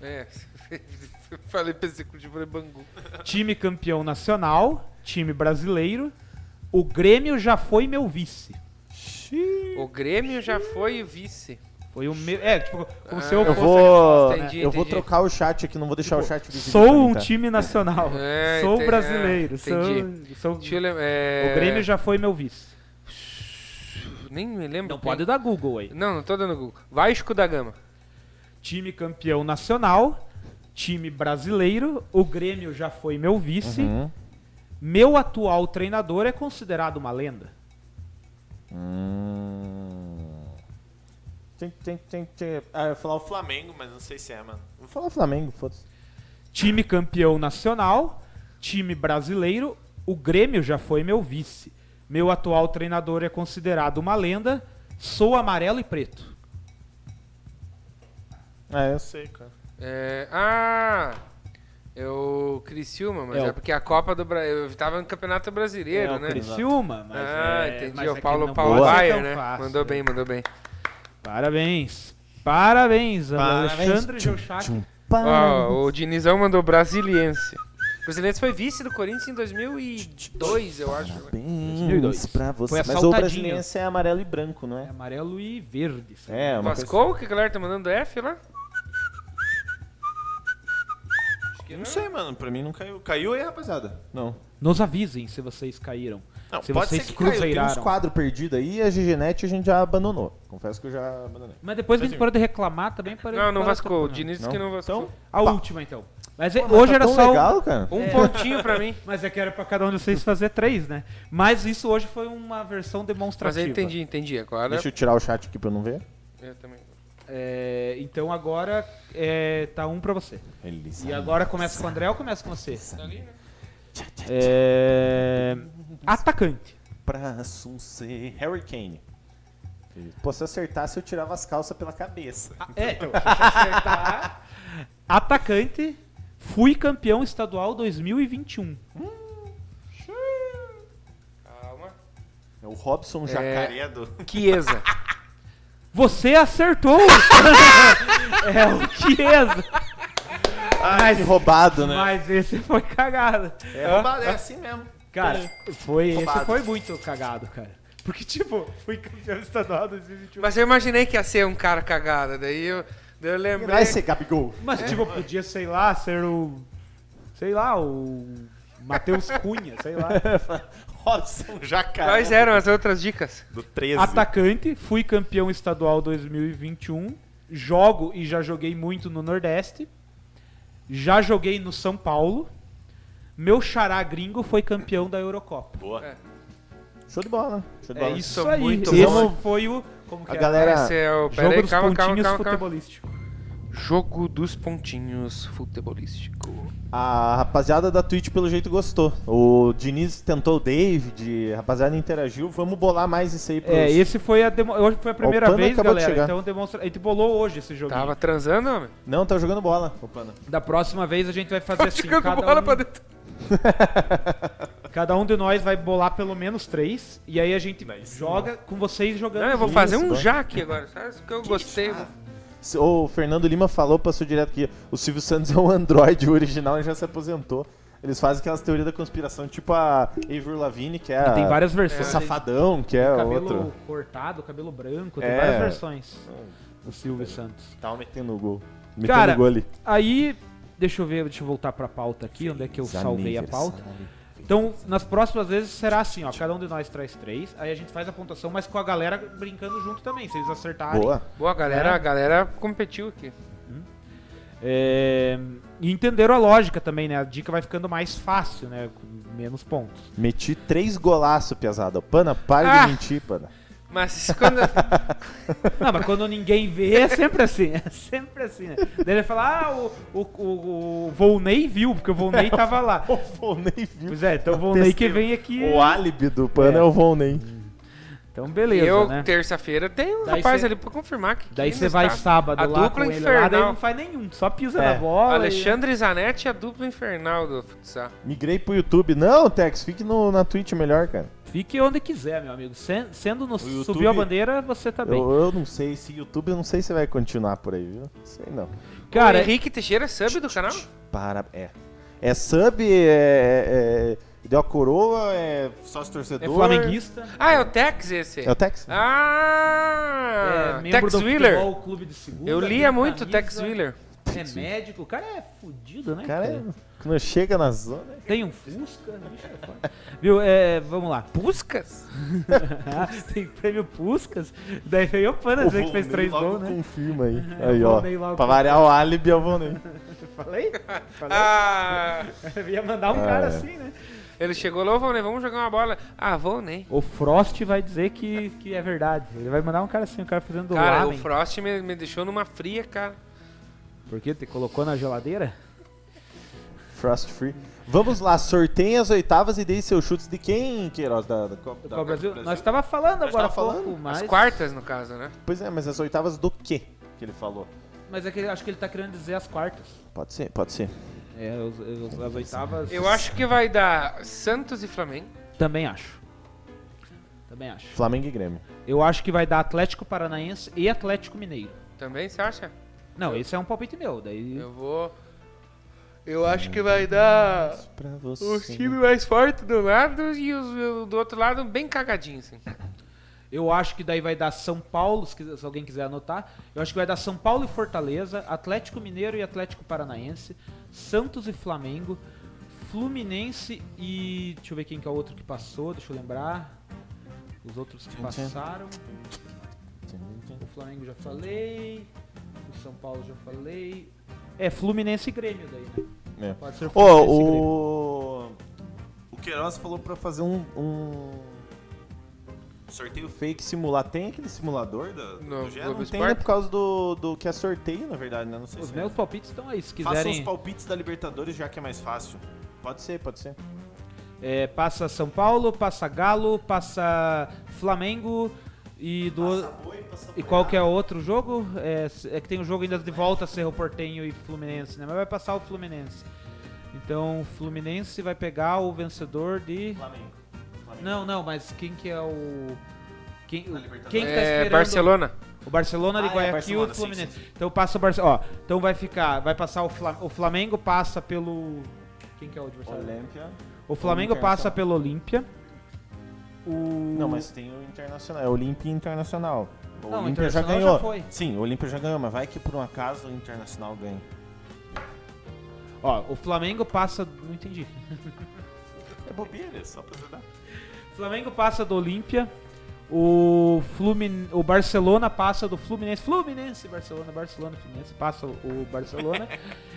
É, [laughs] falei pensei que eu falei Bangu. Time campeão nacional, time brasileiro. O Grêmio já foi meu vice. O Grêmio já foi o vice. Foi o meu. É, tipo, como se Ah, eu Eu fosse. vou, Entendi, eu vou entendi. trocar o chat aqui, não vou deixar o chat visível pra Sou mim, um tá? time nacional. É, sou um entendi, brasileiro. Sou, um, entendi. sou- Deixa eu lem- é, O Grêmio já foi meu vice. Nem me lembro. Não quem- pode dar Google aí. Não, não tô dando Google. Vasco da Gama. Time campeão nacional, time brasileiro. O Grêmio já foi meu vice. Uhum. Meu atual treinador é considerado uma lenda. Hum. Tem, tem, tem, tem. Ah, eu ia falar o Flamengo, mas não sei se é, mano. Vou falar o Flamengo, foda-se. Time campeão nacional, time brasileiro, o Grêmio já foi meu vice. Meu atual treinador é considerado uma lenda, sou amarelo e preto. É, eu sei, cara. É, ah, eu Criciúma, mas É, é, o- porque a Copa do Brasil, eu tava no Campeonato Brasileiro, é o né? Criciúma, mas ah, é, entendi. mas é o que Paulo não Paulo pode ser Baier, tão né? fácil. mandou bem, mandou bem. Parabéns. Parabéns, Tá é Parabéns. Alexandre Jochak. Ó, o Dinizão mandou Brasiliense. O Uhum. Brasiliense foi vice do Corinthians em 2002, eu acho. né? Parabéns 2002. pra Foi você. Mas o assaltadinho. brasiliense é amarelo e branco, não É é? amarelo e verde. sabe? É, uma coisa... Vascou, que a galera tá mandando F lá? Acho que assim. Não sei, mano. Pra mim não caiu. Caiu aí, rapaziada? Não. Nos avisem se vocês caíram. Não, se pode vocês ser que caiu. Tem uns cruzeiraram. quadros perdidos aí e a GGNet a gente já abandonou. Confesso que eu já abandonei. Mas depois a gente parou de reclamar também. parou de Não, não falar Vascou. O também. Diniz disse Não? que não Vascou. Ah, A Pá. última, então. Mas é- Pô, mas hoje tá era tão só. um- legal, cara. É. um pontinho pra mim. Mas é que era pra cada um de vocês fazer três, né? Mas isso hoje foi uma versão Mas demonstrativa. eu entendi, entendi. Agora Deixa eu tirar o chat aqui pra eu não ver. eu também. É, então agora é, tá um pra você. Ele E agora começa com o André ou começa com você? Ali, né? É, Atacante. pra Sunse Harry Kane. Pô, se eu acertasse, eu tirava as calças pela cabeça. É, então, deixa eu acertar. Atacante. Fui campeão estadual 2021. Calma. É o Robson Jacaredo. Chiesa. [laughs] Você acertou! [laughs] é o Chiesa. Ai, que roubado, é. né? Mas esse foi cagado. É roubado, é assim mesmo. Cara, foi, esse Roubado. foi muito cagado, cara. Porque, tipo, fui campeão estadual 2021. Mas eu imaginei que ia ser um cara cagada, daí eu Daí Eu lembrei. Vai ser Gabigol. [laughs] Mas, É. tipo, podia, sei lá, ser o. Sei lá, o. Matheus Cunha, sei lá. Robson Jacaré. Quais eram as outras dicas? Do 13. Atacante, fui campeão estadual 2021. Jogo e já joguei muito no Nordeste. Já joguei no São Paulo. Meu xará gringo foi campeão da Eurocopa. Boa. É. Show de bola. Show de É bola. isso Isso é aí. muito Esse bom. foi o. Como que A é? galera. Esse é o. Jogo Peraí, dos calma, calma, pontinhos calma, calma. futebolístico. Jogo dos pontinhos futebolístico. A rapaziada da Twitch, pelo jeito, gostou. O Diniz tentou o David, a rapaziada interagiu. Vamos bolar mais isso aí pros... É, esse foi a demo... hoje foi a primeira Pano vez, acabou de galera. chegar. Então demonstra... a gente bolou hoje esse jogo. Tava transando, homem? Não, tá jogando bola, o Pana. Da próxima vez a gente vai fazer Tava assim, jogando cada bola um, pra dentro. cada um de nós vai bolar pelo menos três e aí a gente joga com vocês jogando. Não, eu vou junto. fazer um Isso, já aqui agora, sabe? Porque eu gostei. Se- O Fernando Lima falou, passou direto aqui. O Silvio Santos é um [laughs] androide, o original ele já se aposentou. Eles fazem aquelas teorias da conspiração, tipo a Avril Lavigne, que é a... Tem várias o versões. Safadão, que é cabelo outro. cortado, cabelo branco, tem É. várias versões. O Silvio Santos. Tava metendo o gol. Metendo tá um Cara, o gol ali. Aí, deixa eu ver, deixa eu voltar pra pauta aqui, onde é que eu salvei a pauta. Então, nas próximas vezes será assim, ó, cada um de nós traz três, aí a gente faz a pontuação, mas com a galera brincando junto também, se eles acertarem. Boa. Boa, galera, É. a galera competiu aqui. É, e entenderam a lógica também, né? A dica vai ficando mais fácil, né? Com menos pontos. Meti três golaços, piazada. Pana, para Ah. de [laughs] mentir, Pana. Mas [laughs] quando. [laughs] Não, mas quando ninguém vê, é sempre assim. É sempre assim, né? Daí ele fala, ah, o, o, o, o Volney viu, porque o Volney tava lá. O Volney viu. Pois é, então o Volney que vem aqui. O álibi do Pana é, o Volney. Então beleza, eu, né? terça-feira, tem um Daí rapaz cê- ali pra confirmar que. Daí que você vai está- sábado A lá dupla com ele lá, daí infernal. não faz nenhum, só pisa É. na bola. e- Alexandre Zanetti e a dupla infernal do futsal. Migrei pro YouTube. Não, Tex, fique no, na Twitch melhor, cara. Fique onde quiser, meu amigo. Sen- Sendo no YouTube- subiu a bandeira, você tá bem. Eu, eu não sei, se YouTube eu não sei se vai continuar por aí, viu? Sei não. Cara, o Henrique Teixeira é sub do canal? Para. É. É sub, é. é, é deu a coroa, é sócio torcedor. é flamenguista. Ah, é o Tex esse. É o Tex? Ah! É Tex Wheeler. futebol clube de segunda. Eu lia tem muito camisa, Tex Wheeler. É médico, o cara é fudido, né? O cara é, quando chega na zona. Tem um Fusca, bicho, é [laughs] foda. Viu, é, vamos lá. Puscas? [laughs] Tem prêmio Puscas. Daí veio o Pana dizer que fez três gols, né? [laughs] Confirma aí. É, aí, o ó. Volney logo Pra variar o álibi, eu vou nem. Falei? Ah! Eu ia mandar um Ah, cara é. assim, né? Ele chegou lá, ô Volney, vamos jogar uma bola. Ah, Volney. O Frost vai dizer que, que é verdade. Ele vai mandar um cara assim, um cara fazendo Cara, lamen. o Frost me, me deixou numa fria, cara. Porque te colocou na geladeira? Frost Free. Vamos lá, sorteiem as oitavas e deem seus chutes de quem, Queiroz? Da, da Copa, Copa da Copa Brasil? Nós tá- tava falando Nós agora há tava falando. pouco, mas... As quartas, no caso, né? Pois é, mas as oitavas do quê que ele falou? Mas é que ele- acho que ele tá querendo dizer as quartas. Pode ser, pode ser. É, os- os- as oitavas... Eu acho que vai dar Santos e Flamengo. Também acho. Também acho. Flamengo e Grêmio. Eu acho que vai dar Atlético Paranaense e Atlético Mineiro. Também, você acha? Não, esse é um palpite meu. Daí Eu vou. Eu acho que vai dar Pra você. os times mais fortes do lado e os do outro lado bem cagadinho, assim. eu acho que daí vai dar São Paulo, se, quiser- se alguém quiser anotar. Eu acho que vai dar São Paulo e Fortaleza, Atlético Mineiro e Atlético Paranaense, Santos e Flamengo, Fluminense e deixa eu ver quem que é o outro que passou, deixa eu lembrar. Os outros que passaram. O Flamengo já falei, o São Paulo já falei. É Fluminense e Grêmio daí, né? É. Pode ser Ô, Fluminense e Grêmio. o. O Queiroz falou pra fazer um. um Sorteio fake simular. Tem aquele simulador da- No do GE? Globo Não tem, Esporte? né? Por causa do, do que é sorteio, na verdade, né? Não sei Os se meus é. palpites estão aí, se Façam os quiserem. palpites da Libertadores, já que é mais fácil. Pode ser, pode ser. É, passa São Paulo, passa Galo, passa Flamengo e do e qual que é o outro jogo? É, s- é que tem um jogo ainda de volta Cerro Portenho e Fluminense, né? Mas vai passar o Fluminense. Então, o Fluminense vai pegar o vencedor de Flamengo. Não, não, mas quem que é o quem, o- Libertadores. quem que tá é, esperando? Barcelona. O Barcelona de Ah, é, Guayaquil e Barcelona, o sim, Fluminense. sim, Então passa o Barcelona, ó, então vai ficar, vai passar o Flamengo, o Flamengo passa pelo quem que é o adversário? Olímpia. O Flamengo Internacional. passa pelo Olímpia. O... Não, mas tem o Internacional. É Olímpia e Internacional. O Não, o Olímpia já Internacional já ganhou. foi. Sim, o Olímpia já ganhou, mas vai que por um acaso o Internacional ganha. Ó, o Flamengo passa. Não entendi. É bobeira, é só pra ajudar. O Flamengo passa do Olímpia. O, Flumin... o Barcelona passa do Fluminense. Fluminense, Barcelona, Barcelona, Fluminense passa o [laughs] Barcelona.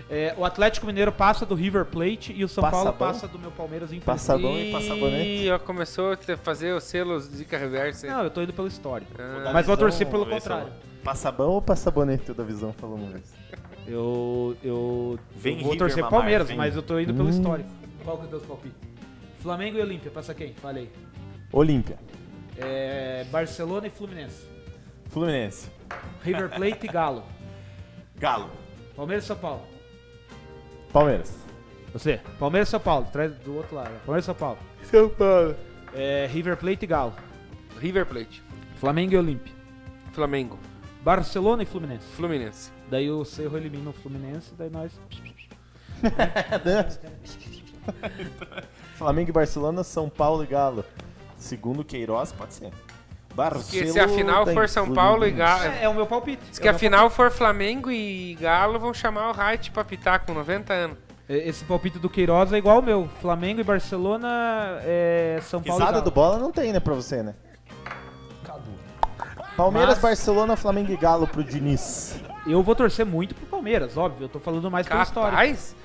É, o Atlético Mineiro passa do River Plate e o São Passa Paulo bom. passa do meu Palmeiras em Passa bom e passa bonito. Ih, ó, começou a fazer os selos de reversa. aí. Não, eu tô indo pelo histórico. Ah, Mas vou Então, torcer pelo vamos ver se contrário. eu- Passa Sabão ou passa bonito da visão, falou uma vez. Eu, eu Vem vou River torcer mamar, Palmeiras, vem. mas eu tô indo pelo Hum. histórico. Qual que é o teu palpite? Flamengo e Olímpia, passa quem? Falei. Olímpia. É, Barcelona e Fluminense. Fluminense. River Plate e Galo. Galo. Palmeiras e São Paulo. Palmeiras. Você. Palmeiras e São Paulo. Traz do outro lado. Palmeiras e São Paulo. São Paulo. É, River Plate e Galo. River Plate, Flamengo e Olímpia. Flamengo, Barcelona e Fluminense. Fluminense. Daí o Cerro elimina o Fluminense, daí nós. Flamengo e Barcelona, São Paulo e Galo. Segundo Queiroz, pode ser. Porque Barcelona. se a final for São Paulo e Galo. É, é o meu palpite. Se que a final for Flamengo e Galo, vão chamar o Reit pra pitar com 90 anos. É, Esse palpite do Queiroz é igual ao meu. Flamengo e Barcelona, é, São Paulo. Pisada e do Galo. bola não tem, né, pra você, né? Palmeiras, Mas- Barcelona, Flamengo e Galo pro Diniz. Eu vou torcer muito pro Palmeiras, óbvio. Eu tô falando mais pela história. Capaz?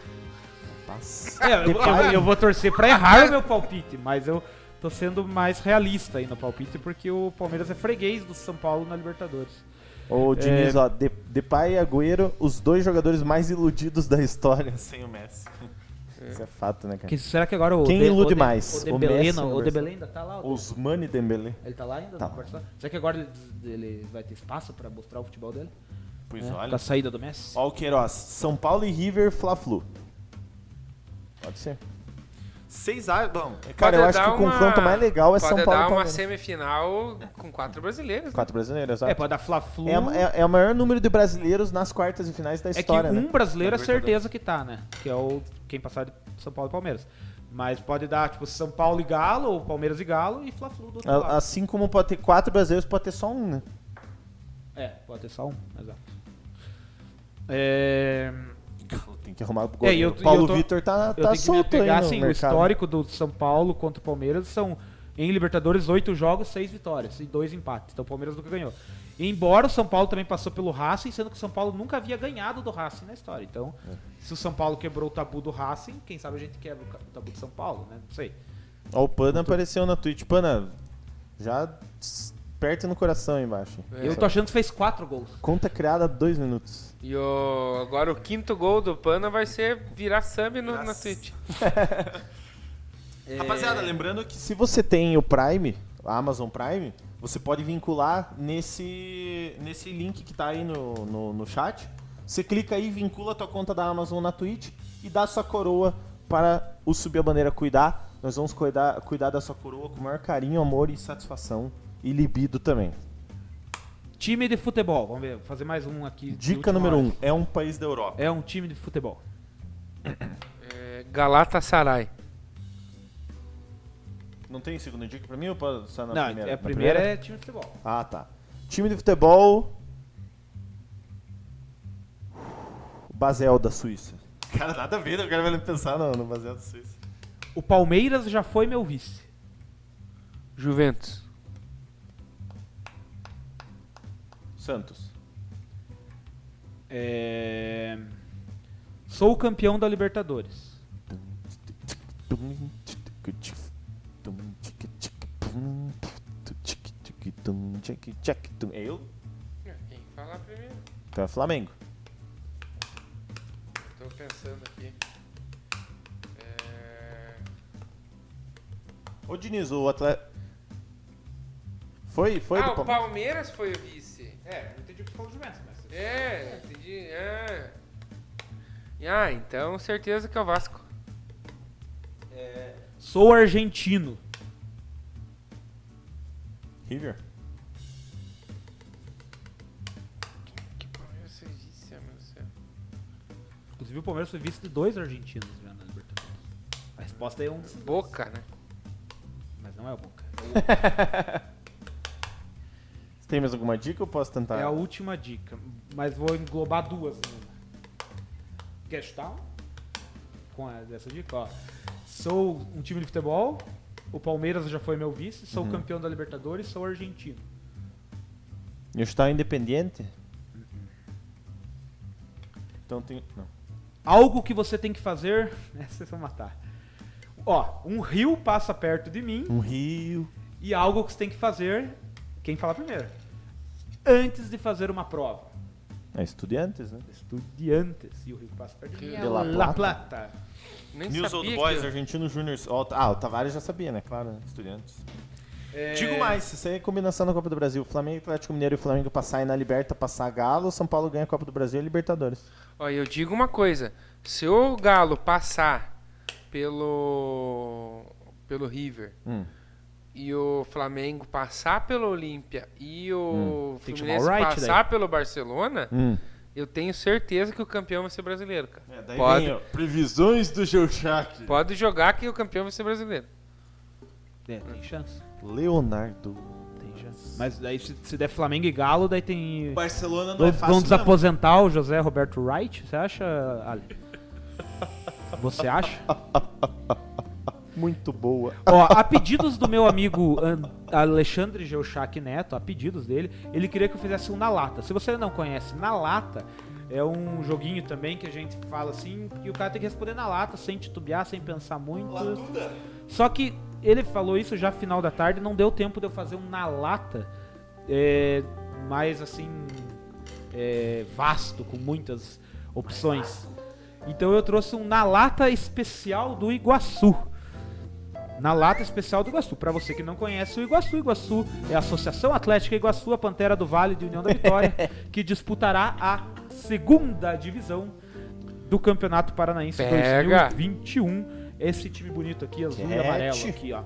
Passa. É, eu, eu- eu vou torcer pra errar o meu palpite, mas eu tô sendo mais realista aí no palpite, porque o Palmeiras é freguês do São Paulo na Libertadores. Ô, É. Diniz, ó, De- Depay e Agüero, os dois jogadores mais iludidos da história. [laughs] Sem o Messi. Isso é fato, né, cara? Que será que agora o Quem De- o ilude De- O mais? O Dembélé, Messi não, ou o o Dembélé Barcelona? ainda tá lá? o- Osmane Dembele. Ele tá lá ainda Tá no lá. Barcelona? Será que agora ele, ele vai ter espaço pra mostrar o futebol dele? Pois É, Com olha. a saída do Messi? Ó o Queiroz. São Paulo e River, Fla-Flu. Pode ser. Seis a... Bom, Cara, Pode eu acho que dar o confronto uma- mais legal é Pode São dar Paulo e uma Palmeiras. semifinal com quatro brasileiros. né? Quatro brasileiros, É, exato. pode dar Fla-Flu. É, é- é o maior número de brasileiros nas quartas e finais É da história, que um né? brasileiro é Da certeza que tá, né? Que é o quem passar de São Paulo e Palmeiras. Mas pode dar, tipo, São Paulo e Galo, ou Palmeiras e Galo, e Fla-Flu do outro A- lado. Assim como pode ter quatro brasileiros, pode ter só um, né? É, pode ter só um, exato. É... Tem que arrumar o É, e eu- goleiro. O Paulo e eu tô- Vitor tá, Eu tá tenho que me solto pegar, aí no assim, o mercado. histórico do São Paulo contra o Palmeiras são, em Libertadores, oito jogos, seis vitórias e dois empates. Então o Palmeiras nunca ganhou. E embora o São Paulo também passou pelo Racing, sendo que o São Paulo nunca havia ganhado do Racing na história. Então, É. se o São Paulo quebrou o tabu do Racing, quem sabe a gente quebra o ca- o tabu do São Paulo, né? Não sei. Ó, o Pana apareceu na Twitch. Pana, já perto no coração aí embaixo. Eu tô achando que fez quatro gols. Conta criada dois minutos. E o... agora o quinto gol do Pana vai ser virar sub no, na Twitch. É. Rapaziada, lembrando que Se você tem o Prime, a Amazon Prime, você pode vincular nesse, nesse link que tá aí no, no, no chat. Você clica aí, vincula a tua conta da Amazon na Twitch e dá sua coroa para o Subir a Bandeira cuidar. Nós vamos cuidar, cuidar da sua coroa com o maior carinho, amor e satisfação. E libido também. Time de futebol. Vamos ver, fazer mais um aqui. de Dica última número hora. um, é um país da Europa. É um time de futebol. É, Galatasaray. Não tem segunda dica pra mim ou pode estar na Não, primeira? é a Na primeira é time de futebol. Ah, tá. Time de futebol... Basel da Suíça. Cara, nada a ver, o cara vai pensar no, no baseado suíço. O Palmeiras já foi meu vice. Juventus. Santos. É... Sou o campeão da Libertadores. Eu? Quem fala primeiro? Então é Flamengo. Tô pensando aqui. É, Ô Diniz, o atleta. Foi, foi Ah, do o Palmeiras. Palmeiras foi o vice. É, não entendi o que falou do Juventus, mas. É, entendi. É. Ah, então certeza que é o Vasco. Sou argentino. River. Que Palmeiras foi vice, meu céu. Inclusive o Palmeiras foi vice de dois argentinos já na Libertadores. A resposta é um, desses dois, Boca, né? mas não é o Boca. Você tem mais alguma dica ou posso tentar? É a última dica, mas vou englobar duas numa. Quer chutar? uma? Com a- essa dica, ó. Sou um time de futebol, o Palmeiras já foi meu vice, sou campeão da Libertadores, sou argentino. Eu estou independente? Uh-uh. Então tem. Não. Algo que você tem que fazer. [laughs] Essa vocês vão matar. Ó, um rio passa perto de mim Um rio. e algo que você tem que fazer. Quem falar primeiro? Antes de fazer uma prova. É estudiantes, né? Estudiantes. E o rio que passa perto de mim. De La La Plata. Plata. Nem News sabia Old que- Boys, né? Argentino Júnior. Ó, Ah, o Tavares já sabia, né? Claro, né? estudiantes. Digo mais, se sair combinação na Copa do Brasil, Flamengo, Atlético Mineiro e Flamengo passarem na Liberta, passar Galo, São Paulo ganha a Copa do Brasil e Libertadores. Ó, eu digo uma coisa. Se o Galo passar pelo pelo River Hum. e o Flamengo passar pelo Olímpia e o Hum, Tem que Fluminense chamar o Wright né? passar pelo Barcelona, Hum. eu tenho certeza que o campeão vai ser brasileiro, cara. É, daí Pode. vem, ó, previsões do Geuchac. Pode jogar que o campeão vai ser brasileiro. É, tem chance. Leonardo. Tem chance. Mas daí se, se der Flamengo e Galo, daí tem. Barcelona não Vão, é vão fácil mesmo. desaposentar o José Roberto Wright? Você acha, Ali? Você acha? Muito boa. Ó, a pedidos do meu amigo An- Alexandre Geuchac Neto, a pedidos dele, ele queria que eu fizesse um na lata. Se você não conhece, na lata é um joguinho também que a gente fala assim e o cara tem que responder na lata, sem titubear, sem pensar muito. Só que ele falou isso já final da tarde, não deu tempo de eu fazer um na lata é, mais assim é, vasto, com muitas opções. Então eu trouxe um na lata especial do Iguaçu. Na lata especial do Iguaçu. Pra você que não conhece o Iguaçu, Iguaçu é a Associação Atlética Iguaçu, a Pantera do Vale de União da Vitória, que disputará a segunda divisão do Campeonato Paranaense Pega. 2021. Esse time bonito aqui, azul e Cat. amarelo aqui, ó.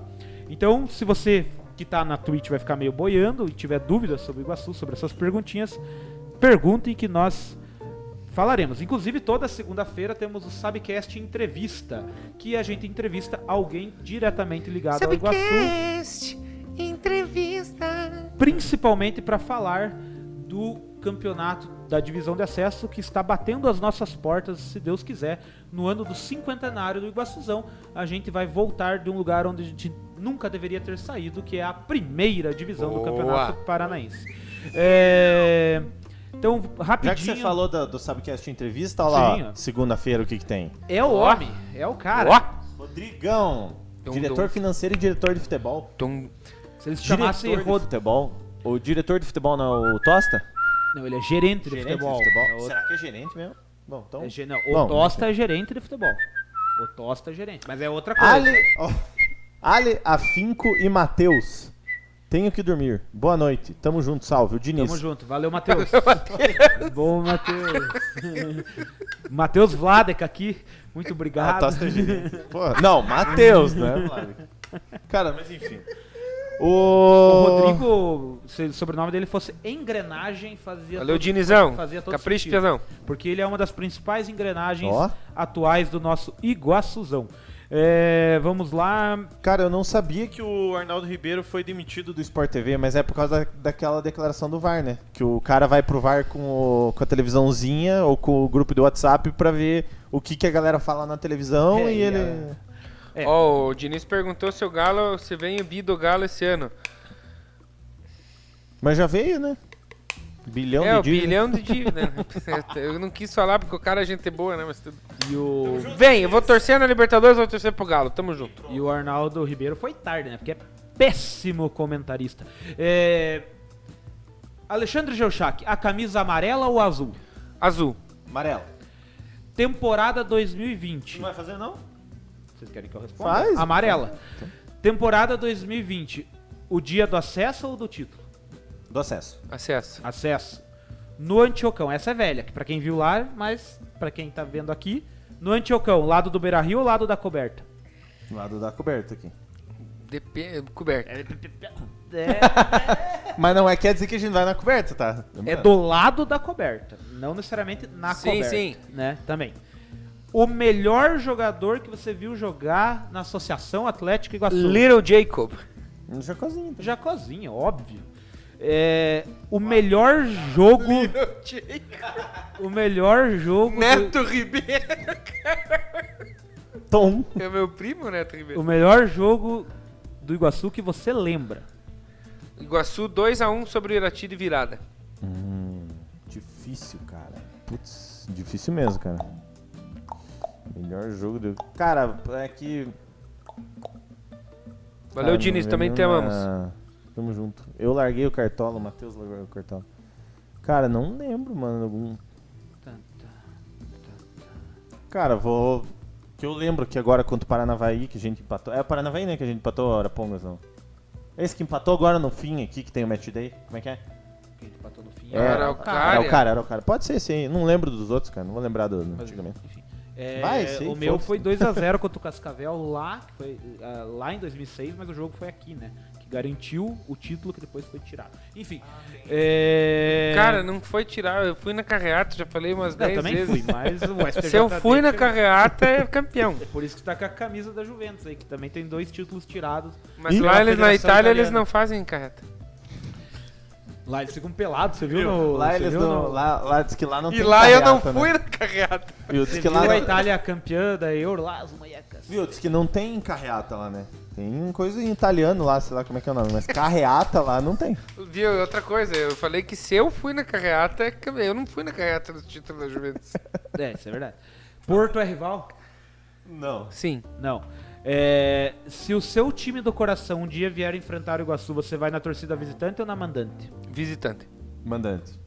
Então, se você que tá na Twitch vai ficar meio boiando e tiver dúvidas sobre o Iguaçu, sobre essas perguntinhas, perguntem que nós Falaremos. Inclusive, toda segunda-feira temos o Sabcast Entrevista, que a gente entrevista alguém diretamente ligado ao Iguaçu, entrevista. principalmente para falar do campeonato da divisão de acesso que está batendo as nossas portas, se Deus quiser, no ano do cinquentenário do Iguaçuzão. A gente vai voltar de um lugar onde a gente nunca deveria ter saído, que é a primeira divisão Boa. do Campeonato Paranaense. É, Então, rapidinho. Já que você falou da- do, Sabcast Entrevista, olha lá, Sim, ó, ó. segunda-feira o que que tem? É o homem, é o cara. Ó! Rodrigão, Dum, diretor dum. financeiro e diretor de futebol. Tum. Se eles chamassem diretor Rod... de futebol? O diretor de futebol não é o Tosta? Não, ele é gerente de Gerente futebol. de É futebol? outro- Será que é gerente mesmo? Bom, então... é ge- não, Bom, o Tosta é gerente de futebol. O Tosta é gerente. Mas é outra coisa. Ale, ó, Ale, Afinco e Matheus. Tenho que dormir. Boa noite. Tamo junto, salve. O Diniz. Tamo junto. Valeu, Matheus. Bom, Matheus. Matheus Vladek aqui. Muito Ah, obrigado. Tosta é gerente. Pô, não, [laughs] Matheus, né? Flávio? Cara, mas enfim. O, o Rodrigo, se o sobrenome dele fosse Engrenagem, fazia Valeu, todo- Dinizão. fazia todo Capricho, sentido. Piazão. Porque ele é uma das principais engrenagens Ó. atuais do nosso Iguaçuzão. É, vamos lá. Cara, eu não sabia que que o Arnaldo Ribeiro foi demitido do Sport TV, mas é por causa da- daquela declaração do VAR, né? Que o cara vai pro VAR com, o- com a televisãozinha ou com o grupo do WhatsApp pra ver o que, que a galera fala na televisão É, e e ele. a- É. Ó, o Diniz perguntou se o Galo, se vem o bi do Galo esse ano. Mas já veio, né? Bilhão é, de o dívida. bilhão de dívida. né? [laughs] eu não quis falar porque o cara é gente boa, né? Mas tudo. E o Vem, eu vou torcer na Libertadores, vou torcer pro Galo. Tamo junto. E o Arnaldo Ribeiro foi tarde, né? Porque é péssimo comentarista. É... Alexandre Geuchac, a camisa amarela ou azul? Azul. Amarelo. Temporada 2020. vai fazer, não? Vocês querem que eu responda? Então. Faz. Amarela. Temporada 2020. O dia do acesso ou do título? Do acesso. Acesso. Acesso. No Antiocão. Essa é velha, que pra quem viu lá, mas pra quem tá vendo aqui. No Antiocão, lado do Beira Rio ou lado da coberta? Do lado da coberta aqui. é, DP, coberto. É, Mas não é quer dizer que a gente vai na coberta, tá? É do lado da coberta, não necessariamente na Sim, coberta. sim. Né? Também. O melhor jogador que você viu jogar na Associação Atlética Iguaçu. [laughs] Little Jacob. Um Jacozinho. Jacozinho, óbvio. É, o melhor jogo. o melhor jogo. do- Neto Ribeiro. Tom. É meu primo, Neto Ribeiro. o melhor jogo do Iguaçu que você lembra. Iguaçu 2x1 sobre o Irati de virada. Difícil, cara. Putz, difícil mesmo, cara. Melhor jogo do. Cara, é que. Valeu, cara, Diniz, não também te lembro amamos. na- Tamo junto. Eu larguei o cartola, o Matheus largou o cartola. Cara, não lembro, mano. algum- Cara, vou. Que eu lembro que agora contra o Paranavaí que a gente empatou. É o Paranavaí, né? Que a gente empatou a Arapongas, não. É Esse que empatou agora no fim aqui, que tem o match day. Como é que é? É, Araucária. Era o cara, era o cara. Pode ser sim. Não lembro dos outros, cara. Não vou lembrar do do antigamente. É, Vai, sim, o meu foda-se. foi [laughs] 2x0 contra o Cascavel lá, que foi, ah, lá em 2006, mas o jogo foi aqui, né? Que garantiu o título que depois foi tirado. Enfim. é, Cara, não foi tirar. Eu fui na carreata, já falei umas não, eu 10 também vezes. fui, mas [laughs] o SPJ Se eu fui na carreata, é campeão. tá Por isso que tá com a camisa da Juventus aí, que também tem dois títulos tirados. Mas Ih, lá pela eles, na Federação Itália eles Italiana. não fazem carreata. Lá eles ficam pelados, você viu? No, Lá você eles viu não. no- Lá, lá diz que lá não E tem lá eu não carreata, fui Né? na carreata. Viu, diz que Viu lá a não, Itália campeã da Euro lá, as moiecas. viu, diz que não tem carreata lá, né? Tem coisa em italiano lá, sei lá como é que é o nome, mas carreata lá não tem. Viu? e Outra coisa, eu falei que se eu fui na carreata, é campeão. eu não fui na carreata do título da Juventus. É, isso é verdade. Porto é rival? Não. [laughs] Sim. Não. É, se o seu time do coração um dia vier enfrentar o Iguaçu, você vai na torcida visitante ou na mandante? Visitante. Mandante.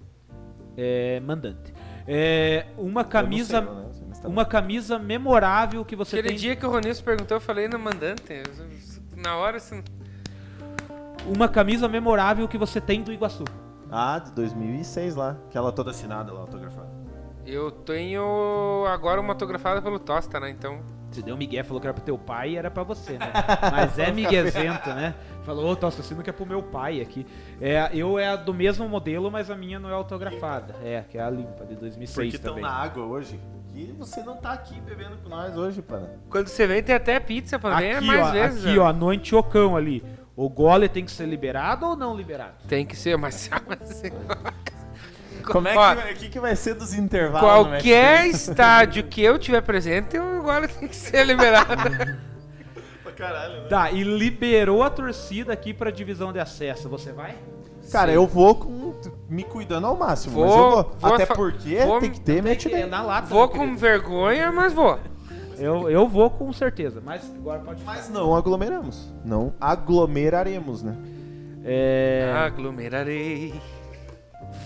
É, mandante. É, uma camisa, Eu não sei, eu não sei, mas tá uma bom. camisa memorável que você Aquele tem. dia que o Ronilson perguntou, eu falei na mandante. Na hora, assim, Uma camisa memorável que você tem do Iguaçu. Ah, de 2006 lá. Aquela toda assinada lá, autografada. eu tenho agora uma autografada pelo Tosta, né? Então, Você deu Miguel, falou que era pro teu pai e era pra você, né? Mas [laughs] é miguezento, né? Falou, ô, Tosta, você não quer pro meu pai aqui. É, eu é a do mesmo modelo, mas a minha não é autografada. É, que é a limpa, de 2006 Porque estão também. na água hoje. E você não tá aqui bebendo com nós hoje, pana. quando você vem, tem até pizza pra ver Aqui, mais ó, vezes. aqui né? ó, no antiocão ali. O gole tem que ser liberado ou não liberado? Tem que ser, mas [laughs] assim, Como é que, Ó, vai- o que, que vai ser dos intervalos? né? Qualquer estádio que eu tiver presente, eu agora tem que ser liberado. Né? Caralho, né? Tá, e liberou a torcida aqui pra divisão de acesso. Você vai? Cara, eu vou com- me cuidando ao máximo, mas Vou- eu vou. vou Até fa- porque vou- tem que ter match É day. na lata. vou né, com vergonha, mas vou. querido? eu, eu vou com certeza, mas agora pode Mas não aglomeramos. Não aglomeraremos, né? É, Aglomerarei.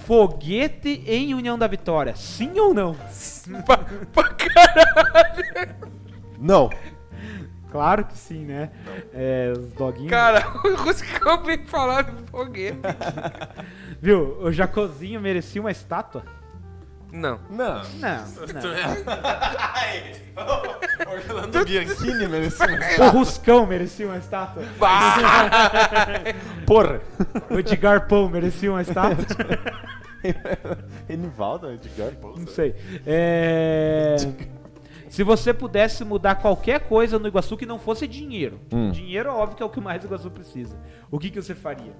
Foguete em União da Vitória. Sim ou não? Pra- pra caralho. Não. Claro que sim, né? É, os doguinhos. Cara, [laughs] o Ruscão vem falar de foguete. Viu? O Jacozinho merecia uma estátua? Não. Não. Não, não. Orlando Bianchini né? merecia. [laughs] O Ruscão merecia uma estátua. Porra! O Edgar Pão merecia uma estátua. Enivaldo, né? Edgar, pô. Não sei. É, Se você pudesse mudar qualquer coisa no Iguaçu que não fosse dinheiro. Hum. Dinheiro, óbvio, que é o que mais o Iguaçu precisa. O que, que você faria?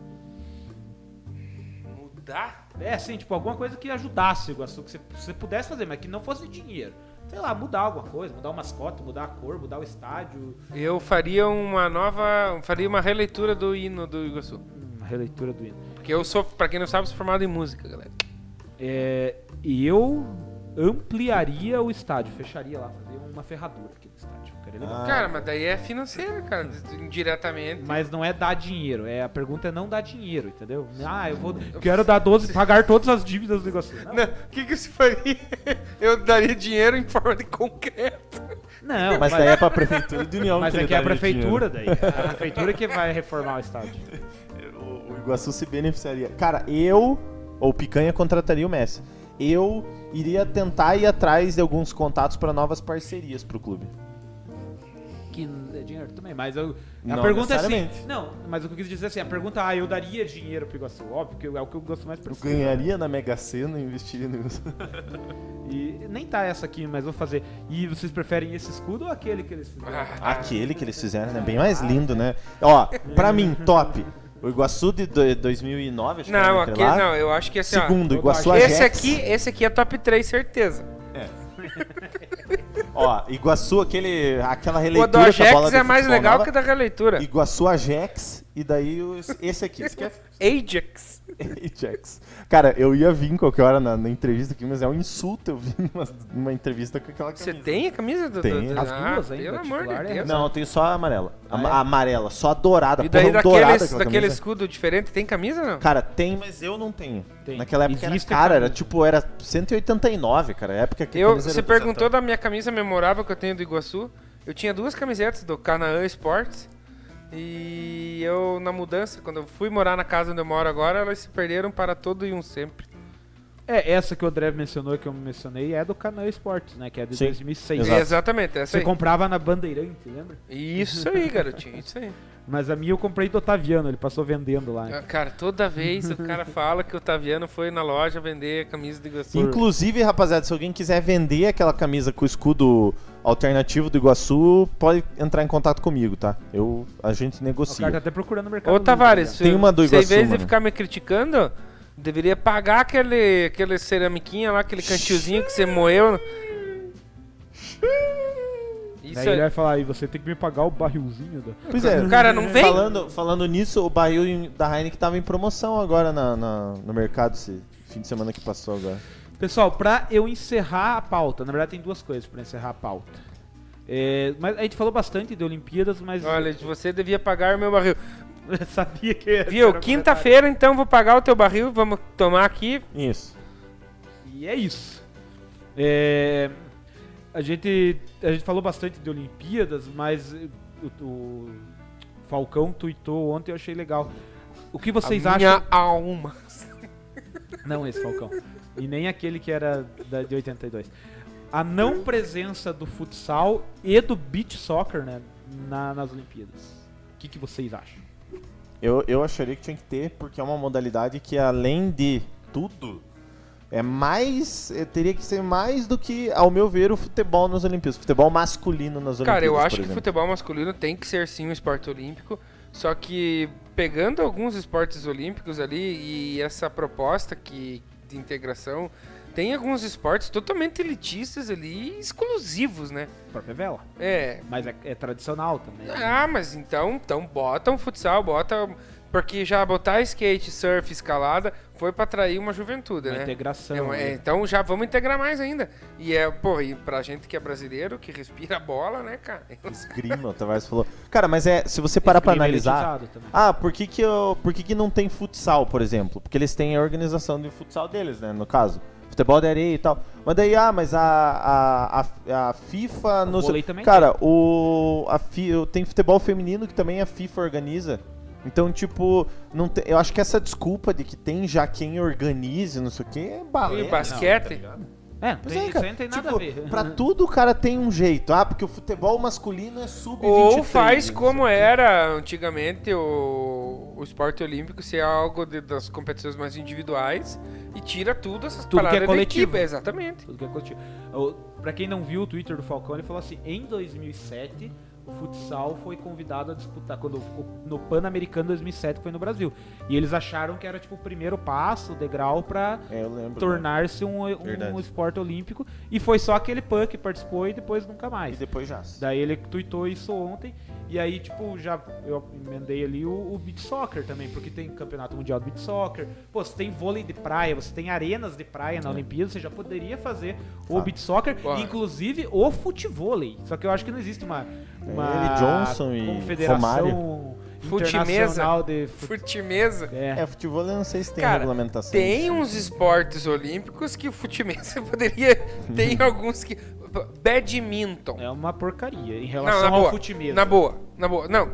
Mudar? É, assim, tipo, alguma coisa que ajudasse o Iguaçu, que você, você pudesse fazer, mas que não fosse dinheiro. Sei lá, mudar alguma coisa, mudar o mascote, mudar a cor, mudar o estádio. Eu faria uma nova. Faria uma releitura do hino do Iguaçu. Hum, releitura do hino. Porque eu sou, pra quem não sabe, sou formado em música, galera. É, e eu ampliaria o estádio, fecharia lá, fazer uma ferradura aqui no estádio. Ficaria legal. Cara, mas daí é financeiro, cara. Indiretamente. Mas não é dar dinheiro, é a pergunta é não dar dinheiro, entendeu? Ah, eu vou quero dar 12, pagar todas as dívidas do negócio. Não, O que, que você faria? [laughs] Eu daria dinheiro em forma de concreto. não Mas mas, daí é pra prefeitura de União. mas ele é que é a daria prefeitura daí, é a prefeitura que vai reformar o estádio. dinheiro. O o Iguaçu se beneficiaria. Cara, eu ou Picanha contrataria o Messi. Eu iria tentar ir atrás de alguns contatos pra novas parcerias pro clube. Que é dinheiro também, mas eu, a Não pergunta é assim, necessariamente. não, mas o que eu quis dizer é assim, a pergunta, ah, eu daria dinheiro pro Iguaçu, óbvio que é o que eu gosto mais Eu precisa. ganharia na Mega Sena e investiria no Iguaçu. E nem tá essa aqui, mas vou fazer. E vocês preferem esse escudo ou [laughs] Ah. aquele que eles fizeram? Aquele que eles fizeram, né? Bem mais lindo, né? Ó, pra mim, top. O Iguaçu de do- 2009, acho Não, que aqui, era não, eu acho que assim, ó, Segundo, Iguaçu Ajax. esse aqui, esse aqui é top 3, certeza. Ó, Iguaçu, aquele, aquela O releitura do com a bola Ajax do é mais futebol legal nova. que a da releitura. Iguaçu Ajax e daí os- esse aqui. Esse aqui é [laughs] Ajax. Ajax. Cara, eu ia vir qualquer hora na, na entrevista aqui, mas é um insulto eu vir numa, numa entrevista com aquela Você camisa. tem a camisa do... Tem. do- As Ah, duas ainda, Pelo amor titular de é Deus. Não, eu tenho só a amarela. A, a amarela, só a dourada. Ah, é? E daí porra, dourada daqueles, aquela daquele camisa. escudo diferente, tem camisa não? Cara, tem, mas eu não tenho. Tem. Naquela época é Existe era cara, a era tipo, era 189, cara. a Época que a Eu, camisa você era perguntou da minha camisa memorável que eu tenho do Iguaçu. Eu tinha duas camisetas do Canaã Sports. E eu, na mudança, quando eu fui morar na casa onde eu moro agora, elas se perderam para todo e um sempre. É, essa que o André mencionou, que eu mencionei, é do Canal Esportes, né? Que é de Sim, 2006. Exato. É Exatamente, essa Você aí. comprava na Bandeirante, lembra? Isso aí, garotinho, isso aí. Mas a minha eu comprei do Otaviano, ele passou vendendo lá. Ah, Cara, toda vez o [laughs] cara fala que o Taviano foi na loja vender a camisa do Iguaçu. Inclusive, rapaziada, se alguém quiser vender aquela camisa com o escudo alternativo do Iguaçu, pode entrar em contato comigo, tá? Eu, a gente O cara tá negocia. até procurando o mercado. Ô Livre, Tavares, né? Tem uma do você, em Iguaçu, vez de mano. ficar me criticando, deveria pagar aquele, aquele ceramiquinha lá, aquele cantilzinho que você moeu. Isso é- Daí ele aí. vai falar, e você tem que me pagar o barrilzinho da... Pois é. Cara, não vem? Falando, falando nisso, o barril em- da Heineken tava em promoção agora na, na- no mercado esse fim de semana que passou agora. Pessoal, pra eu encerrar a pauta, na verdade tem duas coisas pra encerrar a pauta. É, mas a gente falou bastante de Olimpíadas, mas Olha, você devia pagar o meu barril. [laughs] eu sabia que ia Viu? Quinta-feira, então, vou pagar o teu barril. Vamos tomar aqui. Isso. E é isso. É, a, gente, a gente falou bastante de Olimpíadas, mas eh, o, o Falcão tweetou ontem, eu achei legal. O que vocês a acham? minha alma. Não esse Falcão. E nem aquele que era da- de 82. A não presença do futsal e do beach soccer né, na- nas Olimpíadas. O que, que vocês acham? Eu, eu acharia que tinha que ter, porque é uma modalidade que, além de tudo, é mais. eh, teria que ser mais do que, ao meu ver, o futebol nas Olimpíadas. Futebol masculino nas Olimpíadas. Cara, eu acho por que exemplo. futebol masculino tem que ser sim um esporte olímpico. Só que pegando alguns esportes olímpicos ali e essa proposta que de integração, tem alguns esportes totalmente elitistas ali, e exclusivos, né? A própria vela. É. Mas é, é tradicional também. Ah, mas então, então bota um futsal, bota porque já botar skate, surf, escalada foi pra atrair uma juventude, Uma né? integração. É, uma- é, né? então já vamos integrar mais ainda. E é, pô, e pra gente que é brasileiro, que respira bola, né, cara? Esgrima, o Tavares falou. Cara, mas é. Se você parar pra Esgrima analisar. elitizado também. Ah, por que que, eu, por que que não tem futsal, por exemplo? Porque eles têm a organização de futsal deles, né? No caso. Futebol de areia e tal. Mas daí, ah, mas a, a, a, a FIFA... não sei- vôlei também Cara, o, a fi, tem futebol feminino que também a FIFA organiza. Então, tipo, não tem- eu acho que essa desculpa de que tem já quem organize, não sei o quê, é tá E balé. basquete. É, não Pois tem, isso é, aí cara. não tem nada a ver. tipo, pra tudo o cara tem um jeito. Ah, porque o futebol masculino é sub-23. Ou faz não sei como o né? quê. é era antigamente o, o esporte olímpico, ser algo de- das competições mais individuais e tira tudo essas Tudo que é paradas de coletivo. equipe, exatamente. Tudo que é coletivo. O- Pra quem não viu o Twitter do Falcão, ele falou assim: em 2007, o futsal foi convidado a disputar quando, o- no Pan-Americano 2007, que foi no Brasil. E eles acharam que era tipo o primeiro passo, o degrau pra É, eu lembro. tornar-se um, um Verdade. esporte olímpico. E foi só aquele PAN que participou e depois nunca né? E mais. depois já. Daí ele tweetou isso ontem. E aí, tipo, já eu emendei ali o, o beach soccer também, porque tem campeonato mundial de beach soccer. Pô, você tem vôlei de praia, você tem arenas de praia É. na Olimpíada, você já poderia fazer o Ah. beach soccer, Claro. inclusive o futevôlei. Só que eu acho que não existe uma, uma ele, É, Johnson e confederação Futimesa. internacional de fute- Futimesa. é. É, futebol eu não sei se tem Cara, regulamentação. Tem um- uns esportes olímpicos que o futimesa [laughs] poderia. Tem alguns que. Badminton. Uhum. é uma porcaria em Não, na relação ao boa. futimesa. Na boa, na boa. Não.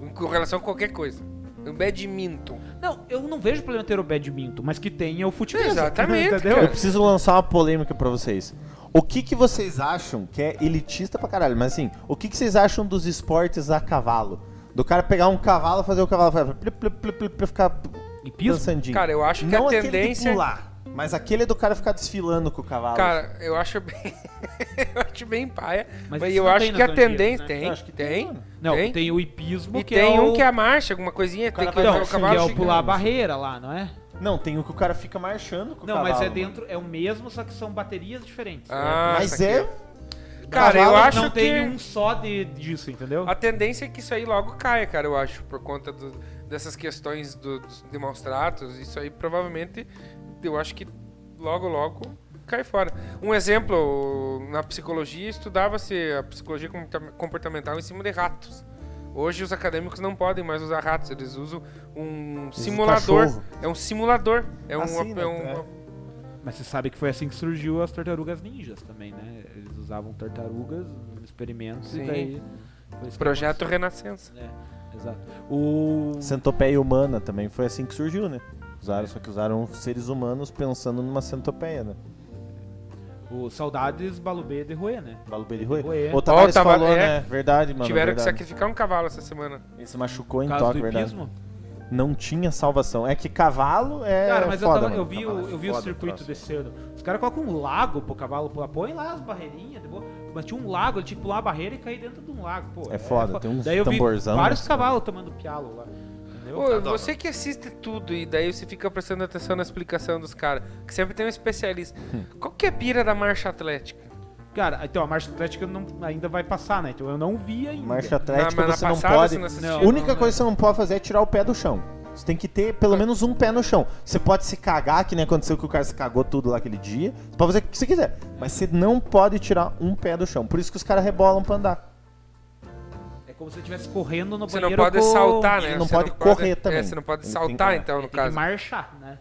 Em com relação a qualquer coisa. O badminton. Não, eu não vejo problema ter o badminton, mas que tenha o futimesa. Exatamente, entendeu? cara. Eu preciso lançar uma polêmica pra vocês. O que, que vocês acham que é elitista pra caralho? Mas assim, o que, que vocês acham dos esportes a cavalo? Do cara pegar um cavalo, fazer o cavalo fazer plip, plip, plip, plip, plip, ficar Hipismo? dançandinho. Cara, eu acho que Não a aquele de tendência. pular. Mas aquele é do cara ficar desfilando com o cavalo. Cara, eu acho bem. [laughs] eu acho bem paia. Mas, Mas isso eu não acho tem que a nas Olimpíadas, tendência. né? Tem, acho que tem. Não, tem. tem, o hipismo E que tem é o... um que é a marcha, alguma coisinha. Tem cara que vai- o Então, que é cavalo o pular a chegando. barreira lá, não é? Não, tem o que o cara fica marchando com o Não, cavalo. né? mas é mano. dentro, é o mesmo, só que são baterias diferentes. Ah, Mas saquei. é. Cara, eu Cavalo acho não que tem um só de, disso, entendeu? a tendência é que isso aí logo caia, cara, eu acho, por conta do- dessas questões do, dos de maus tratos. Isso aí provavelmente, eu acho que logo, logo cai fora. Um exemplo, na psicologia estudava-se a psicologia comporta- comportamental em cima de ratos. Hoje os acadêmicos não podem mais usar ratos, eles usam um simulador. cachorro. é um simulador. É um. Assim, né? é um- É. Mas você sabe que foi assim que surgiu as tartarugas ninjas também, né? Eles usavam tartarugas nos experimentos Sim. e daí... foi É. isso que Projeto Renascença. aconteceu. Exato. O... Centopeia humana também foi assim que surgiu, né? Usaram, só que usaram seres humanos pensando numa centopeia, né? o Saudades Balubê de Ruê, né? Balubê de Ruê. Rui. O Tavares Ó, tava- falou, é. né? Verdade, mano. Tiveram que verdade. sacrificar um cavalo essa semana. Ele se machucou em Por causa toque, do verdade. hipismo. Não tinha salvação. É que cavalo é. Cara, mas foda, eu, tava- mano. eu vi, Cavalo o, é eu vi o foda, circuito troço. desse cedo. Os caras colocam um lago pro cavalo pular. Põe lá as barreirinhas, de boa. Mas tinha um lago, ele tinha que pular a barreira e cair dentro de um lago, pô. É foda, tem uns Daí eu vi tamborzão, vários né? cavalos tomando pialo lá. Entendeu? Ô, você que assiste tudo e daí você fica prestando atenção na explicação dos caras, que sempre tem um especialista. Qual que é a pira da marcha atlética? Cara, então a marcha atlética não- ainda vai passar, né? Então eu não vi ainda. Marcha Na- atlética na você não passada pode. você não assistiu, a não, única né? coisa que você não pode fazer é tirar o pé do chão. Você tem que ter pelo menos um pé no chão. Você pode se cagar, que nem aconteceu que o cara se cagou tudo lá aquele dia. Você pode fazer o que você quiser. Mas você não pode tirar um pé do chão. Por isso que os caras rebolam pra andar. É como se eu estivesse correndo no Você não banheiro pode com- saltar, né? Ele não Você pode correr é, também. você não pode Ele tem- saltar, é. então, no Tem que caso. marchar, né?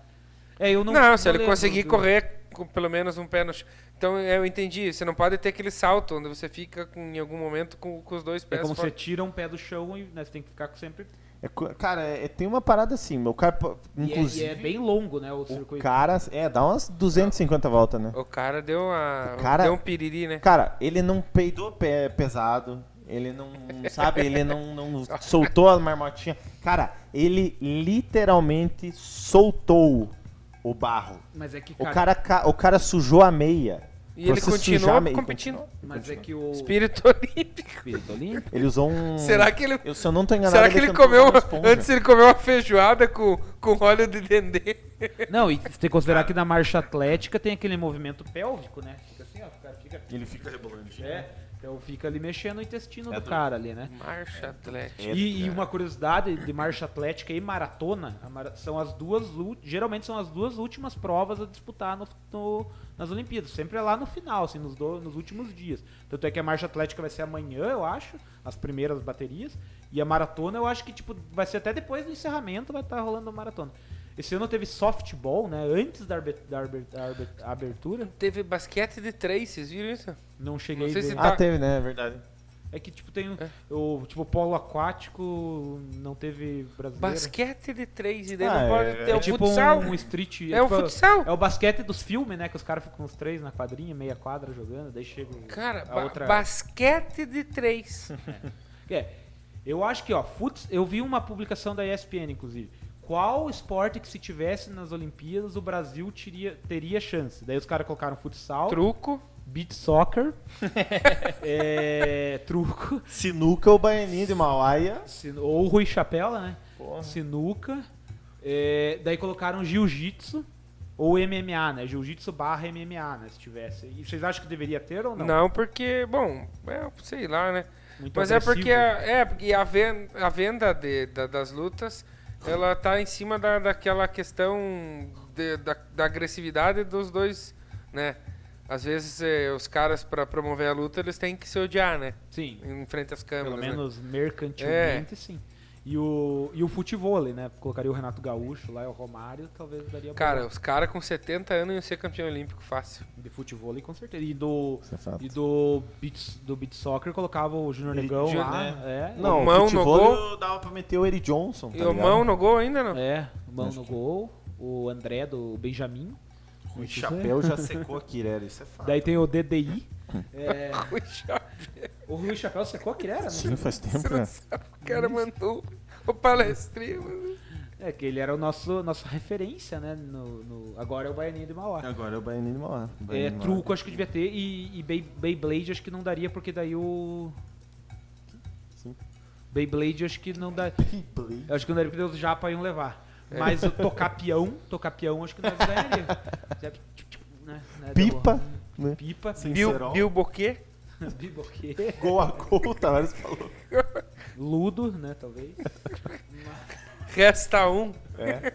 É, eu não Não, se ele lembro conseguir do- correr com pelo menos um pé no chão. Então, é, eu entendi. Você não pode ter aquele salto onde você fica com- em algum momento com, com os dois É pés como você fora. tira um pé do chão e né, você tem que ficar sempre. É co- cara, é- tem uma parada assim. Meu cara, po- E é- inclusive. E é, bem longo, né? O O circuito. cara, é, dá umas 250 voltas, né? O cara deu uma... O cara- Deu um piriri, né? Cara, ele não peidou pé pesado. Ele não, sabe, ele não, não soltou a marmotinha. Cara, ele literalmente soltou o barro. Mas é que, O cara. cara, ca- o cara sujou a meia. E Pra ele você continua sujar a meia- competindo. Mas é que o. Espírito [laughs] olímpico. Espírito olímpico. Ele usou um... Será que ele... Eu, se eu não tô enganado, Será que ele tentou comeu usar uma uma- esponja. antes ele comeu uma feijoada com, com óleo de dendê? Não, e você tem que considerar que na marcha atlética tem aquele movimento pélvico, né? Fica assim, ó. O cara fica. Ele fica rebolando. É, então fica ali mexendo o intestino É do do- cara ali, né? Marcha atlética. E, e uma curiosidade de marcha atlética e maratona a mara- são as duas lu- geralmente são as duas últimas provas a disputar no, no- nas Olimpíadas sempre é lá no final assim nos, do- nos últimos dias tanto é que a marcha atlética vai ser amanhã eu acho as primeiras baterias e a maratona eu acho que tipo vai ser até depois do encerramento vai estar rolando a maratona esse ano teve softball né antes da, arbe- da arbe- da arbe- abertura Teve basquete de três, vocês viram isso? não cheguei Não sei a ver. se Ah, teve, né? É verdade. é que tipo tem um- É. o tipo polo aquático não teve brasileiro Basquete de três, e daí Ah, não pode é- ter É o tipo futsal. um street. É o tipo, futsal. É o basquete dos filmes, né? Que os caras ficam os três na quadrinha, meia quadra jogando, daí chega. o- Cara, a ba- outra- basquete de três. É, eu acho que, ó, futs, eu vi uma publicação da ESPN, inclusive. Qual esporte que se tivesse nas Olimpíadas o Brasil teria, teria chance? Daí os caras colocaram futsal, Truco. beat [laughs] soccer, é, truco, Sinuca, o baianinho de Mauaia. sinu- ou Rui Chapela, né? Porra. Sinuca. é, daí colocaram jiu-jitsu ou MMA, né? Jiu-jitsu barra MMA, né? Se tivesse. E vocês acham que deveria ter ou Não. não? porque, bom, é, sei lá, né? Muito Mas é agressivo. porque a, é, porque a venda, a venda de- da- das lutas, ela tá em cima da, daquela questão de- da, da agressividade dos dois, né? Às vezes eh, os caras, para promover a luta, eles têm que se odiar, né? Sim, Em frente às pelo câmeras. né? menos mercantilmente, sim. E o, e o futebol, né? Colocaria o Renato Gaúcho lá, é o Romário, talvez daria boa. Cara, os caras com 70 anos iam ser campeão olímpico fácil. De futebol, com certeza. E do, Isso é fato. e do, beach, do beach soccer colocava o Júnior Negão Júnior, lá. É, Não, mão no o futebol gol. dava pra meter o Eric Johnson, tá e o ligado? mão no gol ainda [laughs] não? é, mão Acho no que- gol. O André do Benjamin. O Isso é- chapéu já secou a Quirera, isso é fato. Daí tem o DDI. Hum. É, Puxa, o Rui Chapéu secou que era, né? Sim, faz tempo, você não né? sabe. O cara mandou o palestrinho. mano. É que ele era o nosso nossa referência, né? No, no- agora é o Baianinho de Mauá. Agora é o Baianinho de Mauá. É, Baianinho de Mauá. truco acho que devia ter e, e Bey- Beyblade acho que não daria porque daí o Sim. Beyblade acho que não dá, Beyblade. acho que não daria porque os japa iam levar. É. Mas o tocar peão, tocar peão acho que nós [laughs] ganharia. Zé, tchup, tchup, né? Né, Pipa, Dabo? né? Pipa, [laughs] Bil, Sincerol. Bil Boquet? biboque, Gol a gol, Tavares falou. ludo, né, talvez. Resta um. É.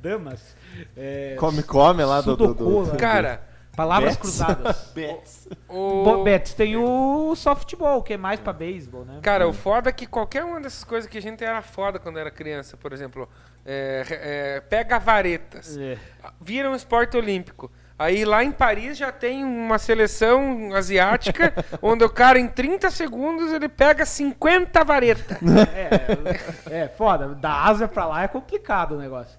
Damas. É, Come, come lá do... do, do- Sudoku, Cara, palavras Bets. cruzadas. Bets. o. Bo- Betis tem o softball, que é mais pra beisebol, né? Cara, o foda é que qualquer uma dessas coisas que a gente era foda quando era criança, por exemplo, é, é, pega varetas. É. vira um esporte olímpico. Aí lá em Paris já tem uma [laughs] seleção asiática, onde o cara em 30 segundos ele pega 50 [laughs] varetas. É, é foda. Da Ásia pra lá é complicado o negócio.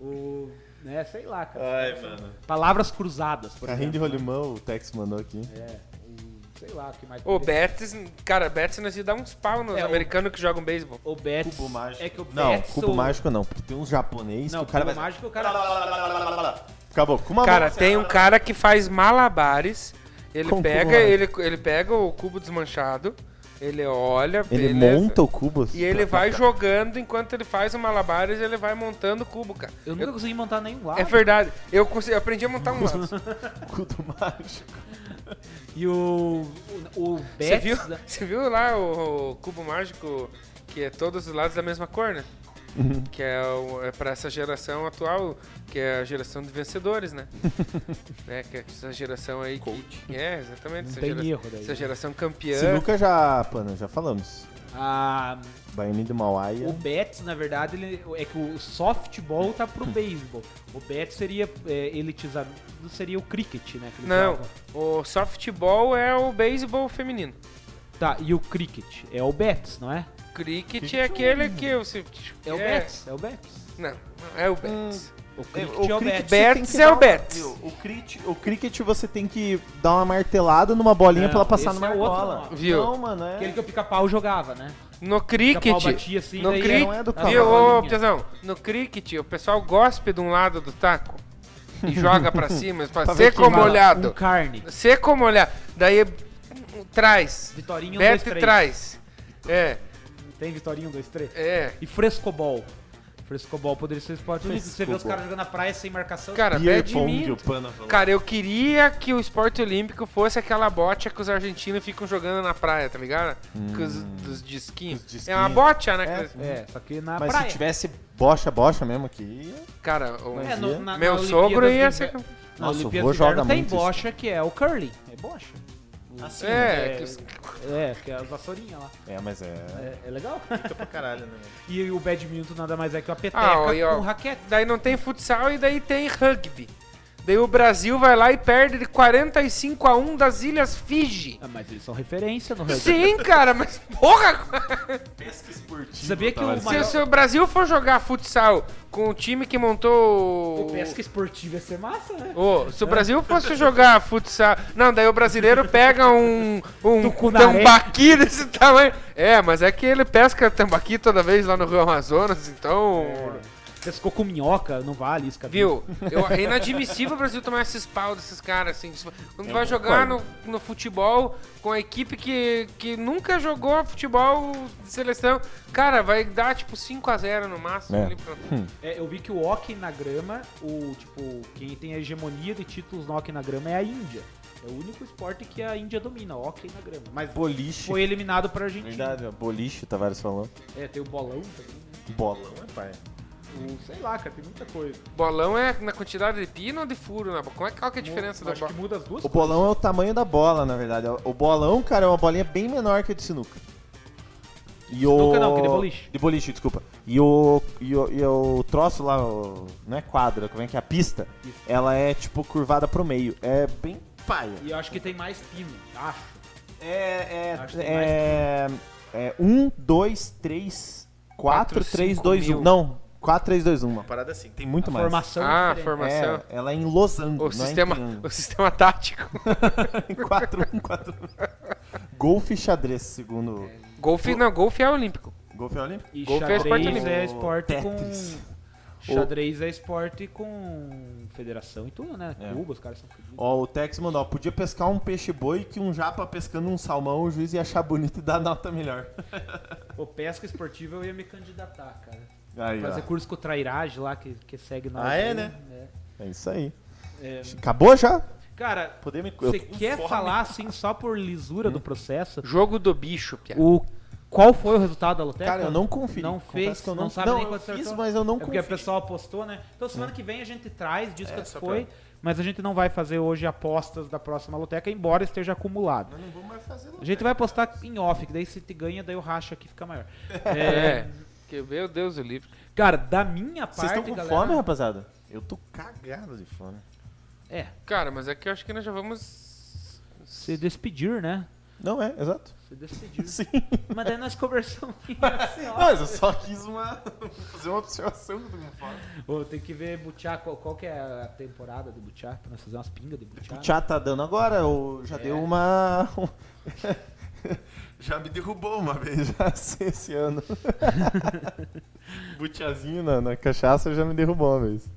O, né, sei lá, cara. Ai, mano. Palavras cruzadas, por Carrinho de exemplo. rolimão, o Tex mandou aqui. É, o- sei lá o que mais. O Betis, cara, Betis nós ia dar uns pau nos É, o- americanos que jogam beisebol. O Betis. Cubo mágico. É que o não, Betis, cubo o- mágico não, porque tem uns japonês Não, que o cara cubo vai... mágico o cara. Acabou. Com uma Cara, mão. é tem um cara que faz malabares. Ele Como pega, malabar? ele, ele pega o cubo desmanchado, ele olha, Ele beleza. monta o cubo. assim, e ele pra- vai jogando enquanto ele faz o malabares, ele vai montando o cubo, cara. Eu nunca consegui montar nenhum lado. É verdade. Eu, consegui, eu aprendi a montar um laço. Cubo mágico. E o. O, o Betis. Você viu, né? você viu lá o, o cubo mágico que é todos os lados da mesma cor, né? Que é, o- é para essa geração atual, que é a geração de vencedores, né? né? Que é essa geração aí que é exatamente Não essa, tem gera- erro daí, essa né? geração campeã. Sinuca já, pana, já falamos. Ah, Baianinho de Mauá e... O Betis, na verdade, ele, é que o softball tá pro beisebol. O Betis seria é, elitizado, seria o cricket, né? que eles Não, jogam. o softball é o beisebol feminino. Tá, e o cricket é o Betis, não é? um Cricket é aquele que você É, o Betis, é o Betis. Não, não é o Hum. Betis. O cricket é, o cricket Betis. você tem Betis que é dar o um- Betis. Meu, O cricket, o cricket você tem que dar uma martelada numa bolinha Não, pra ela passar esse numa é outro bola. nome. Viu? Não, mano, é... Aquele que o pica-pau jogava, né? No Pica-pau cricket, batia assim, no daí cricket, não é do cavalo. viu, ô, Bolinha. Piazão, no cricket o pessoal gospe de um lado do taco [laughs] e joga pra cima, fala, Pra ver seco quem vai lá. molhado, Um carne. seco molhado, daí um, traz, Vitorinha, um, dois, Beto três. traz, é, Tem Vitorinha, um, dois, três. é, E frescobol. Frescobol poderia ser esporte olímpico. Você vê os Frescobol. caras jogando na praia sem marcação. cara, Beer pong, badminton, o pana falou. cara, eu queria que o esporte olímpico fosse aquela bote que os argentinos ficam jogando na praia, tá ligado? Com os, dos disquinhos, Os disquinhos. é uma bocha, né, É. que- é, só que na Mas praia. se tivesse bocha-bocha mesmo aqui... cara, o- É, no- na- meu na sogro Olimpíadas ia do ser, Inver- Na Nossa, o Olimpíada vô do Inverno joga tem muito bocha, que é o curling. É bocha. Assim, é, É. que os- É, que é as vassourinhas lá. É, mas é... É, é legal. Fica pra caralho, né? mano? E o badminton nada mais é que uma peteca Ah, ó, e ó. com raquete. Daí não tem futsal e daí tem rugby. Daí o Brasil vai lá e perde de 45 a 1 das Ilhas Fiji. Ah, mas eles são referência no rugby. Sim, cara, mas porra! Sabia que o Tá, Se, maior... se o Brasil for jogar futsal com o time que montou. O pesca esportiva ia ser massa, né? Ô, se o Brasil fosse jogar futsal. Não, daí o brasileiro pega um. Um Tucunaré. tambaqui desse tamanho. É, mas é que ele pesca tambaqui toda vez lá no Rio Amazonas, então. Pescou com minhoca, não vale isso, cara. Viu? Eu, é inadmissível o Brasil tomar esses pau desses caras, assim. Se- É Quando vai jogar no, no futebol com a equipe que, que nunca jogou futebol de seleção, cara, vai dar tipo 5x0 no máximo. É. ali pra- É, eu vi que o hockey na grama, o tipo, quem tem a hegemonia de títulos no hockey na grama é a Índia. É o único esporte que a Índia domina, o hockey na grama. Mas Boliche. foi eliminado pra Argentina. Verdade, ó, boliche, o Tavares falou. É, tem o bolão também. né? Bolão é pai. O, sei lá, cara, tem muita coisa. Bolão é na quantidade de pino ou de furo na bola? Como é, qual que é a diferença Eu da acho bola? que muda as duas O bolão é o tamanho da bola, na verdade. O bolão, cara, é uma bolinha bem menor que a de sinuca. E o... Sinuca não, que é de boliche. De boliche, desculpa. E o, e o, e o troço lá, o- não é quadra, como é que é? A pista, Pista. ela é, tipo, curvada pro meio. É bem paia. E eu acho que tem mais pino, acho. É, é, Acho que tem é, é... 1, 2, 3, 4, Quatro, 3, cinco 2, mil. 1. Não, 4, 3, 2, 1. Uma parada assim, tem muito A mais. formação Ah, é a diferente. formação. É, ela é em losango, O não sistema, é em triângulo. o sistema tático. [laughs] 4 1 4 Golfe um, e xadrez, segundo. Golfe, não, golfe é olímpico. Golfe é olímpico? E Golfe é esporte xadrez olímpico. é esporte Tetris. com. Xadrez é esporte com federação e tudo, né? É. Cuba, os caras são fodidos. Ó, o Tex mandou, ó, podia pescar um peixe-boi que um japa pescando um salmão, o juiz ia achar bonito e dar nota melhor. [laughs] Pô, pesca esportiva eu ia me candidatar, cara. Aí, ó. Fazer curso com o Trairage lá, que, que segue né? na Ah, é, aldeia, É isso aí. É. É. Acabou já? Cara, Podemos... eu você tô com quer fome. Hum. falar assim só por lisura do processo? Jogo do bicho, piada. O, qual foi o resultado da loteca? Cara, eu não confio. Não fez, que eu não não, sabe nem eu quanto fiz, acertou. mas eu não É porque confio. o pessoal apostou, né? Então semana que vem a gente traz, diz É, quanto só foi, mas a gente não vai fazer hoje apostas da próxima loteca, embora esteja acumulado. Mas não vamos mais fazer A gente vai apostar em off, que daí se te ganha, daí o racha aqui fica [laughs] maior. É. Que, meu Deus do livro. Cara, da minha parte, Vocês estão com galera, fome, rapaziada? Eu tô cagado de fome. É, Cara, mas é que eu acho que nós já vamos. se despedir, né? Não é, exato. Se despedir. [laughs] Sim. mas daí nós conversamos. [laughs] Mas eu só quis uma... [laughs] fazer uma observação que eu tô com fome. Ô, tem que ver Butiá, qual, qual que é a temporada de Butiá, pra nós fazer umas pingas de Butiá. né? O Tchá tá dando agora, ou já deu uma... É. um [laughs] já me derrubou uma vez [laughs] já assim, esse ano. [laughs] Butiazinho na, na cachaça já me derrubou uma vez.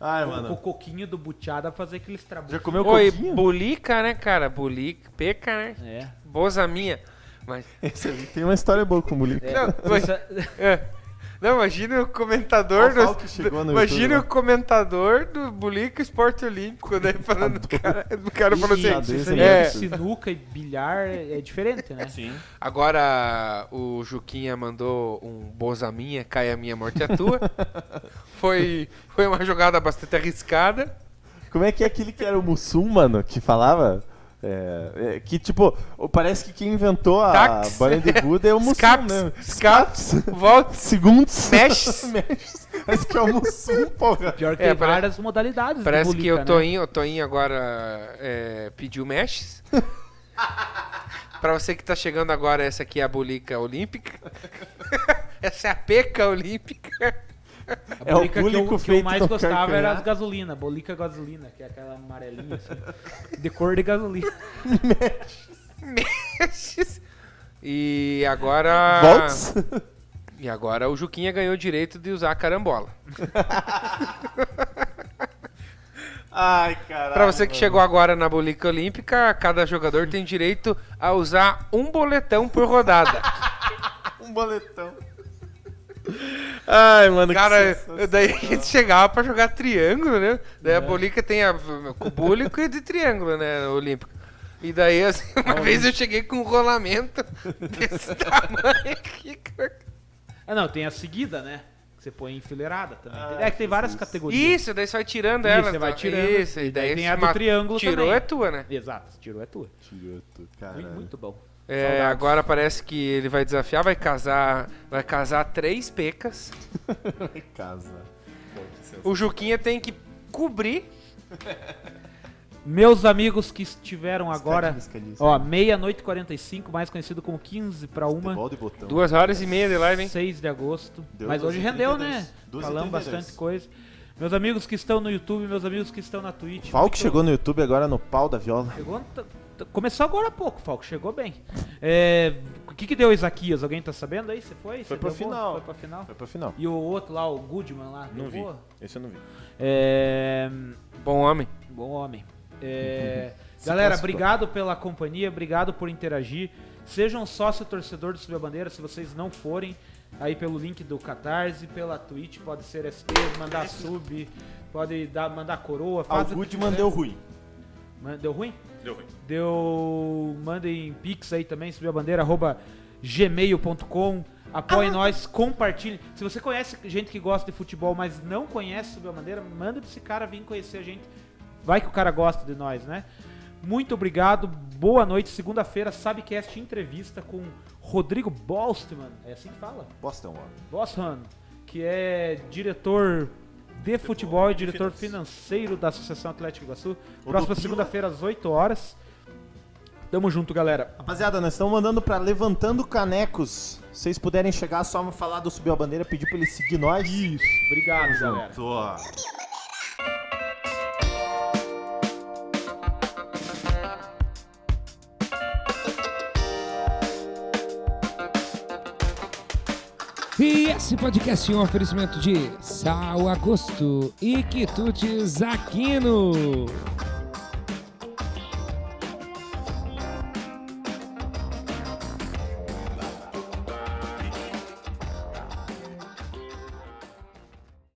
Ai, Com É, o mano. coquinho do Butiá dá pra fazer aqueles trabalhos. Já comeu Oi, coquinho? bulica, né, cara? Bulica, peca, né? É. Boza minha. Mas. [laughs] Esse ali tem uma história boa com o Mulico. Não, mas- é. Não, imagina o Olha comentador o do. pau que chegou no imagina YouTube, o comentador do Bulica Esporte Olímpico, né? Falando do cara, o cara falou Ih, assim. Deus. Você sabia É. que sinuca e bilhar é é diferente, né? Sim. Agora o Juquinha mandou um boza minha, cai a minha, morte a tua. foi, foi uma jogada bastante arriscada. Como é que é aquele que era o Mussum, mano, que falava? É, é, que tipo, o- parece que quem inventou a Tax. banha de Buda é o Mussum Scaps, mesmo. scaps, [laughs] volta, Segundos. [laughs] mexe. Mexe. Parece que é o Mussum, porra. Pior que É, tem parece- várias modalidades de Parece que bulica, o né? Toinho, o Toinho agora é, pediu meshes. pra você que tá chegando agora, essa aqui é a bulica olímpica. essa é a peca olímpica. [laughs] A É o bolica que eu, búlico que eu feito mais com gostava era calcanhar. as gasolina, bolica gasolina, que é aquela amarelinha assim, de cor de gasolina. Meshes. E Ah. agora. Volts. E agora o Juquinha ganhou o direito de usar a carambola. [laughs] Ai, caralho. Pra você que chegou agora na Bolica Olímpica, cada jogador tem direito a usar um boletão por [laughs] rodada. Um boletão. Ai, mano, Cara, que daí a gente chegava pra jogar triângulo, né? Daí É. a Bolica tem a cubúlico e de triângulo, né? Olímpico. E daí, assim, uma vez eu cheguei com um rolamento [laughs] desse tamanho aqui. cara. Ah, não, tem a seguida, né? Que você põe enfileirada também. é que tem várias categorias. Ah, Isso, daí você vai tirando Isso, ela. você vai tá? tirando. Isso, e E daí daí, tem se a do ma- triângulo Tirou também. é tua, né? Exato, se tirou é tua. Tiroto, Muito, caralho. muito bom. É, agora parece que ele vai desafiar, vai casar, vai casar três pecas. Em casa. O Juquinha tem que cobrir. Meus amigos que estiveram agora, Escadinha, ó, meia-noite e 45, mais conhecido como 15 pra uma, Futebol de botão. Duas horas e meia de live, hein? 6 de agosto. Deu Mas hoje 12h32. rendeu, né? 12h32. Falamos bastante coisa. Meus amigos que estão no YouTube, meus amigos que estão na Twitch. Falk muito- chegou no YouTube agora no pau da viola. Chegou- t- t- Começou agora há pouco, Falco. Chegou bem. É, o que, que deu o Isaquias? Alguém tá sabendo aí? Você foi? Você Foi pra deu boa? final. Foi pra final. Foi pra final. E o outro lá, o Goodman lá. deu Não vi. boa? Esse eu não vi. É, Bom homem. bom homem. É, galera, classificou. obrigado pela companhia, obrigado por interagir. Sejam sócio torcedor do Subir a Bandeira, se vocês não forem, aí pelo link do Catarse, pela Twitch, pode ser ST, mandar sub, pode dar, mandar coroa, Ah, faz o o que Goodman quiser. deu ruim. Man- Deu ruim? Deu ruim. Deu. Mandem pix aí também, subiu a bandeira, arroba gmail.com. Apoie nós, compartilhe. Se você conhece gente que gosta de futebol, mas não conhece Subiu a Bandeira, manda pra esse cara vir conhecer a gente. Vai que o cara gosta de nós, né? Muito obrigado, boa noite. Segunda-feira, Sabcast entrevista com Rodrigo Bolstman. É assim que fala? Boston, ó. Boshan, que é diretor de futebol e diretor financeiro da Associação Atlética Iguaçu. Próxima Pila. segunda-feira às 8 horas. Tamo junto, galera. Rapaziada, nós estamos mandando pra Levantando Canecos. Se vocês puderem chegar, só falar do Subiu a Bandeira, pedir pra ele seguir nós. Isso. Obrigado, galera. Esse podcast é um oferecimento de Sal Agosto e Quitutes Aquino.